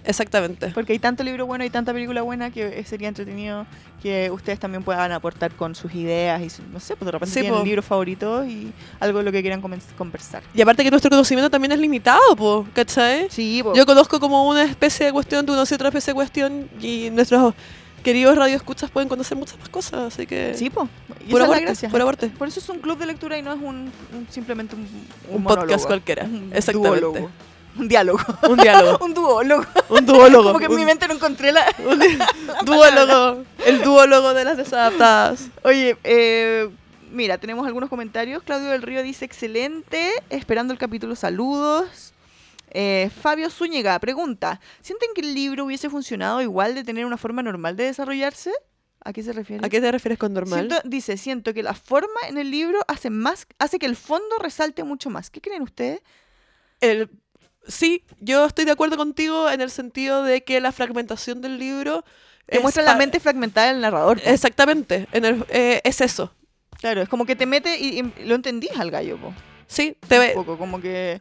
[SPEAKER 3] Exactamente.
[SPEAKER 2] Porque hay tanto libro bueno y tanta película buena que eh, sería entretenido que ustedes también puedan aportar con sus ideas y su- no sé, pues de repente
[SPEAKER 3] Sí,
[SPEAKER 2] tienen
[SPEAKER 3] po.
[SPEAKER 2] libros favoritos y algo de lo que quieran comen- conversar.
[SPEAKER 3] Y aparte que nuestro conocimiento también es limitado, po, ¿cachai?
[SPEAKER 2] Sí,
[SPEAKER 3] Yo conozco como una especie de cuestión, tú conoces otra especie de cuestión y nuestros queridos radioescuchas pueden conocer muchas más cosas, así que...
[SPEAKER 2] sí, po. Y esa
[SPEAKER 3] puro
[SPEAKER 2] es la
[SPEAKER 3] aporte,
[SPEAKER 2] gracia.
[SPEAKER 3] puro aporte.
[SPEAKER 2] Por eso es un club de lectura y no es un, un- simplemente un,
[SPEAKER 3] Un, podcast
[SPEAKER 2] monólogo.
[SPEAKER 3] cualquiera.
[SPEAKER 2] Un
[SPEAKER 3] Exactamente.
[SPEAKER 2] duólogo. Un diálogo.
[SPEAKER 3] Un diálogo.
[SPEAKER 2] un duólogo.
[SPEAKER 3] un duólogo.
[SPEAKER 2] Como que en
[SPEAKER 3] un
[SPEAKER 2] mi mente no encontré la,
[SPEAKER 3] duólogo. El duólogo de las desadaptadas.
[SPEAKER 2] Oye, eh, mira, tenemos algunos comentarios. Claudio del Río dice, excelente, esperando el capítulo, saludos. Eh, Fabio Zúñiga pregunta, ¿sienten que el libro hubiese funcionado igual de tener una forma normal de desarrollarse? ¿A qué se refiere?
[SPEAKER 3] ¿A qué te refieres con normal?
[SPEAKER 2] Siento- dice, siento que la forma en el libro hace más, hace que el fondo resalte mucho más. ¿Qué creen ustedes?
[SPEAKER 3] El- sí, yo estoy de acuerdo contigo en el sentido de que la fragmentación del libro...
[SPEAKER 2] Te
[SPEAKER 3] es
[SPEAKER 2] muestra la
[SPEAKER 3] pa-
[SPEAKER 2] mente fragmentada del narrador. po.
[SPEAKER 3] Exactamente, en el- eh, es eso.
[SPEAKER 2] claro, es como que te mete y, y lo entendís al gallo. po.
[SPEAKER 3] Sí,
[SPEAKER 2] un
[SPEAKER 3] te ve.
[SPEAKER 2] poco, como que...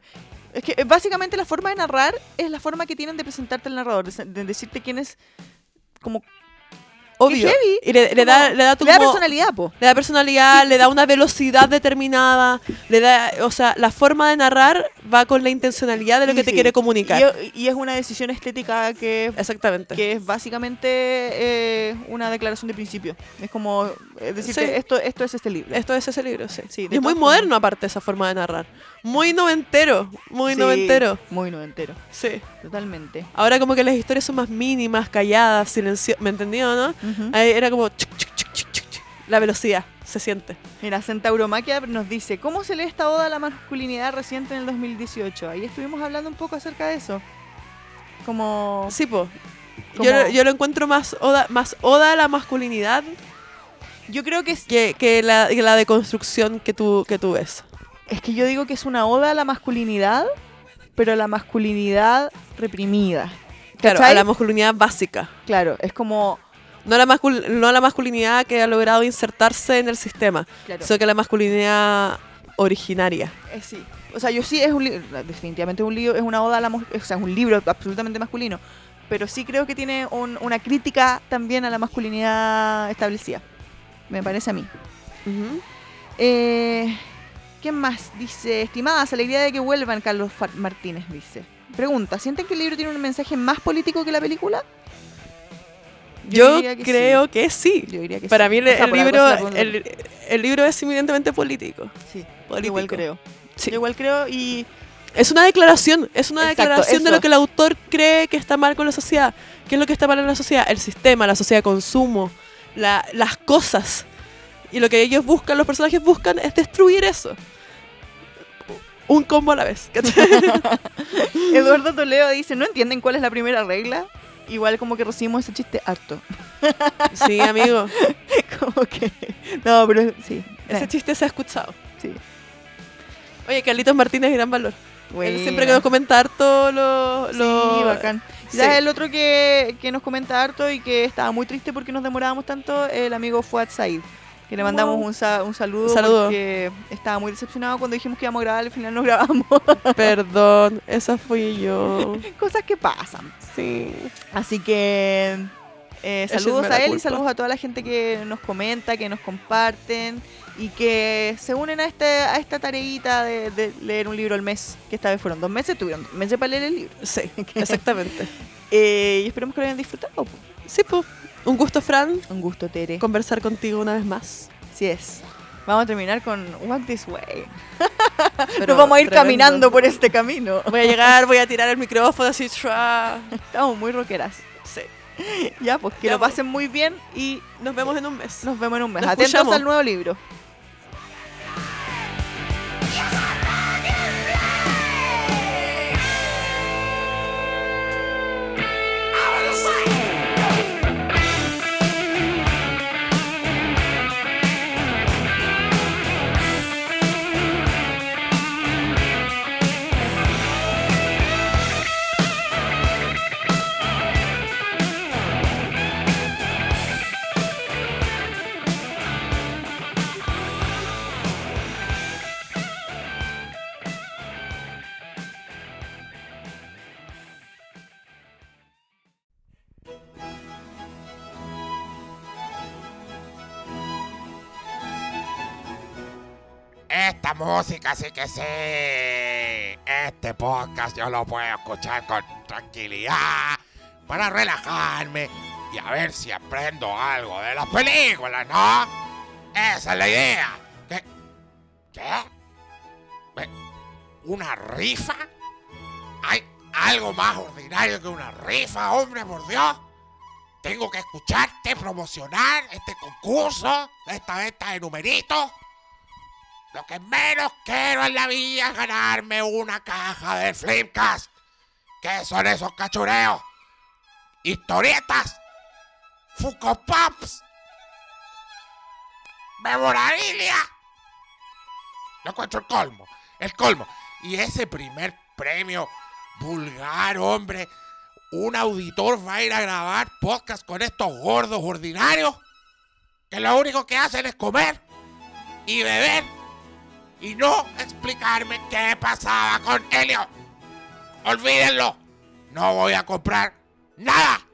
[SPEAKER 2] Es que eh, básicamente la forma de narrar es la forma que tienen de presentarte el narrador, de, se- de decirte quién es, como...
[SPEAKER 3] Obvio.
[SPEAKER 2] heavy,
[SPEAKER 3] Y le, le da,
[SPEAKER 2] como-
[SPEAKER 3] le da tu
[SPEAKER 2] Le da
[SPEAKER 3] como-
[SPEAKER 2] personalidad, po.
[SPEAKER 3] Le da personalidad, le da una velocidad determinada, le da, o sea, la forma de narrar va con la intencionalidad de lo
[SPEAKER 2] Y
[SPEAKER 3] que te
[SPEAKER 2] sí.
[SPEAKER 3] quiere comunicar.
[SPEAKER 2] Y, y es una decisión estética que,
[SPEAKER 3] Exactamente.
[SPEAKER 2] que es básicamente eh, una declaración de principio. Es como eh, decirte,
[SPEAKER 3] Sí.
[SPEAKER 2] esto, esto es este libro.
[SPEAKER 3] Esto es ese libro, sí.
[SPEAKER 2] Sí,
[SPEAKER 3] Y
[SPEAKER 2] de
[SPEAKER 3] es muy
[SPEAKER 2] todas
[SPEAKER 3] moderno aparte esa forma de narrar. Muy noventero, muy
[SPEAKER 2] Sí,
[SPEAKER 3] noventero.
[SPEAKER 2] Muy noventero,
[SPEAKER 3] Sí.
[SPEAKER 2] totalmente.
[SPEAKER 3] Ahora como que las historias son más mínimas, calladas, silenciosas. ¿Me entendió, no?
[SPEAKER 2] Ujú.
[SPEAKER 3] Ahí era como... chuc, chuc, chuc, chuc, chuc, chuc. La velocidad se siente.
[SPEAKER 2] Mira, Centauromaquia nos dice, ¿cómo se lee esta oda a la masculinidad reciente en el 2018? Ahí estuvimos hablando un poco acerca de eso. Como...
[SPEAKER 3] Sí, po.
[SPEAKER 2] Como-
[SPEAKER 3] Yo, lo- yo lo encuentro más oda, más oda a la masculinidad
[SPEAKER 2] Yo creo que es,
[SPEAKER 3] que, que la, que la deconstrucción que tú, que tú ves.
[SPEAKER 2] es que yo digo que es una oda a la masculinidad, pero a la masculinidad reprimida.
[SPEAKER 3] Claro,
[SPEAKER 2] ¿Cachai?
[SPEAKER 3] a la masculinidad básica.
[SPEAKER 2] Claro, es como...
[SPEAKER 3] No a la, mascul- no a la masculinidad que ha logrado insertarse en el sistema,
[SPEAKER 2] Claro.
[SPEAKER 3] sino que a la masculinidad originaria.
[SPEAKER 2] Eh, sí. O sea, yo sí es un li- definitivamente un libro, es una oda a la mu- o sea, es un libro absolutamente masculino, pero sí creo que tiene un- una crítica también a la masculinidad establecida. Me parece a mí. Eh, ¿Quién más? Dice, estimadas, alegría de que vuelvan, Carlos Fa- Martínez dice. Pregunta, ¿sienten que el libro tiene un mensaje más político que la película?
[SPEAKER 3] Yo,
[SPEAKER 2] diría que sí.
[SPEAKER 3] creo que sí.
[SPEAKER 2] Yo diría que
[SPEAKER 3] Para
[SPEAKER 2] sí.
[SPEAKER 3] mí el,
[SPEAKER 2] O sea,
[SPEAKER 3] el
[SPEAKER 2] por algo se la
[SPEAKER 3] libro,
[SPEAKER 2] pondré.
[SPEAKER 3] el, el libro es evidentemente político.
[SPEAKER 2] Sí,
[SPEAKER 3] político.
[SPEAKER 2] igual creo.
[SPEAKER 3] Sí.
[SPEAKER 2] Yo igual creo y
[SPEAKER 3] Es una declaración, es una
[SPEAKER 2] Exacto,
[SPEAKER 3] declaración de
[SPEAKER 2] eso.
[SPEAKER 3] lo que el autor cree que está mal con la sociedad. ¿Qué es lo que está mal en la sociedad? El sistema, la sociedad de consumo, la- las cosas. Y lo que ellos buscan, los personajes buscan, es destruir eso. Un combo a la vez. ¿cachai?
[SPEAKER 2] Eduardo Toledo dice, ¿no entienden cuál es la primera regla? Igual como que recibimos ese chiste harto.
[SPEAKER 3] sí, amigo.
[SPEAKER 2] como que... No, pero sí.
[SPEAKER 3] Ese chiste se ha escuchado.
[SPEAKER 2] sí.
[SPEAKER 3] Oye, Carlitos Martínez, gran valor. Él siempre que
[SPEAKER 2] Buena.
[SPEAKER 3] nos comenta harto lo... lo-
[SPEAKER 2] Sí, bacán. Quizás el otro que, que nos comenta harto y que estaba muy triste porque nos demorábamos tanto, el amigo Fuad Said. Que le mandamos
[SPEAKER 3] Wow.
[SPEAKER 2] un, sa- un saludo,
[SPEAKER 3] Un saludo.
[SPEAKER 2] porque estaba muy decepcionado cuando dijimos que íbamos a grabar, al final no grabamos.
[SPEAKER 3] Perdón, esa fui yo.
[SPEAKER 2] Cosas que pasan.
[SPEAKER 3] Sí.
[SPEAKER 2] Así que eh,
[SPEAKER 3] Ella
[SPEAKER 2] saludos
[SPEAKER 3] me la
[SPEAKER 2] a él y
[SPEAKER 3] culpa.
[SPEAKER 2] saludos a toda la gente que nos comenta, que nos comparten y que se unen a, este, a esta tareita de, de leer un libro al mes, que esta vez fueron dos meses, tuvieron dos meses para leer el libro.
[SPEAKER 3] Sí, exactamente.
[SPEAKER 2] Eh, y esperemos que lo hayan disfrutado. po.
[SPEAKER 3] Sí, pues. Un gusto, Fran,
[SPEAKER 2] Un gusto, Tere.
[SPEAKER 3] conversar contigo una vez más.
[SPEAKER 2] Así es. Vamos a terminar con Walk This Way.
[SPEAKER 3] Pero
[SPEAKER 2] Nos vamos a ir
[SPEAKER 3] tremendo.
[SPEAKER 2] caminando por este camino.
[SPEAKER 3] Voy a llegar, voy a tirar el micrófono así. tra.
[SPEAKER 2] Estamos muy rockeras.
[SPEAKER 3] Sí.
[SPEAKER 2] Ya, pues que
[SPEAKER 3] Ya,
[SPEAKER 2] lo
[SPEAKER 3] pues.
[SPEAKER 2] pasen muy bien y
[SPEAKER 3] Nos vemos en un mes.
[SPEAKER 2] nos vemos en un mes.
[SPEAKER 3] Nos
[SPEAKER 2] Atentos
[SPEAKER 3] escuchamos.
[SPEAKER 2] al nuevo libro.
[SPEAKER 4] Esta música sí que sí. Este podcast yo lo puedo escuchar con tranquilidad para relajarme y a ver si aprendo algo de las películas, ¿no? Esa es la idea. ¿Qué? ¿Qué? ¿Eh? ¿Una rifa? ¿Hay algo más ordinario que una rifa, hombre, por Dios? ¿Tengo que escucharte promocionar este concurso, esta venta de numeritos? Lo que menos quiero en la vida es ganarme una caja de Flimcast. ¿Qué son esos cachureos? ¿Historietas? ¿Fucopops? ¡Memorabilia! Lo encuentro el colmo, el colmo. Y ese primer premio vulgar, hombre, un auditor va a ir a grabar podcast con estos gordos ordinarios que lo único que hacen es comer y beber y no explicarme qué pasaba con Helio. Olvídenlo. No voy a comprar nada.